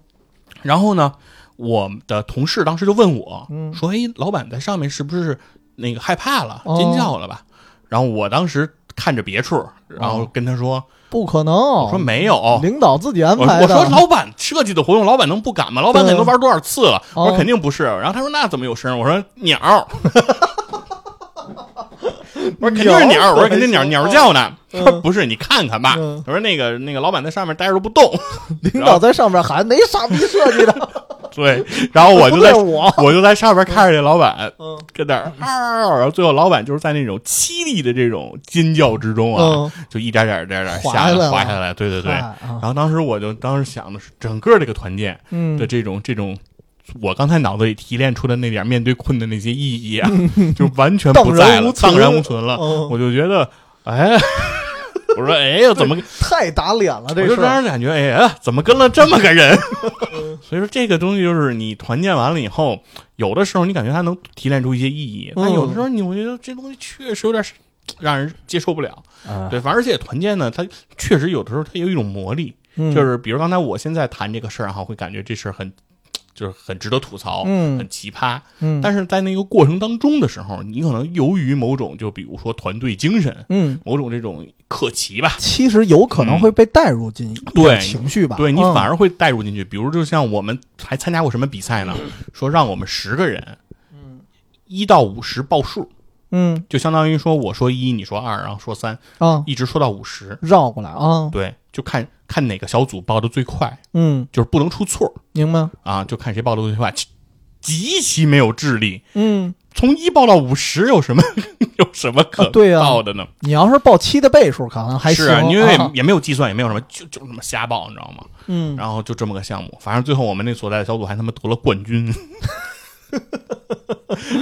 [SPEAKER 2] 然后呢，我的同事当时就问我、
[SPEAKER 1] 嗯
[SPEAKER 2] 说：“哎，老板在上面是不是那个害怕了，
[SPEAKER 1] 哦
[SPEAKER 2] 尖叫了吧？”然后我当时看着别处，然
[SPEAKER 1] 哦
[SPEAKER 2] 后跟他说：“
[SPEAKER 1] 不可能，
[SPEAKER 2] 我说没有，
[SPEAKER 1] 领导自己安
[SPEAKER 2] 我
[SPEAKER 1] 排
[SPEAKER 2] 我
[SPEAKER 1] 的，
[SPEAKER 2] 说老板设计的活动，老板能不敢吗？老板肯定
[SPEAKER 1] 对
[SPEAKER 2] 玩多少次了？
[SPEAKER 1] 哦
[SPEAKER 2] 我说肯定不是。然后他说那怎么有声？我说鸟 儿。我说肯定是鸟儿，我说肯定鸟儿鸟儿叫呢。他
[SPEAKER 1] 嗯
[SPEAKER 2] 说不是，你看看吧。
[SPEAKER 1] 嗯
[SPEAKER 2] 我说那个那个老板在上面待着不动，
[SPEAKER 1] 领导在上面喊哪傻逼设计的，
[SPEAKER 2] 对。然后 我就 在
[SPEAKER 1] 不是我，
[SPEAKER 2] 我就在上面看着这老板
[SPEAKER 1] 嗯
[SPEAKER 2] 跟那儿嗷，然后最后老板就是在那种凄厉的这种尖叫之中啊，
[SPEAKER 1] 嗯，
[SPEAKER 2] 就一点点点点
[SPEAKER 1] 滑
[SPEAKER 2] 下
[SPEAKER 1] 下来
[SPEAKER 2] 来
[SPEAKER 1] 了
[SPEAKER 2] 滑下来，对对对。
[SPEAKER 1] 哎啊
[SPEAKER 2] 然后当时我就当时想的是，整个这个团建
[SPEAKER 1] 嗯
[SPEAKER 2] 的这种这种我刚才脑子里提炼出的那点面对困难那些意义啊，就完全不在了，
[SPEAKER 1] 荡
[SPEAKER 2] 荡
[SPEAKER 1] 然
[SPEAKER 2] 然
[SPEAKER 1] 无存
[SPEAKER 2] 无存了。
[SPEAKER 1] 嗯
[SPEAKER 2] 我就觉得，哎，我说，哎呀，怎么？
[SPEAKER 1] 太打脸了
[SPEAKER 2] 我
[SPEAKER 1] 这
[SPEAKER 2] 就
[SPEAKER 1] 事儿
[SPEAKER 2] 当时感觉，哎呀，怎么跟了这么个人？ 嗯所以说，这个东西就是你团建完了以后，有的时候你感觉它能提炼出一些意义，但有的时候你我觉得这东西确实有点让人接受不了。
[SPEAKER 1] 啊，
[SPEAKER 2] 对，反而且团建呢，它确实有的时候它有一种魔力，
[SPEAKER 1] 嗯
[SPEAKER 2] 就是比如刚才我现在谈这个事儿哈，会感觉这事儿很，就是很值得吐槽，
[SPEAKER 1] 嗯
[SPEAKER 2] 很奇葩。
[SPEAKER 1] 嗯
[SPEAKER 2] 但是在那个过程当中的时候，你可能由于某种就比如说团队精神，
[SPEAKER 1] 嗯，
[SPEAKER 2] 某种这种客气吧，
[SPEAKER 1] 其实有可能会被带入进一
[SPEAKER 2] 嗯对
[SPEAKER 1] 种情绪吧，
[SPEAKER 2] 对你
[SPEAKER 1] 嗯
[SPEAKER 2] 反而会带入进去。比如就像我们还参加过什么比赛呢？说让我们十个人，一到五十报数，
[SPEAKER 1] 嗯
[SPEAKER 2] 就相当于说我说一，你说二，然后说三，
[SPEAKER 1] 啊
[SPEAKER 2] 一直说到五十。
[SPEAKER 1] 绕过来啊，
[SPEAKER 2] 对，就看看哪个小组报的最快，
[SPEAKER 1] 嗯，
[SPEAKER 2] 就是不能出错
[SPEAKER 1] 明白，
[SPEAKER 2] 啊，就看谁报的最快，极极其没有智力。
[SPEAKER 1] 嗯，
[SPEAKER 2] 从一报到五十有什么 有什么可
[SPEAKER 1] 啊对啊
[SPEAKER 2] 报的呢？
[SPEAKER 1] 你要是报七的倍数，可能还行，
[SPEAKER 2] 是啊，因为
[SPEAKER 1] 啊
[SPEAKER 2] 也没有计算，也没有什么，就就那么瞎报，你知道吗？
[SPEAKER 1] 嗯，
[SPEAKER 2] 然后就这么个项目，反正最后我们那所在的小组还他妈得了冠军。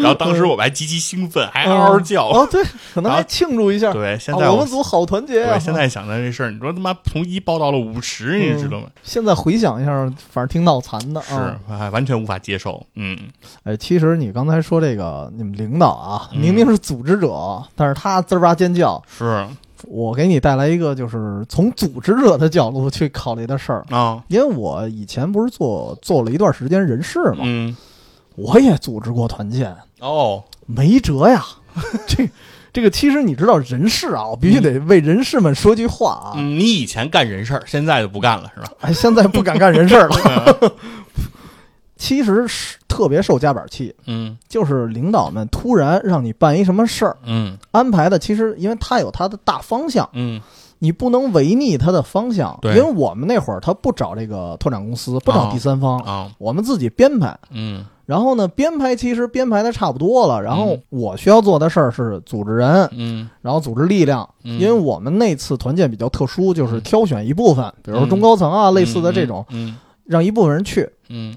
[SPEAKER 2] 然后当时我们还极其兴奋，还嗷嗷叫。
[SPEAKER 1] 哦，对，可能还庆祝一下，
[SPEAKER 2] 对，现
[SPEAKER 1] 啊
[SPEAKER 2] 在
[SPEAKER 1] 我们组好团结啊
[SPEAKER 2] 对！现在想到这事儿，你说他妈从一报到了五十，你知道吗？
[SPEAKER 1] 现在回想一下，反正挺脑残的
[SPEAKER 2] 是
[SPEAKER 1] 啊。，
[SPEAKER 2] 哎完全无法接受。嗯，
[SPEAKER 1] 哎，其实你刚才说这个，你们领导啊，
[SPEAKER 2] 嗯
[SPEAKER 1] 明明是组织者，啊但是他滋儿哇尖叫。
[SPEAKER 2] 是啊、
[SPEAKER 1] 我给你带来一个，就是从组织者的角度去考虑的事儿。因为我以前不是做做了一段时间人事嘛，
[SPEAKER 2] 嗯，
[SPEAKER 1] 我也组织过团建，
[SPEAKER 2] 哦，
[SPEAKER 1] 没辙呀。 这这个其实你知道人事啊，我必须得为人事们说句话啊。
[SPEAKER 2] 嗯，你以前干人事儿，现在就不干了，是吧？
[SPEAKER 1] 哎，现在不敢干人事儿
[SPEAKER 2] 啊
[SPEAKER 1] 了。 其实是特别受夹板气，
[SPEAKER 2] 嗯
[SPEAKER 1] 就是领导们突然让你办一什么事儿，
[SPEAKER 2] 嗯
[SPEAKER 1] 安排的其实因为他有他的大方向，
[SPEAKER 2] 嗯，
[SPEAKER 1] 你不能违逆他的方向。因为
[SPEAKER 2] 对
[SPEAKER 1] 我们那会儿他不找这个拓展公司，不找第三方，
[SPEAKER 2] 啊，
[SPEAKER 1] 我们自己编排。
[SPEAKER 2] 嗯
[SPEAKER 1] 然后呢，编排其实编排的差不多了。然后
[SPEAKER 2] 嗯
[SPEAKER 1] 我需要做的事儿是组织人，
[SPEAKER 2] 嗯
[SPEAKER 1] 然后组织力量。
[SPEAKER 2] 嗯
[SPEAKER 1] 因为我们那次团建比较特殊，就是挑选一部分，比如说
[SPEAKER 2] 嗯
[SPEAKER 1] 中高层啊，类似的这种，，
[SPEAKER 2] 嗯
[SPEAKER 1] 让一部分人去。
[SPEAKER 2] 嗯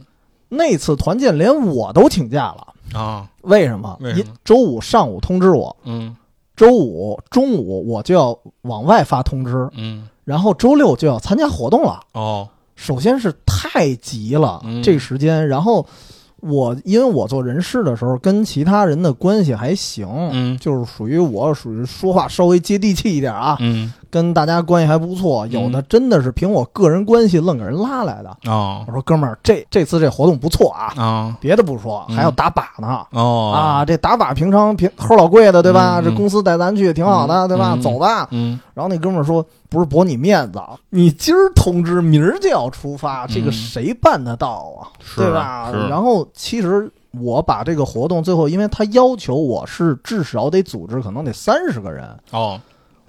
[SPEAKER 1] 那次团建连我都请假了，
[SPEAKER 2] 嗯啊，
[SPEAKER 1] 为什么？
[SPEAKER 2] 为什么
[SPEAKER 1] 一周五上午通知我，
[SPEAKER 2] 嗯
[SPEAKER 1] 周五中午我就要往外发通知，
[SPEAKER 2] 嗯
[SPEAKER 1] 然后周六就要参加活动了。
[SPEAKER 2] 哦，
[SPEAKER 1] 首先是太急了，
[SPEAKER 2] 嗯
[SPEAKER 1] 这时间，然后我因为我做人事的时候跟其他人的关系还行，
[SPEAKER 2] 嗯
[SPEAKER 1] 就是属于我属于说话稍微接地气一点啊，
[SPEAKER 2] 嗯
[SPEAKER 1] 跟大家关系还不错。有的真的是凭我个人关系愣给人拉来的。
[SPEAKER 2] 哦
[SPEAKER 1] 我说哥们儿，这这次这活动不错啊，
[SPEAKER 2] 啊
[SPEAKER 1] 别的不说，还有打靶呢。
[SPEAKER 2] 哦
[SPEAKER 1] 啊，，这打靶平常平齁老贵的，对吧？
[SPEAKER 2] 嗯嗯
[SPEAKER 1] 这公司带咱去挺好的，
[SPEAKER 2] 嗯
[SPEAKER 1] 对吧？
[SPEAKER 2] 嗯
[SPEAKER 1] 走吧。
[SPEAKER 2] 嗯
[SPEAKER 1] 然后那哥们儿说：“不是驳你面子，啊，你今儿通知，明儿就要出发，这个
[SPEAKER 2] 嗯
[SPEAKER 1] 谁办得到啊？
[SPEAKER 2] 是
[SPEAKER 1] 对吧？”
[SPEAKER 2] 是
[SPEAKER 1] 然后其实我把这个活动最后，因为他要求我是至少得组织，可能得三十个人。
[SPEAKER 2] 哦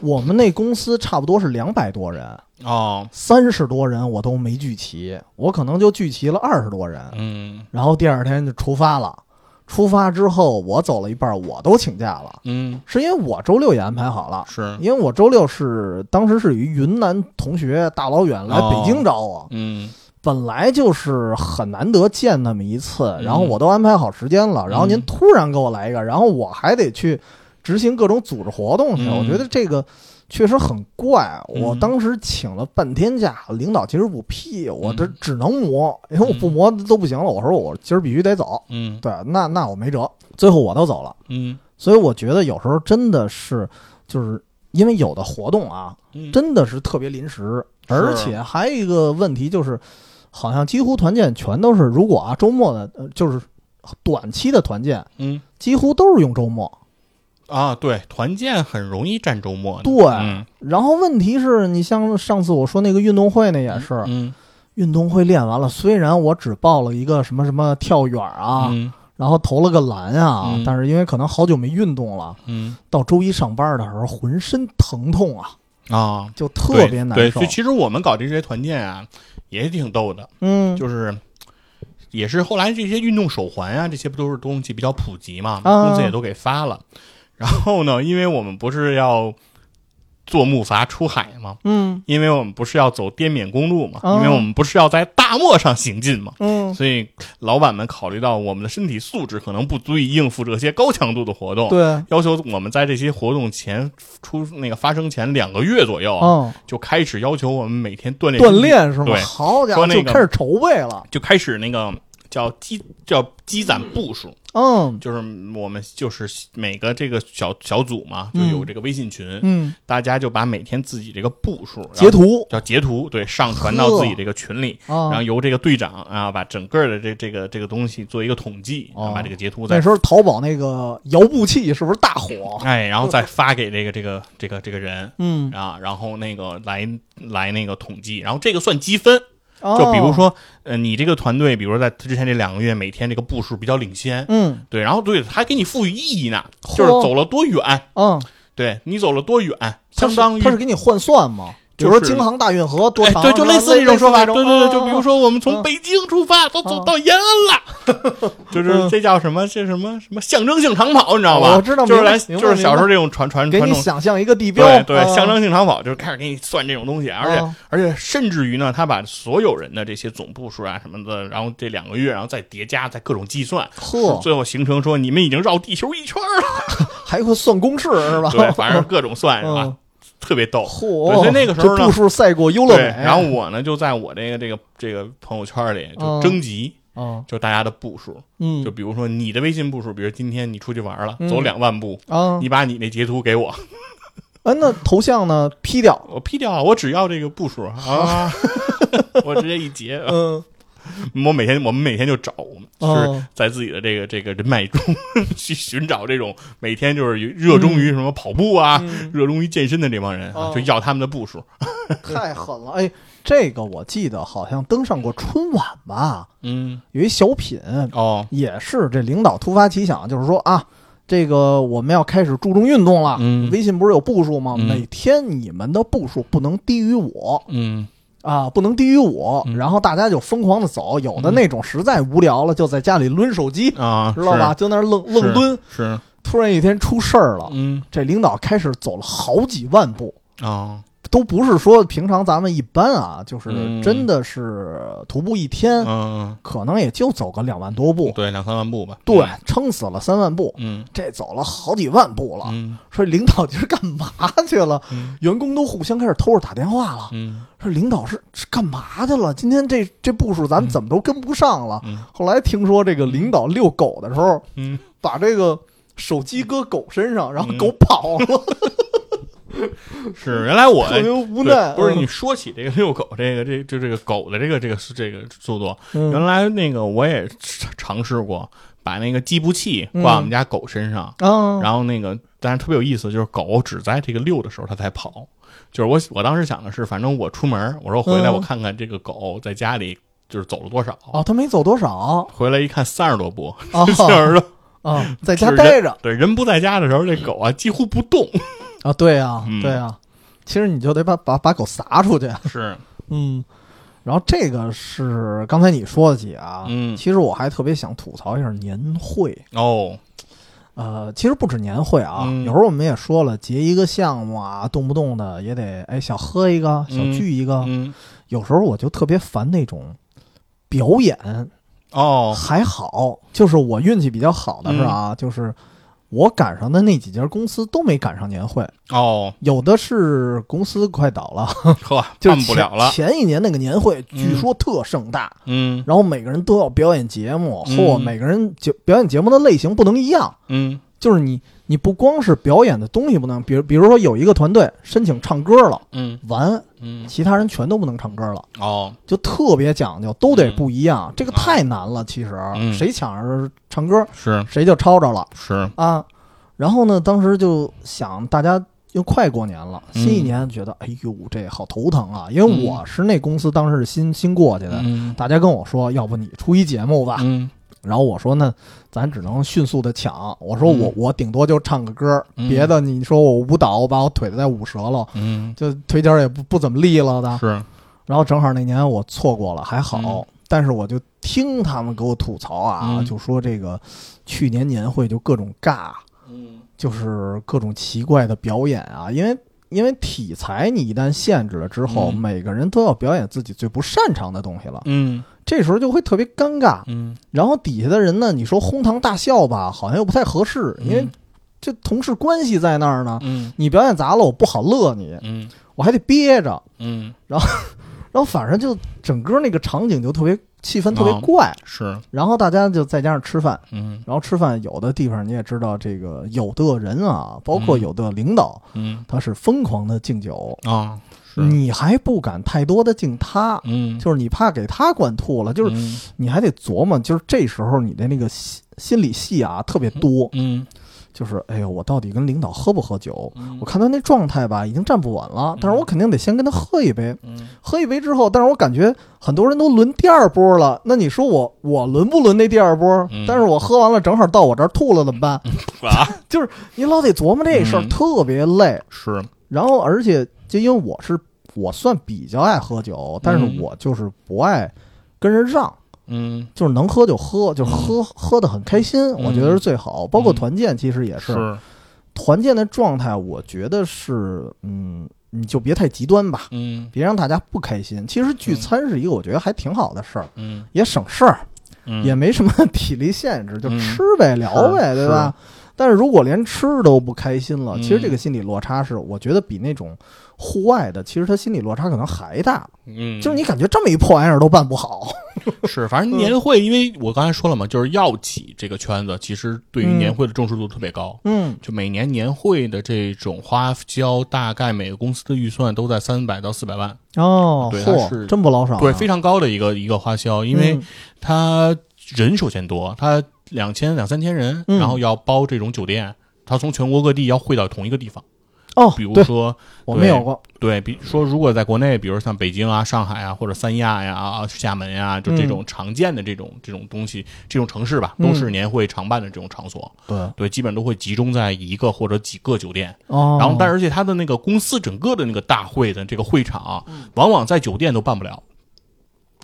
[SPEAKER 1] 我们那公司差不多是两百多人，
[SPEAKER 2] 哦
[SPEAKER 1] 三十多人我都没聚齐，我可能就聚齐了二十多人。
[SPEAKER 2] 嗯
[SPEAKER 1] 然后第二天就出发了。出发之后，我走了一半，我都请假了，
[SPEAKER 2] 嗯
[SPEAKER 1] 是因为我周六也安排好了，
[SPEAKER 2] 是
[SPEAKER 1] 因为我周六是当时是与云南同学大老远来北京找我，
[SPEAKER 2] 嗯
[SPEAKER 1] 本来就是很难得见那么一次，
[SPEAKER 2] 嗯
[SPEAKER 1] 然后我都安排好时间了，然后您
[SPEAKER 2] 嗯
[SPEAKER 1] 突然给我来一个，然后我还得去执行各种组织活动去，
[SPEAKER 2] 嗯
[SPEAKER 1] 我觉得这个。确实很怪，
[SPEAKER 2] 嗯
[SPEAKER 1] 我当时请了半天假，领导其实不批，我这
[SPEAKER 2] 嗯
[SPEAKER 1] 只能磨，因为我不磨都不行了。我说我今儿必须得走，
[SPEAKER 2] 嗯
[SPEAKER 1] 对，那那我没辙，最后我都走了。
[SPEAKER 2] 嗯
[SPEAKER 1] 所以我觉得有时候真的是，就是因为有的活动啊，
[SPEAKER 2] 嗯
[SPEAKER 1] 真的是特别临时，
[SPEAKER 2] 是
[SPEAKER 1] 而且还有一个问题就是，好像几乎团建全都是，如果啊周末的，呃，就是短期的团建，
[SPEAKER 2] 嗯
[SPEAKER 1] 几乎都是用周末。
[SPEAKER 2] 啊，对，团建很容易占周末的，
[SPEAKER 1] 对
[SPEAKER 2] 嗯
[SPEAKER 1] 然后问题是你像上次我说那个运动会那也是，
[SPEAKER 2] 嗯
[SPEAKER 1] 运动会练完了，虽然我只报了一个什么什么跳远啊，
[SPEAKER 2] 嗯
[SPEAKER 1] 然后投了个篮啊，
[SPEAKER 2] 嗯
[SPEAKER 1] 但是因为可能好久没运动了，
[SPEAKER 2] 嗯
[SPEAKER 1] 到周一上班的时候浑身疼痛啊，
[SPEAKER 2] 啊，
[SPEAKER 1] 就特别难
[SPEAKER 2] 对，
[SPEAKER 1] 受
[SPEAKER 2] 所以。其实我们搞这些团建啊，也挺逗的，
[SPEAKER 1] 嗯，
[SPEAKER 2] 就是。也是后来这些运动手环啊，这些不都是东西比较普及嘛，
[SPEAKER 1] 啊
[SPEAKER 2] 公司也都给发了。然后呢，因为我们不是要坐木筏出海吗？
[SPEAKER 1] 嗯
[SPEAKER 2] 因为我们不是要走滇缅公路嘛，
[SPEAKER 1] 哦
[SPEAKER 2] 因为我们不是要在大漠上行进嘛，
[SPEAKER 1] 嗯，
[SPEAKER 2] 所以老板们考虑到我们的身体素质可能不足以应付这些高强度的活动，
[SPEAKER 1] 对，
[SPEAKER 2] 要求我们在这些活动前出那个发生前两个月左右啊，
[SPEAKER 1] 嗯，
[SPEAKER 2] 就开始要求我们每天锻炼
[SPEAKER 1] 锻
[SPEAKER 2] 身体，
[SPEAKER 1] 炼是吗？
[SPEAKER 2] 对
[SPEAKER 1] 好家伙，
[SPEAKER 2] 说那
[SPEAKER 1] 就
[SPEAKER 2] 个
[SPEAKER 1] 开始筹备了。
[SPEAKER 2] 就开始那个叫积叫积攒步数，
[SPEAKER 1] 嗯
[SPEAKER 2] 就是我们就是每个这个小小组嘛，就有这个微信群，
[SPEAKER 1] 嗯，
[SPEAKER 2] 大家就把每天自己这个步数然后
[SPEAKER 1] 截图
[SPEAKER 2] 叫截图，对，上传到自己这个群里，然
[SPEAKER 1] 啊
[SPEAKER 2] 后，由这个队长啊，把整个的这这个这个东西做一个统计，
[SPEAKER 1] 哦
[SPEAKER 2] 然后把这个截图
[SPEAKER 1] 那
[SPEAKER 2] 再，
[SPEAKER 1] 时候淘宝那个摇步器是不是大火？
[SPEAKER 2] 哎，然后
[SPEAKER 1] 哦
[SPEAKER 2] 再发给这个这个这个这个人
[SPEAKER 1] 嗯，
[SPEAKER 2] 啊，然后那个来来那个统计，然后这个算积分，
[SPEAKER 1] 就
[SPEAKER 2] 就比
[SPEAKER 1] 哦
[SPEAKER 2] 如，说，呃，你这个团队，比如说在之前这两个月每天这个步数比较领先，
[SPEAKER 1] 嗯
[SPEAKER 2] 对，然后对还给你赋予意义呢，就是
[SPEAKER 1] 嚯
[SPEAKER 2] 走了多远，
[SPEAKER 1] 嗯，
[SPEAKER 2] 对你走了多远，
[SPEAKER 1] 它
[SPEAKER 2] 相
[SPEAKER 1] 是
[SPEAKER 2] 当于
[SPEAKER 1] 它是给你换算嘛，比如
[SPEAKER 2] 就
[SPEAKER 1] 说
[SPEAKER 2] 是
[SPEAKER 1] 京杭大运河多
[SPEAKER 2] 哎，
[SPEAKER 1] 长，啊
[SPEAKER 2] 对，就类似这种说法，
[SPEAKER 1] 类
[SPEAKER 2] 对
[SPEAKER 1] 似
[SPEAKER 2] 对
[SPEAKER 1] 那种
[SPEAKER 2] 对，就比如，
[SPEAKER 1] 哦
[SPEAKER 2] 说我们
[SPEAKER 1] 嗯
[SPEAKER 2] 从北京出发，都走
[SPEAKER 1] 嗯
[SPEAKER 2] 到延安 了，就是这叫什么？这什么什么象征性长跑，你知道吧？
[SPEAKER 1] 哦我知道
[SPEAKER 2] 就是
[SPEAKER 1] 明白
[SPEAKER 2] 来
[SPEAKER 1] 明白
[SPEAKER 2] 就是小时候这种传传
[SPEAKER 1] 啊给
[SPEAKER 2] 传
[SPEAKER 1] 你
[SPEAKER 2] 统。
[SPEAKER 1] 想象一个地标，
[SPEAKER 2] 对对，
[SPEAKER 1] 啊
[SPEAKER 2] 象征性长跑就是开始给你算这种东西，而
[SPEAKER 1] 嗯
[SPEAKER 2] 且而且甚至于呢，他把所有人的这些总步数啊什么的，然后这两个月，然后再叠加，再各种计算，
[SPEAKER 1] 呵，
[SPEAKER 2] 最后形成说你们已经绕地球一圈了。
[SPEAKER 1] 还会算公式是 吧？
[SPEAKER 2] 对，反正各种算是
[SPEAKER 1] 嗯
[SPEAKER 2] 吧，特别逗。
[SPEAKER 1] 嚯，
[SPEAKER 2] 对所以那个时候呢
[SPEAKER 1] 这步数赛过优乐
[SPEAKER 2] 对
[SPEAKER 1] 美，，
[SPEAKER 2] 然后我呢就在我这个这个这个朋友圈里
[SPEAKER 1] 嗯
[SPEAKER 2] 就征集，
[SPEAKER 1] 啊，
[SPEAKER 2] 就大家的步数，
[SPEAKER 1] 嗯，
[SPEAKER 2] 就比如说你的微信步数，比如今天你出去玩了，
[SPEAKER 1] 嗯
[SPEAKER 2] 走两万步，
[SPEAKER 1] 啊，
[SPEAKER 2] 你把你那截图给我，
[SPEAKER 1] 哎，那头像呢？P 掉，
[SPEAKER 2] 我 P 掉了，啊我只要这个步数啊， 我直接一截。
[SPEAKER 1] 嗯，
[SPEAKER 2] 我每天我们每天就找，我们就
[SPEAKER 1] 哦
[SPEAKER 2] 是在自己的这个这个人脉中 去寻找这种每天就是热衷于什么跑步啊，
[SPEAKER 1] 嗯
[SPEAKER 2] 热衷于健身的这帮人
[SPEAKER 1] 哦
[SPEAKER 2] 啊，就要他们的步数。
[SPEAKER 1] 太狠了，哎，这个我记得好像登上过春晚吧，
[SPEAKER 2] 嗯，
[SPEAKER 1] 有一小品，
[SPEAKER 2] 哦，
[SPEAKER 1] 也是这领导突发奇想，就是说啊，这个我们要开始注重运动了。
[SPEAKER 2] 嗯
[SPEAKER 1] 微信不是有步数吗？
[SPEAKER 2] 嗯
[SPEAKER 1] 每天你们的步数不能低于我
[SPEAKER 2] 嗯
[SPEAKER 1] 啊，不能低于我。
[SPEAKER 2] 嗯
[SPEAKER 1] 然后大家就疯狂的走，有的那种实在无聊了，就在家里抡手机，
[SPEAKER 2] 啊，
[SPEAKER 1] 知道吧？就那儿愣
[SPEAKER 2] 是？
[SPEAKER 1] 愣蹲。啊
[SPEAKER 2] 是是，
[SPEAKER 1] 突然一天出事儿了，
[SPEAKER 2] 嗯
[SPEAKER 1] 这领导开始走了好几万步。
[SPEAKER 2] 啊，
[SPEAKER 1] 都不是说平常咱们一般啊，就是
[SPEAKER 2] 嗯
[SPEAKER 1] 真的是徒步一天，
[SPEAKER 2] 嗯，
[SPEAKER 1] 可能也就走个两万多步，
[SPEAKER 2] 对，两三万步吧。
[SPEAKER 1] 对，撑死了三万步，
[SPEAKER 2] 嗯，
[SPEAKER 1] 这走了好几万步了，
[SPEAKER 2] 嗯
[SPEAKER 1] 说领导今儿干嘛去了？
[SPEAKER 2] 嗯
[SPEAKER 1] 员工都互相开始偷着打电话了，
[SPEAKER 2] 嗯
[SPEAKER 1] 说领导是是干嘛去了？今天这这步数咱们怎么都跟不上了？
[SPEAKER 2] 嗯
[SPEAKER 1] 后来听说这个领导遛狗的时候，
[SPEAKER 2] 嗯，
[SPEAKER 1] 把这个手机搁狗身上，然后
[SPEAKER 2] 嗯
[SPEAKER 1] 狗跑 了，
[SPEAKER 2] 是原来我
[SPEAKER 1] 特别无奈。
[SPEAKER 2] 哎对不是
[SPEAKER 1] 嗯
[SPEAKER 2] 你说起这个遛狗，这个这就这个狗的这个这个这个速度，
[SPEAKER 1] 嗯
[SPEAKER 2] 原来那个我也尝尝试过，把那个计步器
[SPEAKER 1] 嗯
[SPEAKER 2] 挂我们家狗身上，
[SPEAKER 1] 啊，
[SPEAKER 2] 然后那个但是特别有意思，就是狗只在这个遛的时候它才跑。就是我我当时想的是，反正我出门，我说回来
[SPEAKER 1] 嗯
[SPEAKER 2] 我看看这个狗在家里就是走了多少，
[SPEAKER 1] 哦，他没走多少
[SPEAKER 2] 回来一看三十多步，
[SPEAKER 1] 哦
[SPEAKER 2] 就是说
[SPEAKER 1] 啊，在家
[SPEAKER 2] 是人
[SPEAKER 1] 待着嗯
[SPEAKER 2] 对人不在家的时候，这狗啊几乎不动。
[SPEAKER 1] 啊，对啊，
[SPEAKER 2] 嗯
[SPEAKER 1] 对啊，其实你就得把把把狗撒出去，啊
[SPEAKER 2] 是，
[SPEAKER 1] 嗯，然后这个是刚才你说起啊，
[SPEAKER 2] 嗯
[SPEAKER 1] 其实我还特别想吐槽一下年会，
[SPEAKER 2] 哦，
[SPEAKER 1] 呃，其实不止年会啊，
[SPEAKER 2] 嗯
[SPEAKER 1] 有时候我们也说了，结一个项目啊，动不动的也得哎想喝一个，
[SPEAKER 2] 嗯
[SPEAKER 1] 想聚一个，
[SPEAKER 2] 嗯，
[SPEAKER 1] 有时候我就特别烦那种。表演
[SPEAKER 2] 哦，嗯
[SPEAKER 1] 还好，就是我运气比较好的是啊，就是我赶上的那几家公司都没赶上年会，
[SPEAKER 2] 哦，
[SPEAKER 1] 有的是公司快倒 了，
[SPEAKER 2] 呵，
[SPEAKER 1] 就
[SPEAKER 2] 办
[SPEAKER 1] 是
[SPEAKER 2] 不
[SPEAKER 1] 前
[SPEAKER 2] 了了。
[SPEAKER 1] 前一年那个年会，
[SPEAKER 2] 嗯
[SPEAKER 1] 据说特盛大，
[SPEAKER 2] 嗯
[SPEAKER 1] 然后每个人都要表演节目，
[SPEAKER 2] 嗯
[SPEAKER 1] 或每个人节表演节目的类型不能一样。
[SPEAKER 2] 嗯
[SPEAKER 1] 就是你，你不光是表演的东西不能，比如比如说有一个团队申请唱歌了，
[SPEAKER 2] 嗯
[SPEAKER 1] 完
[SPEAKER 2] 嗯，
[SPEAKER 1] 其他人全都不能唱歌了，
[SPEAKER 2] 哦，
[SPEAKER 1] 就特别讲究，都得不一样。这个太难了，其实、
[SPEAKER 2] 啊嗯
[SPEAKER 1] 谁抢着唱歌
[SPEAKER 2] 是
[SPEAKER 1] 谁就抄着了
[SPEAKER 2] 是，
[SPEAKER 1] 啊。然后呢，当时就想大家。又快过年了，
[SPEAKER 2] 嗯
[SPEAKER 1] 新一年觉得，哎呦，这好头疼啊！因为我是那公司当时是新新过去的，
[SPEAKER 2] 嗯
[SPEAKER 1] 大家跟我说，要不你出一节目吧？
[SPEAKER 2] 嗯
[SPEAKER 1] 然后我说那咱只能迅速的抢。我说我、
[SPEAKER 2] 嗯
[SPEAKER 1] 我顶多就唱个歌，
[SPEAKER 2] 嗯
[SPEAKER 1] 别的你说我舞蹈，我把我腿再舞折了，
[SPEAKER 2] 嗯，
[SPEAKER 1] 就腿脚也不不怎么利落的。
[SPEAKER 2] 是，
[SPEAKER 1] 然后正好那年我错过了，还好。
[SPEAKER 2] 嗯
[SPEAKER 1] 但是我就听他们给我吐槽啊，
[SPEAKER 2] 嗯
[SPEAKER 1] 就说这个去年年会就各种尬，
[SPEAKER 2] 嗯
[SPEAKER 1] 就是各种奇怪的表演啊，因为因为题材你一旦限制了之后，
[SPEAKER 2] 嗯
[SPEAKER 1] 每个人都要表演自己最不擅长的东西了，
[SPEAKER 2] 嗯
[SPEAKER 1] 这时候就会特别尴尬。
[SPEAKER 2] 嗯
[SPEAKER 1] 然后底下的人呢，你说哄堂大笑吧，好像又不太合适，因为这同事关系在那儿呢，
[SPEAKER 2] 嗯
[SPEAKER 1] 你表演砸了，我不好乐你，
[SPEAKER 2] 嗯
[SPEAKER 1] 我还得憋着。
[SPEAKER 2] 嗯，
[SPEAKER 1] 然后反正就整个那个场景就特别气氛特别
[SPEAKER 2] 啊
[SPEAKER 1] 怪，
[SPEAKER 2] 是，
[SPEAKER 1] 然后大家就再加上吃饭，
[SPEAKER 2] 嗯
[SPEAKER 1] 然后吃饭有的地方你也知道，这个有的人啊，包括有的领导，
[SPEAKER 2] 嗯
[SPEAKER 1] 他是疯狂的敬酒，
[SPEAKER 2] 啊，是，
[SPEAKER 1] 你还不敢太多的敬他，
[SPEAKER 2] 嗯，
[SPEAKER 1] 就是你怕给他灌吐了，就是
[SPEAKER 2] 是，
[SPEAKER 1] 你还得琢磨，就是这时候你的那个心心理戏啊特别多，
[SPEAKER 2] 嗯，
[SPEAKER 1] 就是哎呦，我到底跟领导喝不喝酒？
[SPEAKER 2] 嗯
[SPEAKER 1] 我看他那状态吧，已经站不稳了，但是我肯定得先跟他喝一杯。
[SPEAKER 2] 嗯
[SPEAKER 1] 喝一杯之后，但是我感觉很多人都轮第二波了，那你说我我轮不轮那第二波？
[SPEAKER 2] 嗯
[SPEAKER 1] 但是我喝完了正好到我这儿吐了怎么办？
[SPEAKER 2] 啊，
[SPEAKER 1] 就是你老得琢磨这事儿，
[SPEAKER 2] 嗯
[SPEAKER 1] 特别累。
[SPEAKER 2] 是，
[SPEAKER 1] 然后而且就因为我是我算比较爱喝酒，但是我就是不爱跟人让。
[SPEAKER 2] 嗯
[SPEAKER 1] 就是能喝就喝，就是喝、喝的很开心，我觉得是最好。包括团建，其实也是、
[SPEAKER 2] 是，
[SPEAKER 1] 团建的状态，我觉得是，嗯，你就别太极端吧，
[SPEAKER 2] 嗯
[SPEAKER 1] 别让大家不开心。其实聚
[SPEAKER 2] 嗯
[SPEAKER 1] 餐是一个我觉得还挺好的事儿，
[SPEAKER 2] 嗯
[SPEAKER 1] 也省事儿，
[SPEAKER 2] 嗯，
[SPEAKER 1] 也没什么体力限制，就
[SPEAKER 2] 嗯
[SPEAKER 1] 吃呗、聊呗，
[SPEAKER 2] 是
[SPEAKER 1] 对吧？但是如果连吃都不开心了，
[SPEAKER 2] 嗯
[SPEAKER 1] 其实这个心理落差是，我觉得比那种户外的，其实他心理落差可能还大。
[SPEAKER 2] 嗯，
[SPEAKER 1] 就是你感觉这么一破玩意哎儿都办不好，
[SPEAKER 2] 是，反
[SPEAKER 1] 嗯
[SPEAKER 2] 正年会，因为我刚才说了嘛，就是药企这个圈子，其实对于
[SPEAKER 1] 嗯
[SPEAKER 2] 年会的重视度特别高。
[SPEAKER 1] 嗯
[SPEAKER 2] 就每年年会的这种花销，大概每个公司的预算都在三百到四百万，
[SPEAKER 1] 哦，
[SPEAKER 2] 对它
[SPEAKER 1] 嚯，
[SPEAKER 2] 是
[SPEAKER 1] 真不老少啊，
[SPEAKER 2] 对，非常高的一个一个花销，因为
[SPEAKER 1] 嗯
[SPEAKER 2] 它人首先多，它两千两三千人，
[SPEAKER 1] 嗯
[SPEAKER 2] 然后要包这种酒店，它从全国各地要汇到同一个地方，
[SPEAKER 1] 哦，
[SPEAKER 2] 比如
[SPEAKER 1] 对
[SPEAKER 2] 说
[SPEAKER 1] 我们有过，
[SPEAKER 2] 对，比如说如果在国内，比如像北京啊、上海啊，或者三亚呀、啊、厦门呀、就这种常见的这种这种东西，这种城市吧，
[SPEAKER 1] 嗯
[SPEAKER 2] 都是年会常办的这种场所。
[SPEAKER 1] 对，
[SPEAKER 2] 对，基本都会集中在一个或者几个酒店。
[SPEAKER 1] 哦，
[SPEAKER 2] 然后，但而且它的那个公司整个的那个大会的这个会场啊，往往在酒店都办不了，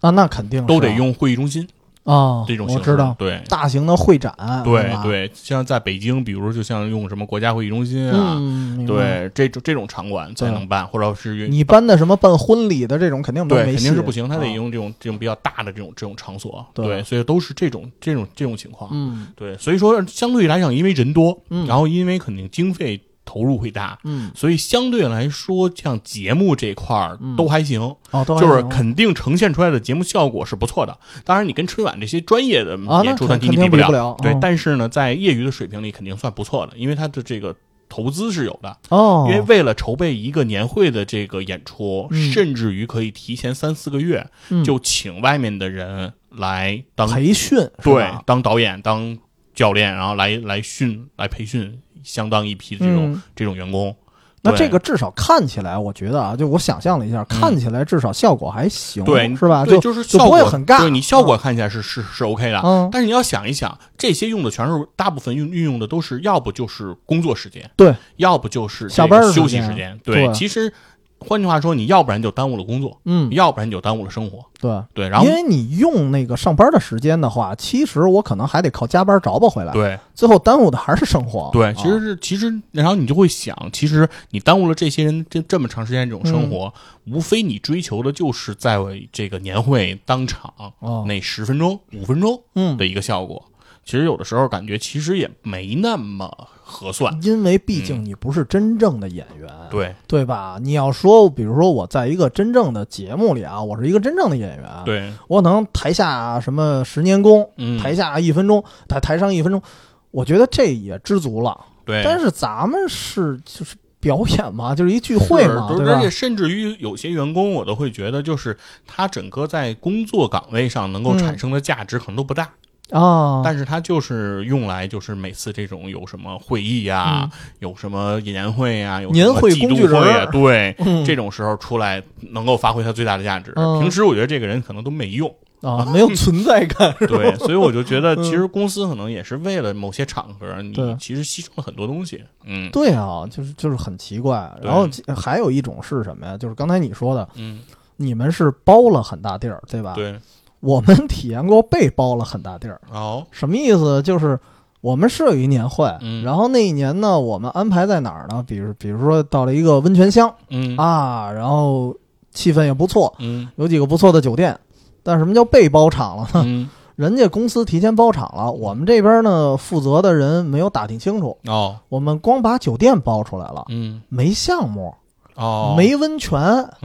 [SPEAKER 1] 啊，那肯定是啊
[SPEAKER 2] 都得用会议中心
[SPEAKER 1] 啊，
[SPEAKER 2] 这种形
[SPEAKER 1] 我
[SPEAKER 2] 式。
[SPEAKER 1] 知道，嗯
[SPEAKER 2] 对。
[SPEAKER 1] 大型的会展，
[SPEAKER 2] 对
[SPEAKER 1] 吧，
[SPEAKER 2] 对，像在北京，比如就像用什么国家会议中心啊，
[SPEAKER 1] 嗯，明白，
[SPEAKER 2] 对这种这种场馆才
[SPEAKER 1] 对
[SPEAKER 2] 能办，或者是
[SPEAKER 1] 你搬的什么办婚礼的这种肯定都
[SPEAKER 2] 对，
[SPEAKER 1] 没
[SPEAKER 2] 肯
[SPEAKER 1] 戏，
[SPEAKER 2] 定是不行，他得
[SPEAKER 1] 啊，
[SPEAKER 2] 用这种这种比较大的这种这种场所，
[SPEAKER 1] 对
[SPEAKER 2] 对，所以都是这种这种这种情况，
[SPEAKER 1] 嗯
[SPEAKER 2] 对，所以说相对来讲，因为人多，
[SPEAKER 1] 嗯
[SPEAKER 2] 然后因为肯定经费投入会大，
[SPEAKER 1] 嗯，
[SPEAKER 2] 所以相对来说，像节目这块儿都还行，
[SPEAKER 1] 哦，都还
[SPEAKER 2] 就是
[SPEAKER 1] 行
[SPEAKER 2] 肯定呈现出来的节目效果是不错的。当然，你跟春晚这些专业的
[SPEAKER 1] 啊，那
[SPEAKER 2] 演出团体
[SPEAKER 1] 肯
[SPEAKER 2] 你
[SPEAKER 1] 定
[SPEAKER 2] 不
[SPEAKER 1] 比
[SPEAKER 2] 了，
[SPEAKER 1] 了，
[SPEAKER 2] 对
[SPEAKER 1] 哦，
[SPEAKER 2] 但是呢，在业余的水平里肯定算不错的，因为它的这个投资是有的，
[SPEAKER 1] 哦，
[SPEAKER 2] 因为为了筹备一个年会的这个演出，
[SPEAKER 1] 嗯
[SPEAKER 2] 甚至于可以提前三四个月、
[SPEAKER 1] 嗯
[SPEAKER 2] 就请外面的人来当
[SPEAKER 1] 培训是
[SPEAKER 2] 对
[SPEAKER 1] 吧
[SPEAKER 2] 当导演、当教练，然后来来训、来培训相当一批的这种、
[SPEAKER 1] 嗯
[SPEAKER 2] 这种员工。
[SPEAKER 1] 那
[SPEAKER 2] 对嗯
[SPEAKER 1] 这个至少看起来，我觉得啊，就我想象了一下，看起来至少效果还行，
[SPEAKER 2] 对
[SPEAKER 1] 是吧？
[SPEAKER 2] 对，
[SPEAKER 1] 就
[SPEAKER 2] 就是
[SPEAKER 1] 就
[SPEAKER 2] 效
[SPEAKER 1] 不
[SPEAKER 2] 果
[SPEAKER 1] 会很尬，嗯
[SPEAKER 2] 对你效果看起来是、是是 OK 的。
[SPEAKER 1] 嗯，嗯，
[SPEAKER 2] 但是你要想一想，这些用的全是大部分运运用的都是要不就是工作时间，
[SPEAKER 1] 对，
[SPEAKER 2] 要不就是这
[SPEAKER 1] 下
[SPEAKER 2] 个
[SPEAKER 1] 班儿时
[SPEAKER 2] 休息
[SPEAKER 1] 间
[SPEAKER 2] 时间。对，
[SPEAKER 1] 对
[SPEAKER 2] 其实换句话说，你要不然就耽误了工作，
[SPEAKER 1] 嗯，
[SPEAKER 2] 要不然你就耽误了生活。
[SPEAKER 1] 对。
[SPEAKER 2] 对，然后
[SPEAKER 1] 因为你用那个上班的时间的话，其实我可能还得靠加班找补回来，
[SPEAKER 2] 对
[SPEAKER 1] 最后耽误的还是生活。
[SPEAKER 2] 对，
[SPEAKER 1] 啊
[SPEAKER 2] 其实是其实，然后你就会想，其实你耽误了这些人这这么长时间这种生活，
[SPEAKER 1] 嗯
[SPEAKER 2] 无非你追求的就是在这个年会当场
[SPEAKER 1] 哦
[SPEAKER 2] 那十分钟、五分钟
[SPEAKER 1] 嗯
[SPEAKER 2] 的，一个效果。其实有的时候感觉其实也没那么合算，
[SPEAKER 1] 因为毕竟你不是真正的演员，
[SPEAKER 2] 嗯对
[SPEAKER 1] 对吧？你要说，比如说我在一个真正的节目里啊，我是一个真正的演员，，
[SPEAKER 2] 对，
[SPEAKER 1] 我可能台下什么十年功，
[SPEAKER 2] 嗯，
[SPEAKER 1] 台下一分钟，台台上一分钟，我觉得这也知足了。
[SPEAKER 2] 对，
[SPEAKER 1] 但是咱们是就是表演嘛，就是一聚会嘛，
[SPEAKER 2] 是
[SPEAKER 1] 对
[SPEAKER 2] 而
[SPEAKER 1] 吧
[SPEAKER 2] 且？甚至于有些员工，我都会觉得，就是他整个在工作岗位上能够
[SPEAKER 1] 嗯
[SPEAKER 2] 产生的价值可能都不大，
[SPEAKER 1] 啊，
[SPEAKER 2] 但是它就是用来就是每次这种有什么会议啊，有什么年会啊，有什么
[SPEAKER 1] 嗯年会
[SPEAKER 2] 季度
[SPEAKER 1] 工具人
[SPEAKER 2] 会
[SPEAKER 1] 儿
[SPEAKER 2] 啊，对，
[SPEAKER 1] 嗯
[SPEAKER 2] 这种时候出来能够发挥它最大的价值。
[SPEAKER 1] 嗯
[SPEAKER 2] 平时我觉得这个人可能都没 用，
[SPEAKER 1] 啊，没有存在感，
[SPEAKER 2] 对，所以我就觉得
[SPEAKER 1] 嗯
[SPEAKER 2] 其实公司可能也是为了某些场合，
[SPEAKER 1] 对
[SPEAKER 2] 你其实牺牲了很多东西。嗯
[SPEAKER 1] 对啊，就是就是很奇怪。
[SPEAKER 2] 对
[SPEAKER 1] 然后还有一种是什么呀？就是刚才你说的，
[SPEAKER 2] 嗯，
[SPEAKER 1] 你们是包了很大地儿， 对吧？
[SPEAKER 2] 对，
[SPEAKER 1] 我们体验过被包了很大地儿，
[SPEAKER 2] 哦，
[SPEAKER 1] 什么意思？就是我们是有一年会，
[SPEAKER 2] 嗯
[SPEAKER 1] 然后那一年呢，我们安排在哪儿呢？比如，比如说到了一个温泉乡
[SPEAKER 2] 嗯
[SPEAKER 1] 啊，然后气氛也不错，
[SPEAKER 2] 嗯
[SPEAKER 1] 有几个不错的酒店。但什么叫被包场了呢？
[SPEAKER 2] 嗯
[SPEAKER 1] 人家公司提前包场了，我们这边呢负责的人没有打听清楚，
[SPEAKER 2] 哦
[SPEAKER 1] 我们光把酒店包出来了，
[SPEAKER 2] 嗯
[SPEAKER 1] 没项目，
[SPEAKER 2] 哦
[SPEAKER 1] 没温泉，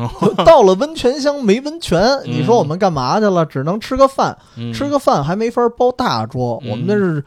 [SPEAKER 1] 到了温泉乡没温泉，你说我们干嘛去了？只能吃个饭，
[SPEAKER 2] 嗯
[SPEAKER 1] 吃个饭还没法包大桌，
[SPEAKER 2] 嗯
[SPEAKER 1] 我们那是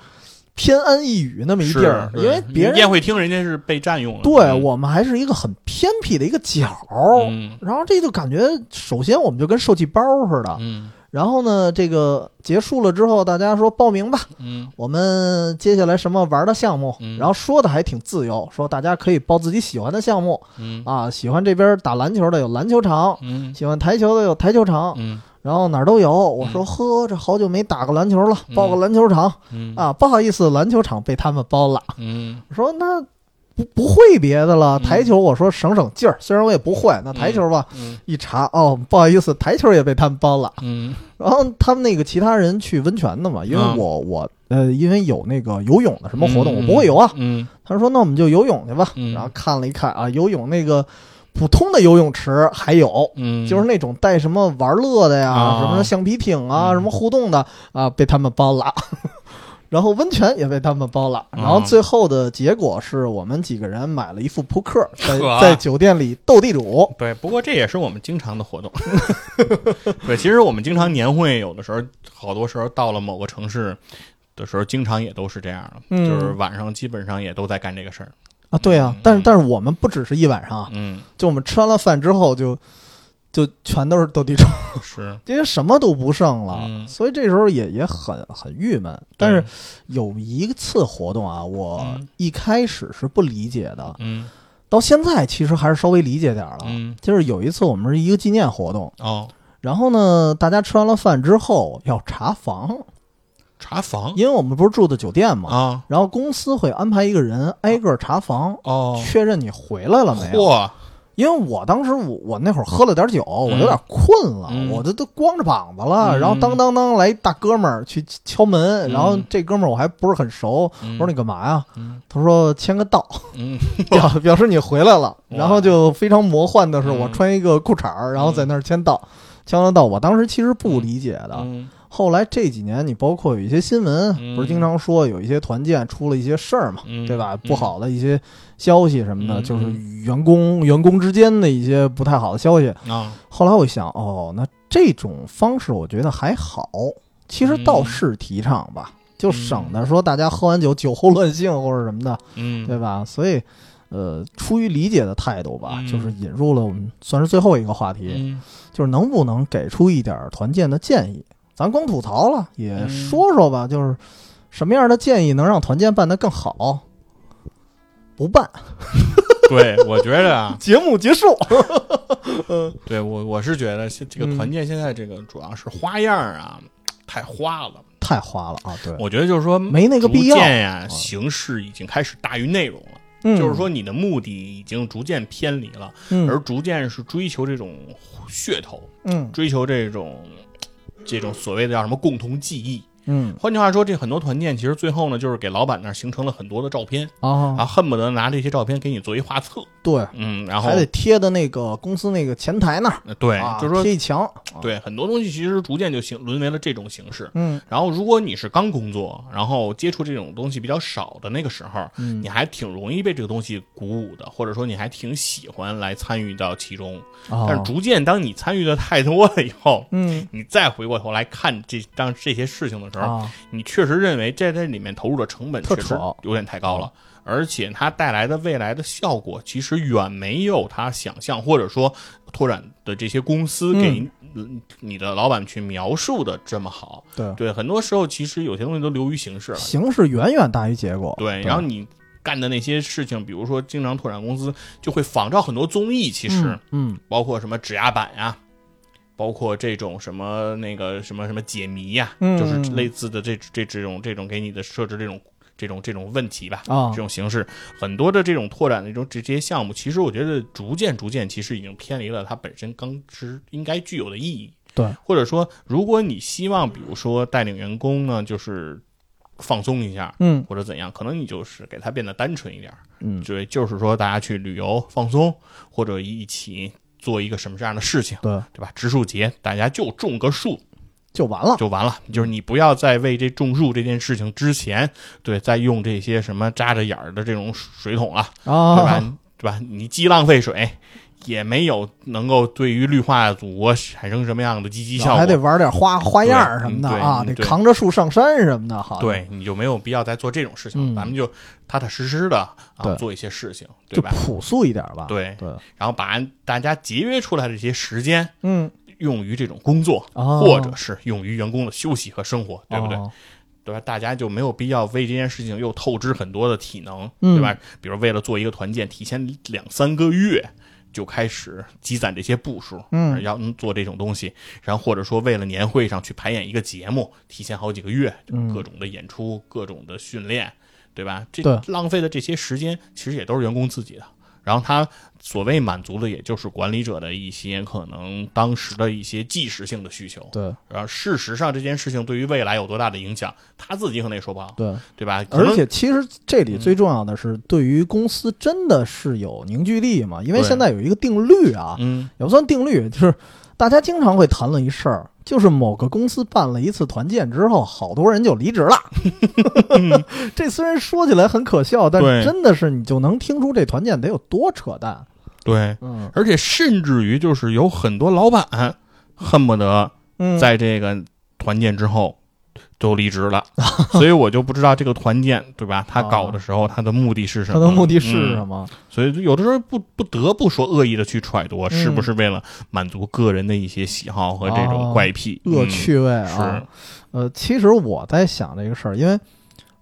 [SPEAKER 1] 偏安一隅那么一地儿，
[SPEAKER 2] 是
[SPEAKER 1] 因为
[SPEAKER 2] 是
[SPEAKER 1] 别
[SPEAKER 2] 宴
[SPEAKER 1] 人
[SPEAKER 2] 会厅人家是被占用了，
[SPEAKER 1] 对
[SPEAKER 2] 嗯
[SPEAKER 1] 我们还是一个很偏僻的一个角儿。
[SPEAKER 2] 嗯
[SPEAKER 1] 然后这就感觉，首先我们就跟受气包似的。
[SPEAKER 2] 嗯
[SPEAKER 1] 然后呢，这个结束了之后，大家说报名吧，
[SPEAKER 2] 嗯
[SPEAKER 1] 我们接下来什么玩的项目
[SPEAKER 2] 嗯，
[SPEAKER 1] 然后说的还挺自由，说大家可以报自己喜欢的项目
[SPEAKER 2] 嗯
[SPEAKER 1] 啊，喜欢这边打篮球的有篮球场，
[SPEAKER 2] 嗯
[SPEAKER 1] 喜欢台球的有台球场，
[SPEAKER 2] 嗯
[SPEAKER 1] 然后哪儿都有。我
[SPEAKER 2] 嗯
[SPEAKER 1] 说呵，这好久没打过篮球了，
[SPEAKER 2] 嗯
[SPEAKER 1] 报个篮球场
[SPEAKER 2] 嗯
[SPEAKER 1] 啊，不好意思，篮球场被他们包了。
[SPEAKER 2] 嗯
[SPEAKER 1] 我说那不不会别的了，
[SPEAKER 2] 嗯
[SPEAKER 1] 台球我说省省劲儿，虽然我也不会，那
[SPEAKER 2] 嗯
[SPEAKER 1] 台球吧。
[SPEAKER 2] 嗯
[SPEAKER 1] 一查哦，不好意思，台球也被他们包了。
[SPEAKER 2] 嗯
[SPEAKER 1] 然后他们那个其他人去温泉的嘛，因为
[SPEAKER 2] 嗯
[SPEAKER 1] 我、我呃，因为有那个游泳的什么活动，
[SPEAKER 2] 嗯
[SPEAKER 1] 我不会游啊。
[SPEAKER 2] 嗯
[SPEAKER 1] 他说那我们就游泳去吧。
[SPEAKER 2] 嗯
[SPEAKER 1] 然后看了一看啊，游泳那个普通的游泳池还有，
[SPEAKER 2] 嗯
[SPEAKER 1] 就是那种带什么玩乐的呀，
[SPEAKER 2] 啊
[SPEAKER 1] 什么橡皮艇啊，
[SPEAKER 2] 嗯
[SPEAKER 1] 什么互动的啊，被他们包了。 然后温泉也被他们包了，
[SPEAKER 2] 啊
[SPEAKER 1] 然后最后的结果是我们几个人买了一副扑克，在
[SPEAKER 2] 呵
[SPEAKER 1] 在酒店里斗地主。
[SPEAKER 2] 对，不过这也是我们经常的活动。 对，其实我们经常年会，有的时候好多时候到了某个城市的时候，经常也都是这样的，
[SPEAKER 1] 嗯
[SPEAKER 2] 就是晚上基本上也都在干这个事儿。
[SPEAKER 1] 啊，对啊
[SPEAKER 2] 嗯，
[SPEAKER 1] 但是但是我们不只是一晚上啊，
[SPEAKER 2] 嗯，
[SPEAKER 1] 就我们吃完了饭之后就就全都是斗地主，
[SPEAKER 2] 是。
[SPEAKER 1] 因为什么都不剩了，
[SPEAKER 2] 嗯
[SPEAKER 1] 所以这时候也也很很郁闷。但是有一次活动啊，我
[SPEAKER 2] 嗯
[SPEAKER 1] 一开始是不理解的，
[SPEAKER 2] 嗯
[SPEAKER 1] 到现在其实还是稍微理解点儿了。
[SPEAKER 2] 嗯
[SPEAKER 1] 就是有一次我们是一个纪念活动，
[SPEAKER 2] 哦，
[SPEAKER 1] 然后呢，大家吃完了饭之后要查房，
[SPEAKER 2] 查房
[SPEAKER 1] 因为我们不是住的酒店嘛，
[SPEAKER 2] 啊
[SPEAKER 1] 然后公司会安排一个人挨个查房，
[SPEAKER 2] 哦，
[SPEAKER 1] 确认你回来了没有。
[SPEAKER 2] 嚯，
[SPEAKER 1] 因为我当时我我那会儿喝了点酒，我有点困了，
[SPEAKER 2] 嗯
[SPEAKER 1] 我这都光着膀子了，
[SPEAKER 2] 嗯
[SPEAKER 1] 然后当当当来一大哥们儿去敲门，然后这哥们儿我还不是很熟，
[SPEAKER 2] 嗯
[SPEAKER 1] 我说你干嘛呀？
[SPEAKER 2] 嗯
[SPEAKER 1] 他说签个 到，
[SPEAKER 2] 嗯
[SPEAKER 1] 表表示你回来了。
[SPEAKER 2] 哇
[SPEAKER 1] 然后就非常魔幻的是，
[SPEAKER 2] 嗯
[SPEAKER 1] 我穿一个裤衩儿，然后在那儿签到，签了到。我当时其实不理解的，
[SPEAKER 2] 嗯
[SPEAKER 1] 后来这几年你包括有一些新闻，
[SPEAKER 2] 嗯
[SPEAKER 1] 不是经常说有一些团建出了一些事儿嘛，
[SPEAKER 2] 嗯
[SPEAKER 1] 对吧？
[SPEAKER 2] 嗯
[SPEAKER 1] 不好的一些消息什么的，
[SPEAKER 2] 嗯
[SPEAKER 1] 就是员工员工之间的一些不太好的消息。
[SPEAKER 2] 啊
[SPEAKER 1] 后来我一想，哦，那这种方式我觉得还好，其实
[SPEAKER 2] 嗯
[SPEAKER 1] 倒是提倡吧，就省得说大家喝完酒酒后乱性或者什么的，
[SPEAKER 2] 嗯
[SPEAKER 1] 对吧？所以，呃，出于理解的态度吧，
[SPEAKER 2] 嗯
[SPEAKER 1] 就是引入了我们算是最后一个话题，
[SPEAKER 2] 嗯
[SPEAKER 1] 就是能不能给出一点团建的建议？咱光吐槽了，也
[SPEAKER 2] 嗯
[SPEAKER 1] 说说吧，就是什么样的建议能让团建办得更好？不办，
[SPEAKER 2] 对，我觉得啊，
[SPEAKER 1] 节目结束。
[SPEAKER 2] 对我我是觉得现这
[SPEAKER 1] 嗯
[SPEAKER 2] 个团建现在这个主要是花样儿啊太花了，
[SPEAKER 1] 太花了啊！对，
[SPEAKER 2] 我觉得就是说
[SPEAKER 1] 没那个必要
[SPEAKER 2] 逐。渐呀、
[SPEAKER 1] 嗯
[SPEAKER 2] 形式已经开始大于内容了。
[SPEAKER 1] 嗯
[SPEAKER 2] 就是，说，你的目的已经逐渐偏离了，而
[SPEAKER 1] 嗯
[SPEAKER 2] 逐渐是追求这种噱头，
[SPEAKER 1] 嗯
[SPEAKER 2] 追求这种这种所谓的叫什么共同记忆。
[SPEAKER 1] 嗯
[SPEAKER 2] 换句话说，这很多团建其实最后呢，就是给老板那儿形成了很多的照片
[SPEAKER 1] 啊
[SPEAKER 2] 啊，恨不得拿这些照片给你做一画册。
[SPEAKER 1] 对，
[SPEAKER 2] 嗯，然后
[SPEAKER 1] 还得贴的那个公司那个前台那儿，
[SPEAKER 2] 呃对
[SPEAKER 1] 啊，
[SPEAKER 2] 就是说
[SPEAKER 1] 贴一墙。啊，
[SPEAKER 2] 对很多东西其实逐渐就形沦为了这种形式。
[SPEAKER 1] 嗯
[SPEAKER 2] 然后，如果你是刚工作，然后接触这种东西比较少的那个时候，
[SPEAKER 1] 嗯
[SPEAKER 2] 你还挺容易被这个东西鼓舞的，或者说你还挺喜欢来参与到其中。
[SPEAKER 1] 啊
[SPEAKER 2] 但是逐渐，当你参与的太多了以后，
[SPEAKER 1] 嗯
[SPEAKER 2] 你再回过头来看这当这些事情的时候，
[SPEAKER 1] 啊
[SPEAKER 2] 你确实认为在这里面投入的成本
[SPEAKER 1] 特
[SPEAKER 2] 确实
[SPEAKER 1] 扯嗯
[SPEAKER 2] 有点太高了，而且它带来的未来的效果其实远没有他想象或者说拓展的这些公司给你你的老板去描述的这么好。
[SPEAKER 1] 嗯对，
[SPEAKER 2] 对，很多时候其实有些东西都流于形式了。
[SPEAKER 1] 形式远远大于结果。
[SPEAKER 2] 对，然后你干的那些事情，比如说经常拓展公司，就会仿照很多综艺，其实、
[SPEAKER 1] 嗯
[SPEAKER 2] 包括什么指压板呀、包括这种什么那个什么什么解谜呀、
[SPEAKER 1] 嗯
[SPEAKER 2] 就是类似的这这这种这种给你的设置这种这种这种问题吧。
[SPEAKER 1] 啊
[SPEAKER 2] 这种形式，很多的这种拓展的这种这这些项目，其实我觉得逐渐逐渐，其实已经偏离了它本身刚之应该具有的意义。
[SPEAKER 1] 对，
[SPEAKER 2] 或者说，如果你希望，比如说带领员工呢，就是放松一下，
[SPEAKER 1] 嗯
[SPEAKER 2] 或者怎样，可能你就是给它变得单纯一点儿，
[SPEAKER 1] 嗯，
[SPEAKER 2] 就就是说大家去旅游放松，或者一起做一个什么样的事情，
[SPEAKER 1] 对，
[SPEAKER 2] 对吧？植树节，大家就种个树
[SPEAKER 1] 就完了。
[SPEAKER 2] 就完了，就是你不要再为这种树这件事情之前，对，再用这些什么扎着眼儿的这种水桶了，对吧？
[SPEAKER 1] 啊，
[SPEAKER 2] 对吧？你既浪费水，也没有能够对于绿化祖国产生什么样的积极效果，
[SPEAKER 1] 啊还得玩点花花样儿什么的
[SPEAKER 2] 对嗯
[SPEAKER 1] 啊，得
[SPEAKER 2] 对
[SPEAKER 1] 扛着树上山什么的，好，，
[SPEAKER 2] 对，你就没有必要再做这种事
[SPEAKER 1] 嗯
[SPEAKER 2] 情，咱们就踏踏实实的啊
[SPEAKER 1] 对
[SPEAKER 2] 做一些事情，对
[SPEAKER 1] 就
[SPEAKER 2] 吧？
[SPEAKER 1] 朴素一点吧。
[SPEAKER 2] 对，
[SPEAKER 1] 对，
[SPEAKER 2] 然后把大家节约出来的这些时间
[SPEAKER 1] 嗯，
[SPEAKER 2] 用于这种工作，
[SPEAKER 1] 哦
[SPEAKER 2] 或者是用于员工的休息和生活，对不对？
[SPEAKER 1] 哦
[SPEAKER 2] 对吧？大家就没有必要为这件事情又透支很多的体能，
[SPEAKER 1] 嗯
[SPEAKER 2] 对吧？比如为了做一个团建，提前两三个月就开始积攒这些步数，
[SPEAKER 1] 嗯
[SPEAKER 2] 要能做这种东西，然后或者说为了年会上去排演一个节目，提前好几个月，就
[SPEAKER 1] 嗯
[SPEAKER 2] 各种的演出，各种的训练，对吧？这
[SPEAKER 1] 对
[SPEAKER 2] 浪费的这些时间，其实也都是员工自己的。然后他所谓满足的，也就是管理者的一些可能当时的一些即时性的需求。
[SPEAKER 1] 对
[SPEAKER 2] 然后啊事实上这件事情对于未来有多大的影响，他自己可能也说不好，
[SPEAKER 1] 对，
[SPEAKER 2] 对吧？可能嗯
[SPEAKER 1] 而且其实这里最重要的是，对于公司真的是有凝聚力嘛？因为
[SPEAKER 2] 对
[SPEAKER 1] 现在有一个定律啊，
[SPEAKER 2] 嗯，
[SPEAKER 1] 也不算定律，就是大家经常会谈论一事儿，就是某个公司办了一次团建之后，好多人就离职 了。这虽然说起来很可笑，但
[SPEAKER 2] 对
[SPEAKER 1] 真的是你就能听出这团建得有多扯淡。
[SPEAKER 2] 对，
[SPEAKER 1] 嗯
[SPEAKER 2] 而且甚至于就是有很多老板恨不得
[SPEAKER 1] 嗯，
[SPEAKER 2] 在这个团建之后都离职 了，所以我就不知道这个团建对吧？他搞的时候哦他的目的是什
[SPEAKER 1] 他
[SPEAKER 2] 么？
[SPEAKER 1] 的目的是
[SPEAKER 2] 嗯
[SPEAKER 1] 什么？
[SPEAKER 2] 所以有的时候不不得不说恶意的去揣度，啊是不是为了满足个人的一些喜好和这种怪癖、
[SPEAKER 1] 恶趣味
[SPEAKER 2] 嗯
[SPEAKER 1] 啊！
[SPEAKER 2] 是
[SPEAKER 1] 呃，其实我在想这个事儿，因为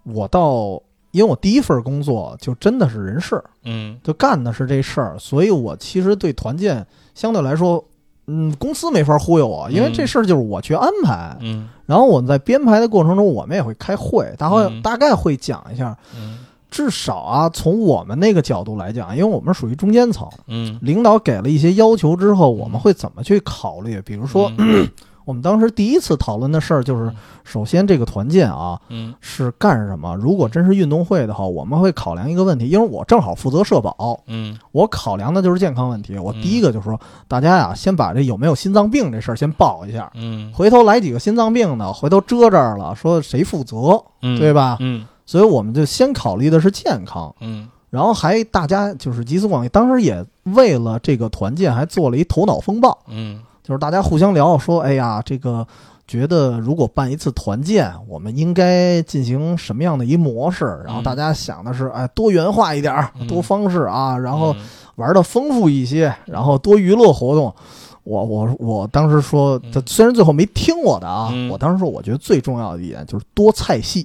[SPEAKER 1] 我到，因为我第一份工作就真的是人事，
[SPEAKER 2] 嗯
[SPEAKER 1] 就干的是这事儿，所以我其实对团建相对来说，嗯，公司没法忽悠我，因为
[SPEAKER 2] 嗯
[SPEAKER 1] 这事儿就是我去安排。
[SPEAKER 2] 嗯
[SPEAKER 1] 然后我们在编排的过程中，我们也会开会，大会、
[SPEAKER 2] 嗯
[SPEAKER 1] 大概会讲一下。
[SPEAKER 2] 嗯
[SPEAKER 1] 至少啊，从我们那个角度来讲，因为我们属于中间层，
[SPEAKER 2] 嗯，
[SPEAKER 1] 领导给了一些要求之后，我们会怎么去考虑？比如说，
[SPEAKER 2] 嗯
[SPEAKER 1] 我们当时第一次讨论的事儿就是
[SPEAKER 2] 嗯，
[SPEAKER 1] 首先这个团建啊
[SPEAKER 2] 嗯
[SPEAKER 1] 是干什么？如果真是运动会的话，我们会考量一个问题，因为我正好负责社保，
[SPEAKER 2] 嗯
[SPEAKER 1] 我考量的就是健康问题。我
[SPEAKER 2] 嗯
[SPEAKER 1] 第一个就说，大家呀、先把这有没有心脏病这事儿先报一下，
[SPEAKER 2] 嗯
[SPEAKER 1] 回头来几个心脏病的，回头遮这儿了，说谁负责，
[SPEAKER 2] 嗯，
[SPEAKER 1] 对吧？
[SPEAKER 2] 嗯
[SPEAKER 1] 所以我们就先考虑的是健康，
[SPEAKER 2] 嗯
[SPEAKER 1] 然后还大家就是集思广益，当时也为了这个团建还做了一头脑风暴。
[SPEAKER 2] 嗯
[SPEAKER 1] 就是大家互相聊说，哎呀，这个觉得如果办一次团建，我们应该进行什么样的一模式？然后
[SPEAKER 2] 嗯
[SPEAKER 1] 大家想的是，哎，多元化一点儿，
[SPEAKER 2] 嗯
[SPEAKER 1] 多方式啊，然后
[SPEAKER 2] 嗯
[SPEAKER 1] 玩的丰富一些，然后多娱乐活动。我我我当时说，
[SPEAKER 2] 嗯
[SPEAKER 1] 他虽然最后没听我的啊，
[SPEAKER 2] 嗯
[SPEAKER 1] 我当时说，我觉得最重要的一点就是多菜系，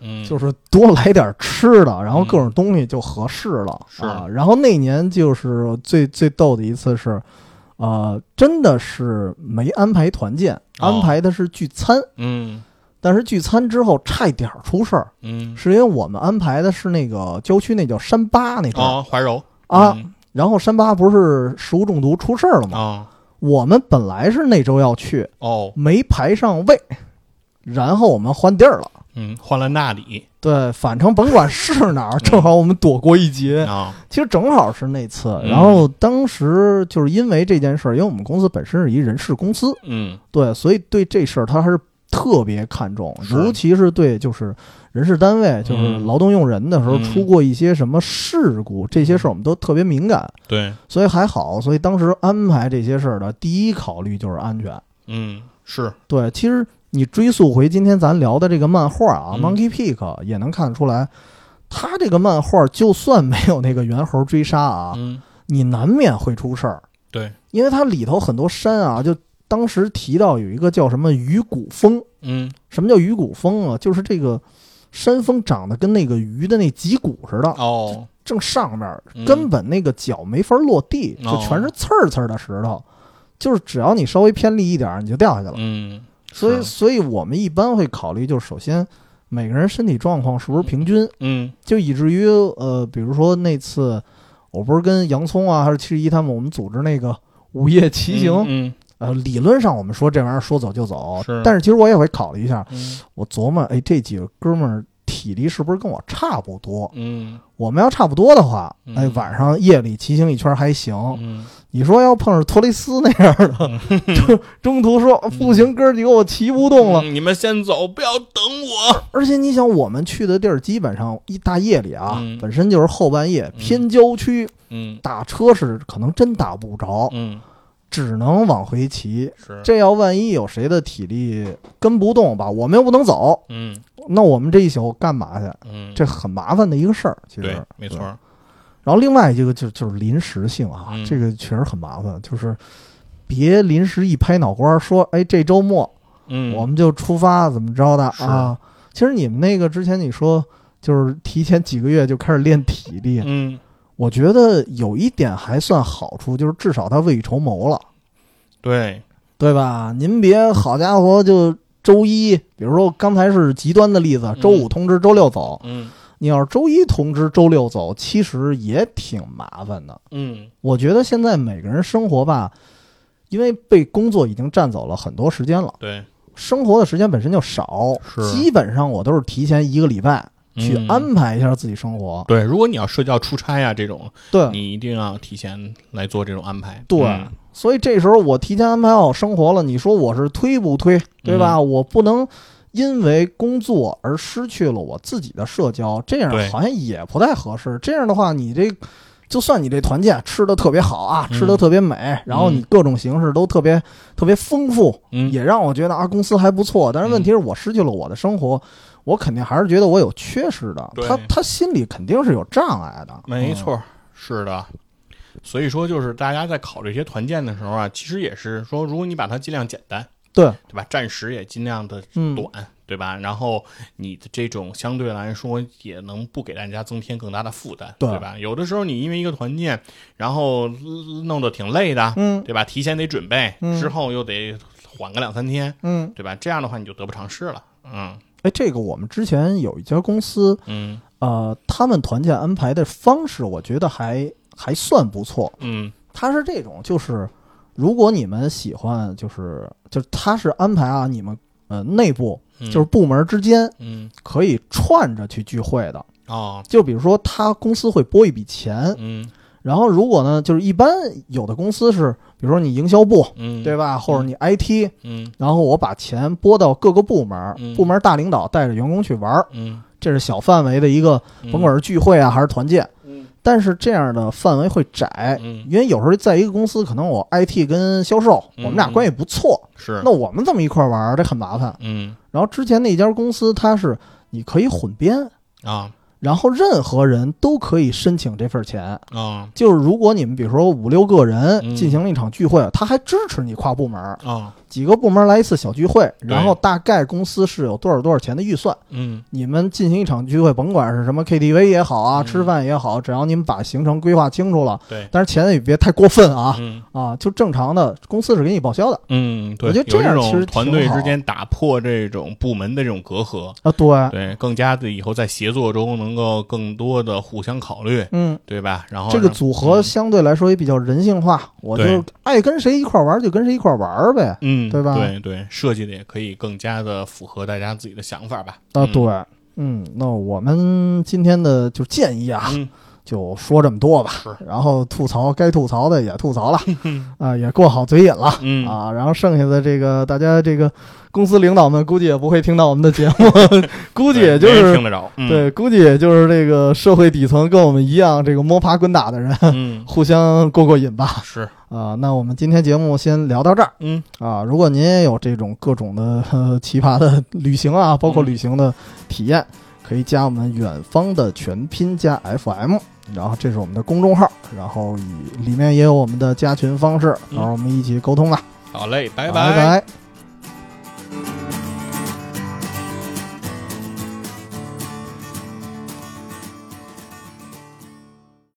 [SPEAKER 2] 嗯
[SPEAKER 1] 就是多来点吃的，然后
[SPEAKER 2] 嗯
[SPEAKER 1] 各种东西就合适了、
[SPEAKER 2] 是
[SPEAKER 1] 啊。然后那年就是最最逗的一次是，呃，真的是没安排团建，
[SPEAKER 2] 哦
[SPEAKER 1] 安排的是聚餐，
[SPEAKER 2] 嗯
[SPEAKER 1] 但是聚餐之后差一点儿出事儿，
[SPEAKER 2] 嗯
[SPEAKER 1] 是因为我们安排的是那个郊区那叫山巴那边、
[SPEAKER 2] 哦，怀柔
[SPEAKER 1] 啊，然后山巴不是食物中毒出事儿了吗？
[SPEAKER 2] 啊
[SPEAKER 1] 我们本来是那周要去，
[SPEAKER 2] 哦
[SPEAKER 1] 没排上位，然后我们换地儿了。
[SPEAKER 2] 嗯，换了那里
[SPEAKER 1] 对，反正甭管是
[SPEAKER 2] 嗯
[SPEAKER 1] 哪儿，正好我们躲过一劫。
[SPEAKER 2] 啊
[SPEAKER 1] 其实正好是那次，
[SPEAKER 2] 嗯
[SPEAKER 1] 然后当时就是因为这件事儿，因为我们公司本身是一人事公司，
[SPEAKER 2] 嗯
[SPEAKER 1] 对，所以对这事儿他还是特别看重，
[SPEAKER 2] 是
[SPEAKER 1] 尤其是对就是人事单位，就是劳动用人的时候
[SPEAKER 2] 嗯
[SPEAKER 1] 出过一些什么事故，这些事儿我们都特别敏感，
[SPEAKER 2] 对
[SPEAKER 1] 所以还好，所以当时安排这些事儿的第一考虑就是安全。
[SPEAKER 2] 嗯是
[SPEAKER 1] 对，其实你追溯回今天咱聊的这个漫画啊，
[SPEAKER 2] 嗯
[SPEAKER 1] Monkey Peak》也能看出来，他这个漫画就算没有那个猿猴追杀啊，
[SPEAKER 2] 嗯
[SPEAKER 1] 你难免会出事儿，
[SPEAKER 2] 对
[SPEAKER 1] 因为它里头很多山啊，就当时提到有一个叫什么鱼骨峰，
[SPEAKER 2] 嗯
[SPEAKER 1] 什么叫鱼骨峰啊？就是这个山峰长得跟那个鱼的那脊骨似的，
[SPEAKER 2] 哦
[SPEAKER 1] 正上面
[SPEAKER 2] 嗯
[SPEAKER 1] 根本那个脚没法落地，就
[SPEAKER 2] 哦
[SPEAKER 1] 全是刺儿刺儿的石头，就是只要你稍微偏离一点儿，你就掉下去了。
[SPEAKER 2] 嗯，
[SPEAKER 1] 所以，
[SPEAKER 2] 是
[SPEAKER 1] 所以我们一般会考虑，就是首先每个人身体状况是不是平均，
[SPEAKER 2] 嗯
[SPEAKER 1] 就以至于呃，比如说那次我不是跟洋葱啊，还是七十一他们，我们组织那个午夜骑行，
[SPEAKER 2] 嗯
[SPEAKER 1] 呃，理论上我们说这玩意儿说走就走，
[SPEAKER 2] 是
[SPEAKER 1] 但是其实我也会考虑一下，
[SPEAKER 2] 嗯
[SPEAKER 1] 我琢磨，哎，这几个哥们儿体力是不是跟我差不多？
[SPEAKER 2] 嗯
[SPEAKER 1] 我们要差不多的话，
[SPEAKER 2] 嗯
[SPEAKER 1] 哎，晚上夜里骑行一圈还行。
[SPEAKER 2] 嗯
[SPEAKER 1] 你说要碰上托雷斯那样的， 中中途说哦不行，哥儿几个我骑不动了。
[SPEAKER 2] 嗯你们先走，不要等我。
[SPEAKER 1] 而且你想，我们去的地儿基本上一大夜里啊，
[SPEAKER 2] 嗯
[SPEAKER 1] 本身就是后半夜，偏郊区，
[SPEAKER 2] 嗯
[SPEAKER 1] 打车是可能真打不着，
[SPEAKER 2] 嗯，
[SPEAKER 1] 只能往回骑。
[SPEAKER 2] 是，
[SPEAKER 1] 这要万一有谁的体力跟不动吧，我们又不能走，
[SPEAKER 2] 嗯
[SPEAKER 1] 那我们这一宿干嘛去？
[SPEAKER 2] 嗯，
[SPEAKER 1] 这很麻烦的一个事儿，其实
[SPEAKER 2] 对，没错
[SPEAKER 1] 对
[SPEAKER 2] 儿。
[SPEAKER 1] 然后另外一个就就是临时性啊，
[SPEAKER 2] 嗯
[SPEAKER 1] 这个确实很麻烦，就是别临时一拍脑瓜儿说，哎，这周末
[SPEAKER 2] 嗯，
[SPEAKER 1] 我们就出发，怎么着的
[SPEAKER 2] 是
[SPEAKER 1] 啊？其实你们那个之前你说就是提前几个月就开始练体力，
[SPEAKER 2] 嗯，
[SPEAKER 1] 我觉得有一点还算好处，就是至少他未雨绸缪了，
[SPEAKER 2] 对，
[SPEAKER 1] 对吧？您别好家伙就。周一，比如说刚才是极端的例子，周五通知周六走。
[SPEAKER 2] 嗯
[SPEAKER 1] 你要是周一通知周六走，其实也挺麻烦的。
[SPEAKER 2] 嗯
[SPEAKER 1] 我觉得现在每个人生活吧，因为被工作已经占走了很多时间了，
[SPEAKER 2] 对，
[SPEAKER 1] 生活的时间本身就少
[SPEAKER 2] 是，
[SPEAKER 1] 基本上我都是提前一个礼拜去
[SPEAKER 2] 嗯
[SPEAKER 1] 安排一下自己生活。
[SPEAKER 2] 对，如果你要睡觉、出差啊这种，
[SPEAKER 1] 对
[SPEAKER 2] 你一定要提前来做这种安排。
[SPEAKER 1] 嗯对
[SPEAKER 2] 嗯
[SPEAKER 1] 所以这时候我提前安排好生活了，你说我是推不推，
[SPEAKER 2] 嗯
[SPEAKER 1] 对吧？我不能。因为工作而失去了我自己的社交，这样
[SPEAKER 2] 对
[SPEAKER 1] 好像也不太合适。这样的话，你这就算你这团建吃的特别好啊，
[SPEAKER 2] 嗯
[SPEAKER 1] 吃的特别美，然后你各种形式都特别特别丰富，
[SPEAKER 2] 嗯，
[SPEAKER 1] 也让我觉得啊公司还不错，但是问题是我失去了我的生活，我肯定还是觉得我有缺失的。
[SPEAKER 2] 对
[SPEAKER 1] 他他心里肯定是有障碍的，
[SPEAKER 2] 没错儿，嗯是的。所以说，就是大家在考虑一些团建的时候啊，其实也是说，如果你把它尽量简单，
[SPEAKER 1] 嗯对，
[SPEAKER 2] 对吧？暂时也尽量的
[SPEAKER 1] 嗯
[SPEAKER 2] 短，对吧？然后你的这种相对来说也能不给大家增添更大的负担，
[SPEAKER 1] 对
[SPEAKER 2] 对吧？有的时候你因为一个团建，然后呃弄得挺累的，
[SPEAKER 1] 嗯
[SPEAKER 2] 对吧？提前得准备，
[SPEAKER 1] 嗯
[SPEAKER 2] 之后又得缓个两三天，
[SPEAKER 1] 嗯，
[SPEAKER 2] 对吧？这样的话你就得不偿失了。嗯
[SPEAKER 1] 哎，这个我们之前有一家公司，
[SPEAKER 2] 嗯
[SPEAKER 1] 呃，他们团建安排的方式，我觉得还还算不错。
[SPEAKER 2] 嗯
[SPEAKER 1] 他是这种，就是如果你们喜欢，就是就是他是安排啊，你们呃内部
[SPEAKER 2] 嗯，
[SPEAKER 1] 就是部门之间
[SPEAKER 2] 嗯
[SPEAKER 1] 可以串着去聚会的。
[SPEAKER 2] 哦
[SPEAKER 1] 就比如说，他公司会拨一笔钱，
[SPEAKER 2] 嗯
[SPEAKER 1] 然后如果呢，就是一般有的公司是，比如说你营销部，
[SPEAKER 2] 嗯，
[SPEAKER 1] 对吧？或者你 IT，
[SPEAKER 2] 嗯
[SPEAKER 1] 然后我把钱拨到各个部门，
[SPEAKER 2] 嗯
[SPEAKER 1] 部门大领导带着员工去玩儿，
[SPEAKER 2] 嗯，
[SPEAKER 1] 这是小范围的一个，
[SPEAKER 2] 嗯
[SPEAKER 1] 甭管是聚会啊还是团建，
[SPEAKER 2] 嗯
[SPEAKER 1] 但是这样的范围会窄。
[SPEAKER 2] 嗯
[SPEAKER 1] 因为有时候在一个公司，可能我 IT 跟销售，我
[SPEAKER 2] 嗯
[SPEAKER 1] 们俩关系不错，
[SPEAKER 2] 是
[SPEAKER 1] 那我们这么一块儿玩儿，这很麻烦。
[SPEAKER 2] 嗯
[SPEAKER 1] 然后之前那家公司，它是你可以混编，
[SPEAKER 2] 啊
[SPEAKER 1] 然后任何人都可以申请这份钱，
[SPEAKER 2] 啊
[SPEAKER 1] 就是如果你们比如说五六个人
[SPEAKER 2] 嗯
[SPEAKER 1] 进行了一场聚会，他还支持你跨部门儿，
[SPEAKER 2] 啊
[SPEAKER 1] 几个部门来一次小聚会，
[SPEAKER 2] 对
[SPEAKER 1] 然后大概公司是有多少多少钱的预算，
[SPEAKER 2] 嗯
[SPEAKER 1] 你们进行一场聚会，甭管是什么 KTV 也好啊，
[SPEAKER 2] 嗯
[SPEAKER 1] 吃饭也好，只要你们把行程规划清楚了，
[SPEAKER 2] 对
[SPEAKER 1] 但是钱也别太过分啊
[SPEAKER 2] 嗯
[SPEAKER 1] 啊，就正常的，公司是给你报销的
[SPEAKER 2] 嗯，对，
[SPEAKER 1] 我觉得这样
[SPEAKER 2] 有
[SPEAKER 1] 其实
[SPEAKER 2] 种团队
[SPEAKER 1] 挺好
[SPEAKER 2] 之间打破这种部门的这种隔阂，
[SPEAKER 1] 啊，对，
[SPEAKER 2] 对，更加的以后在协作中能够更多的互相考虑，
[SPEAKER 1] 嗯。
[SPEAKER 2] 对吧？然后
[SPEAKER 1] 这个
[SPEAKER 2] 让
[SPEAKER 1] 组合相对来说也比较人性化，我就
[SPEAKER 2] 对
[SPEAKER 1] 爱跟谁一块儿玩儿就跟谁一块儿玩儿呗。
[SPEAKER 2] 嗯，
[SPEAKER 1] 对吧
[SPEAKER 2] 对对，设计的也可以更加的符合大家自己的想法吧。
[SPEAKER 1] 啊，
[SPEAKER 2] 嗯，
[SPEAKER 1] 对，嗯，那我们今天的就建议啊，
[SPEAKER 2] 嗯
[SPEAKER 1] 就说这么多吧。
[SPEAKER 2] 是
[SPEAKER 1] 然后吐槽该吐槽的也吐 槽了，啊、也过好嘴瘾了、
[SPEAKER 2] 嗯
[SPEAKER 1] 啊。然后剩下的这个大家这个公司领导们估计也不会听到我们的节目， 估计
[SPEAKER 2] 对
[SPEAKER 1] 也就
[SPEAKER 2] 没人
[SPEAKER 1] 是
[SPEAKER 2] 听得着，嗯，
[SPEAKER 1] 对，估计也就是这个社会底层跟我们一样这个摸爬滚打的人，
[SPEAKER 2] 嗯，
[SPEAKER 1] 互相过过瘾吧。
[SPEAKER 2] 是，
[SPEAKER 1] 啊，那我们今天节目先聊到这儿。
[SPEAKER 2] 嗯
[SPEAKER 1] 啊，如果您也有这种各种的、 呃、奇葩的旅行啊，包括
[SPEAKER 2] 嗯
[SPEAKER 1] 旅行的体验，可以加我们远方的全拼加 FM，然后这是我们的公众号，然
[SPEAKER 2] 嗯
[SPEAKER 1] 后以里面也有我们的加群方式，然后我们一起沟通吧。啊
[SPEAKER 2] 好嘞，拜
[SPEAKER 1] 拜拜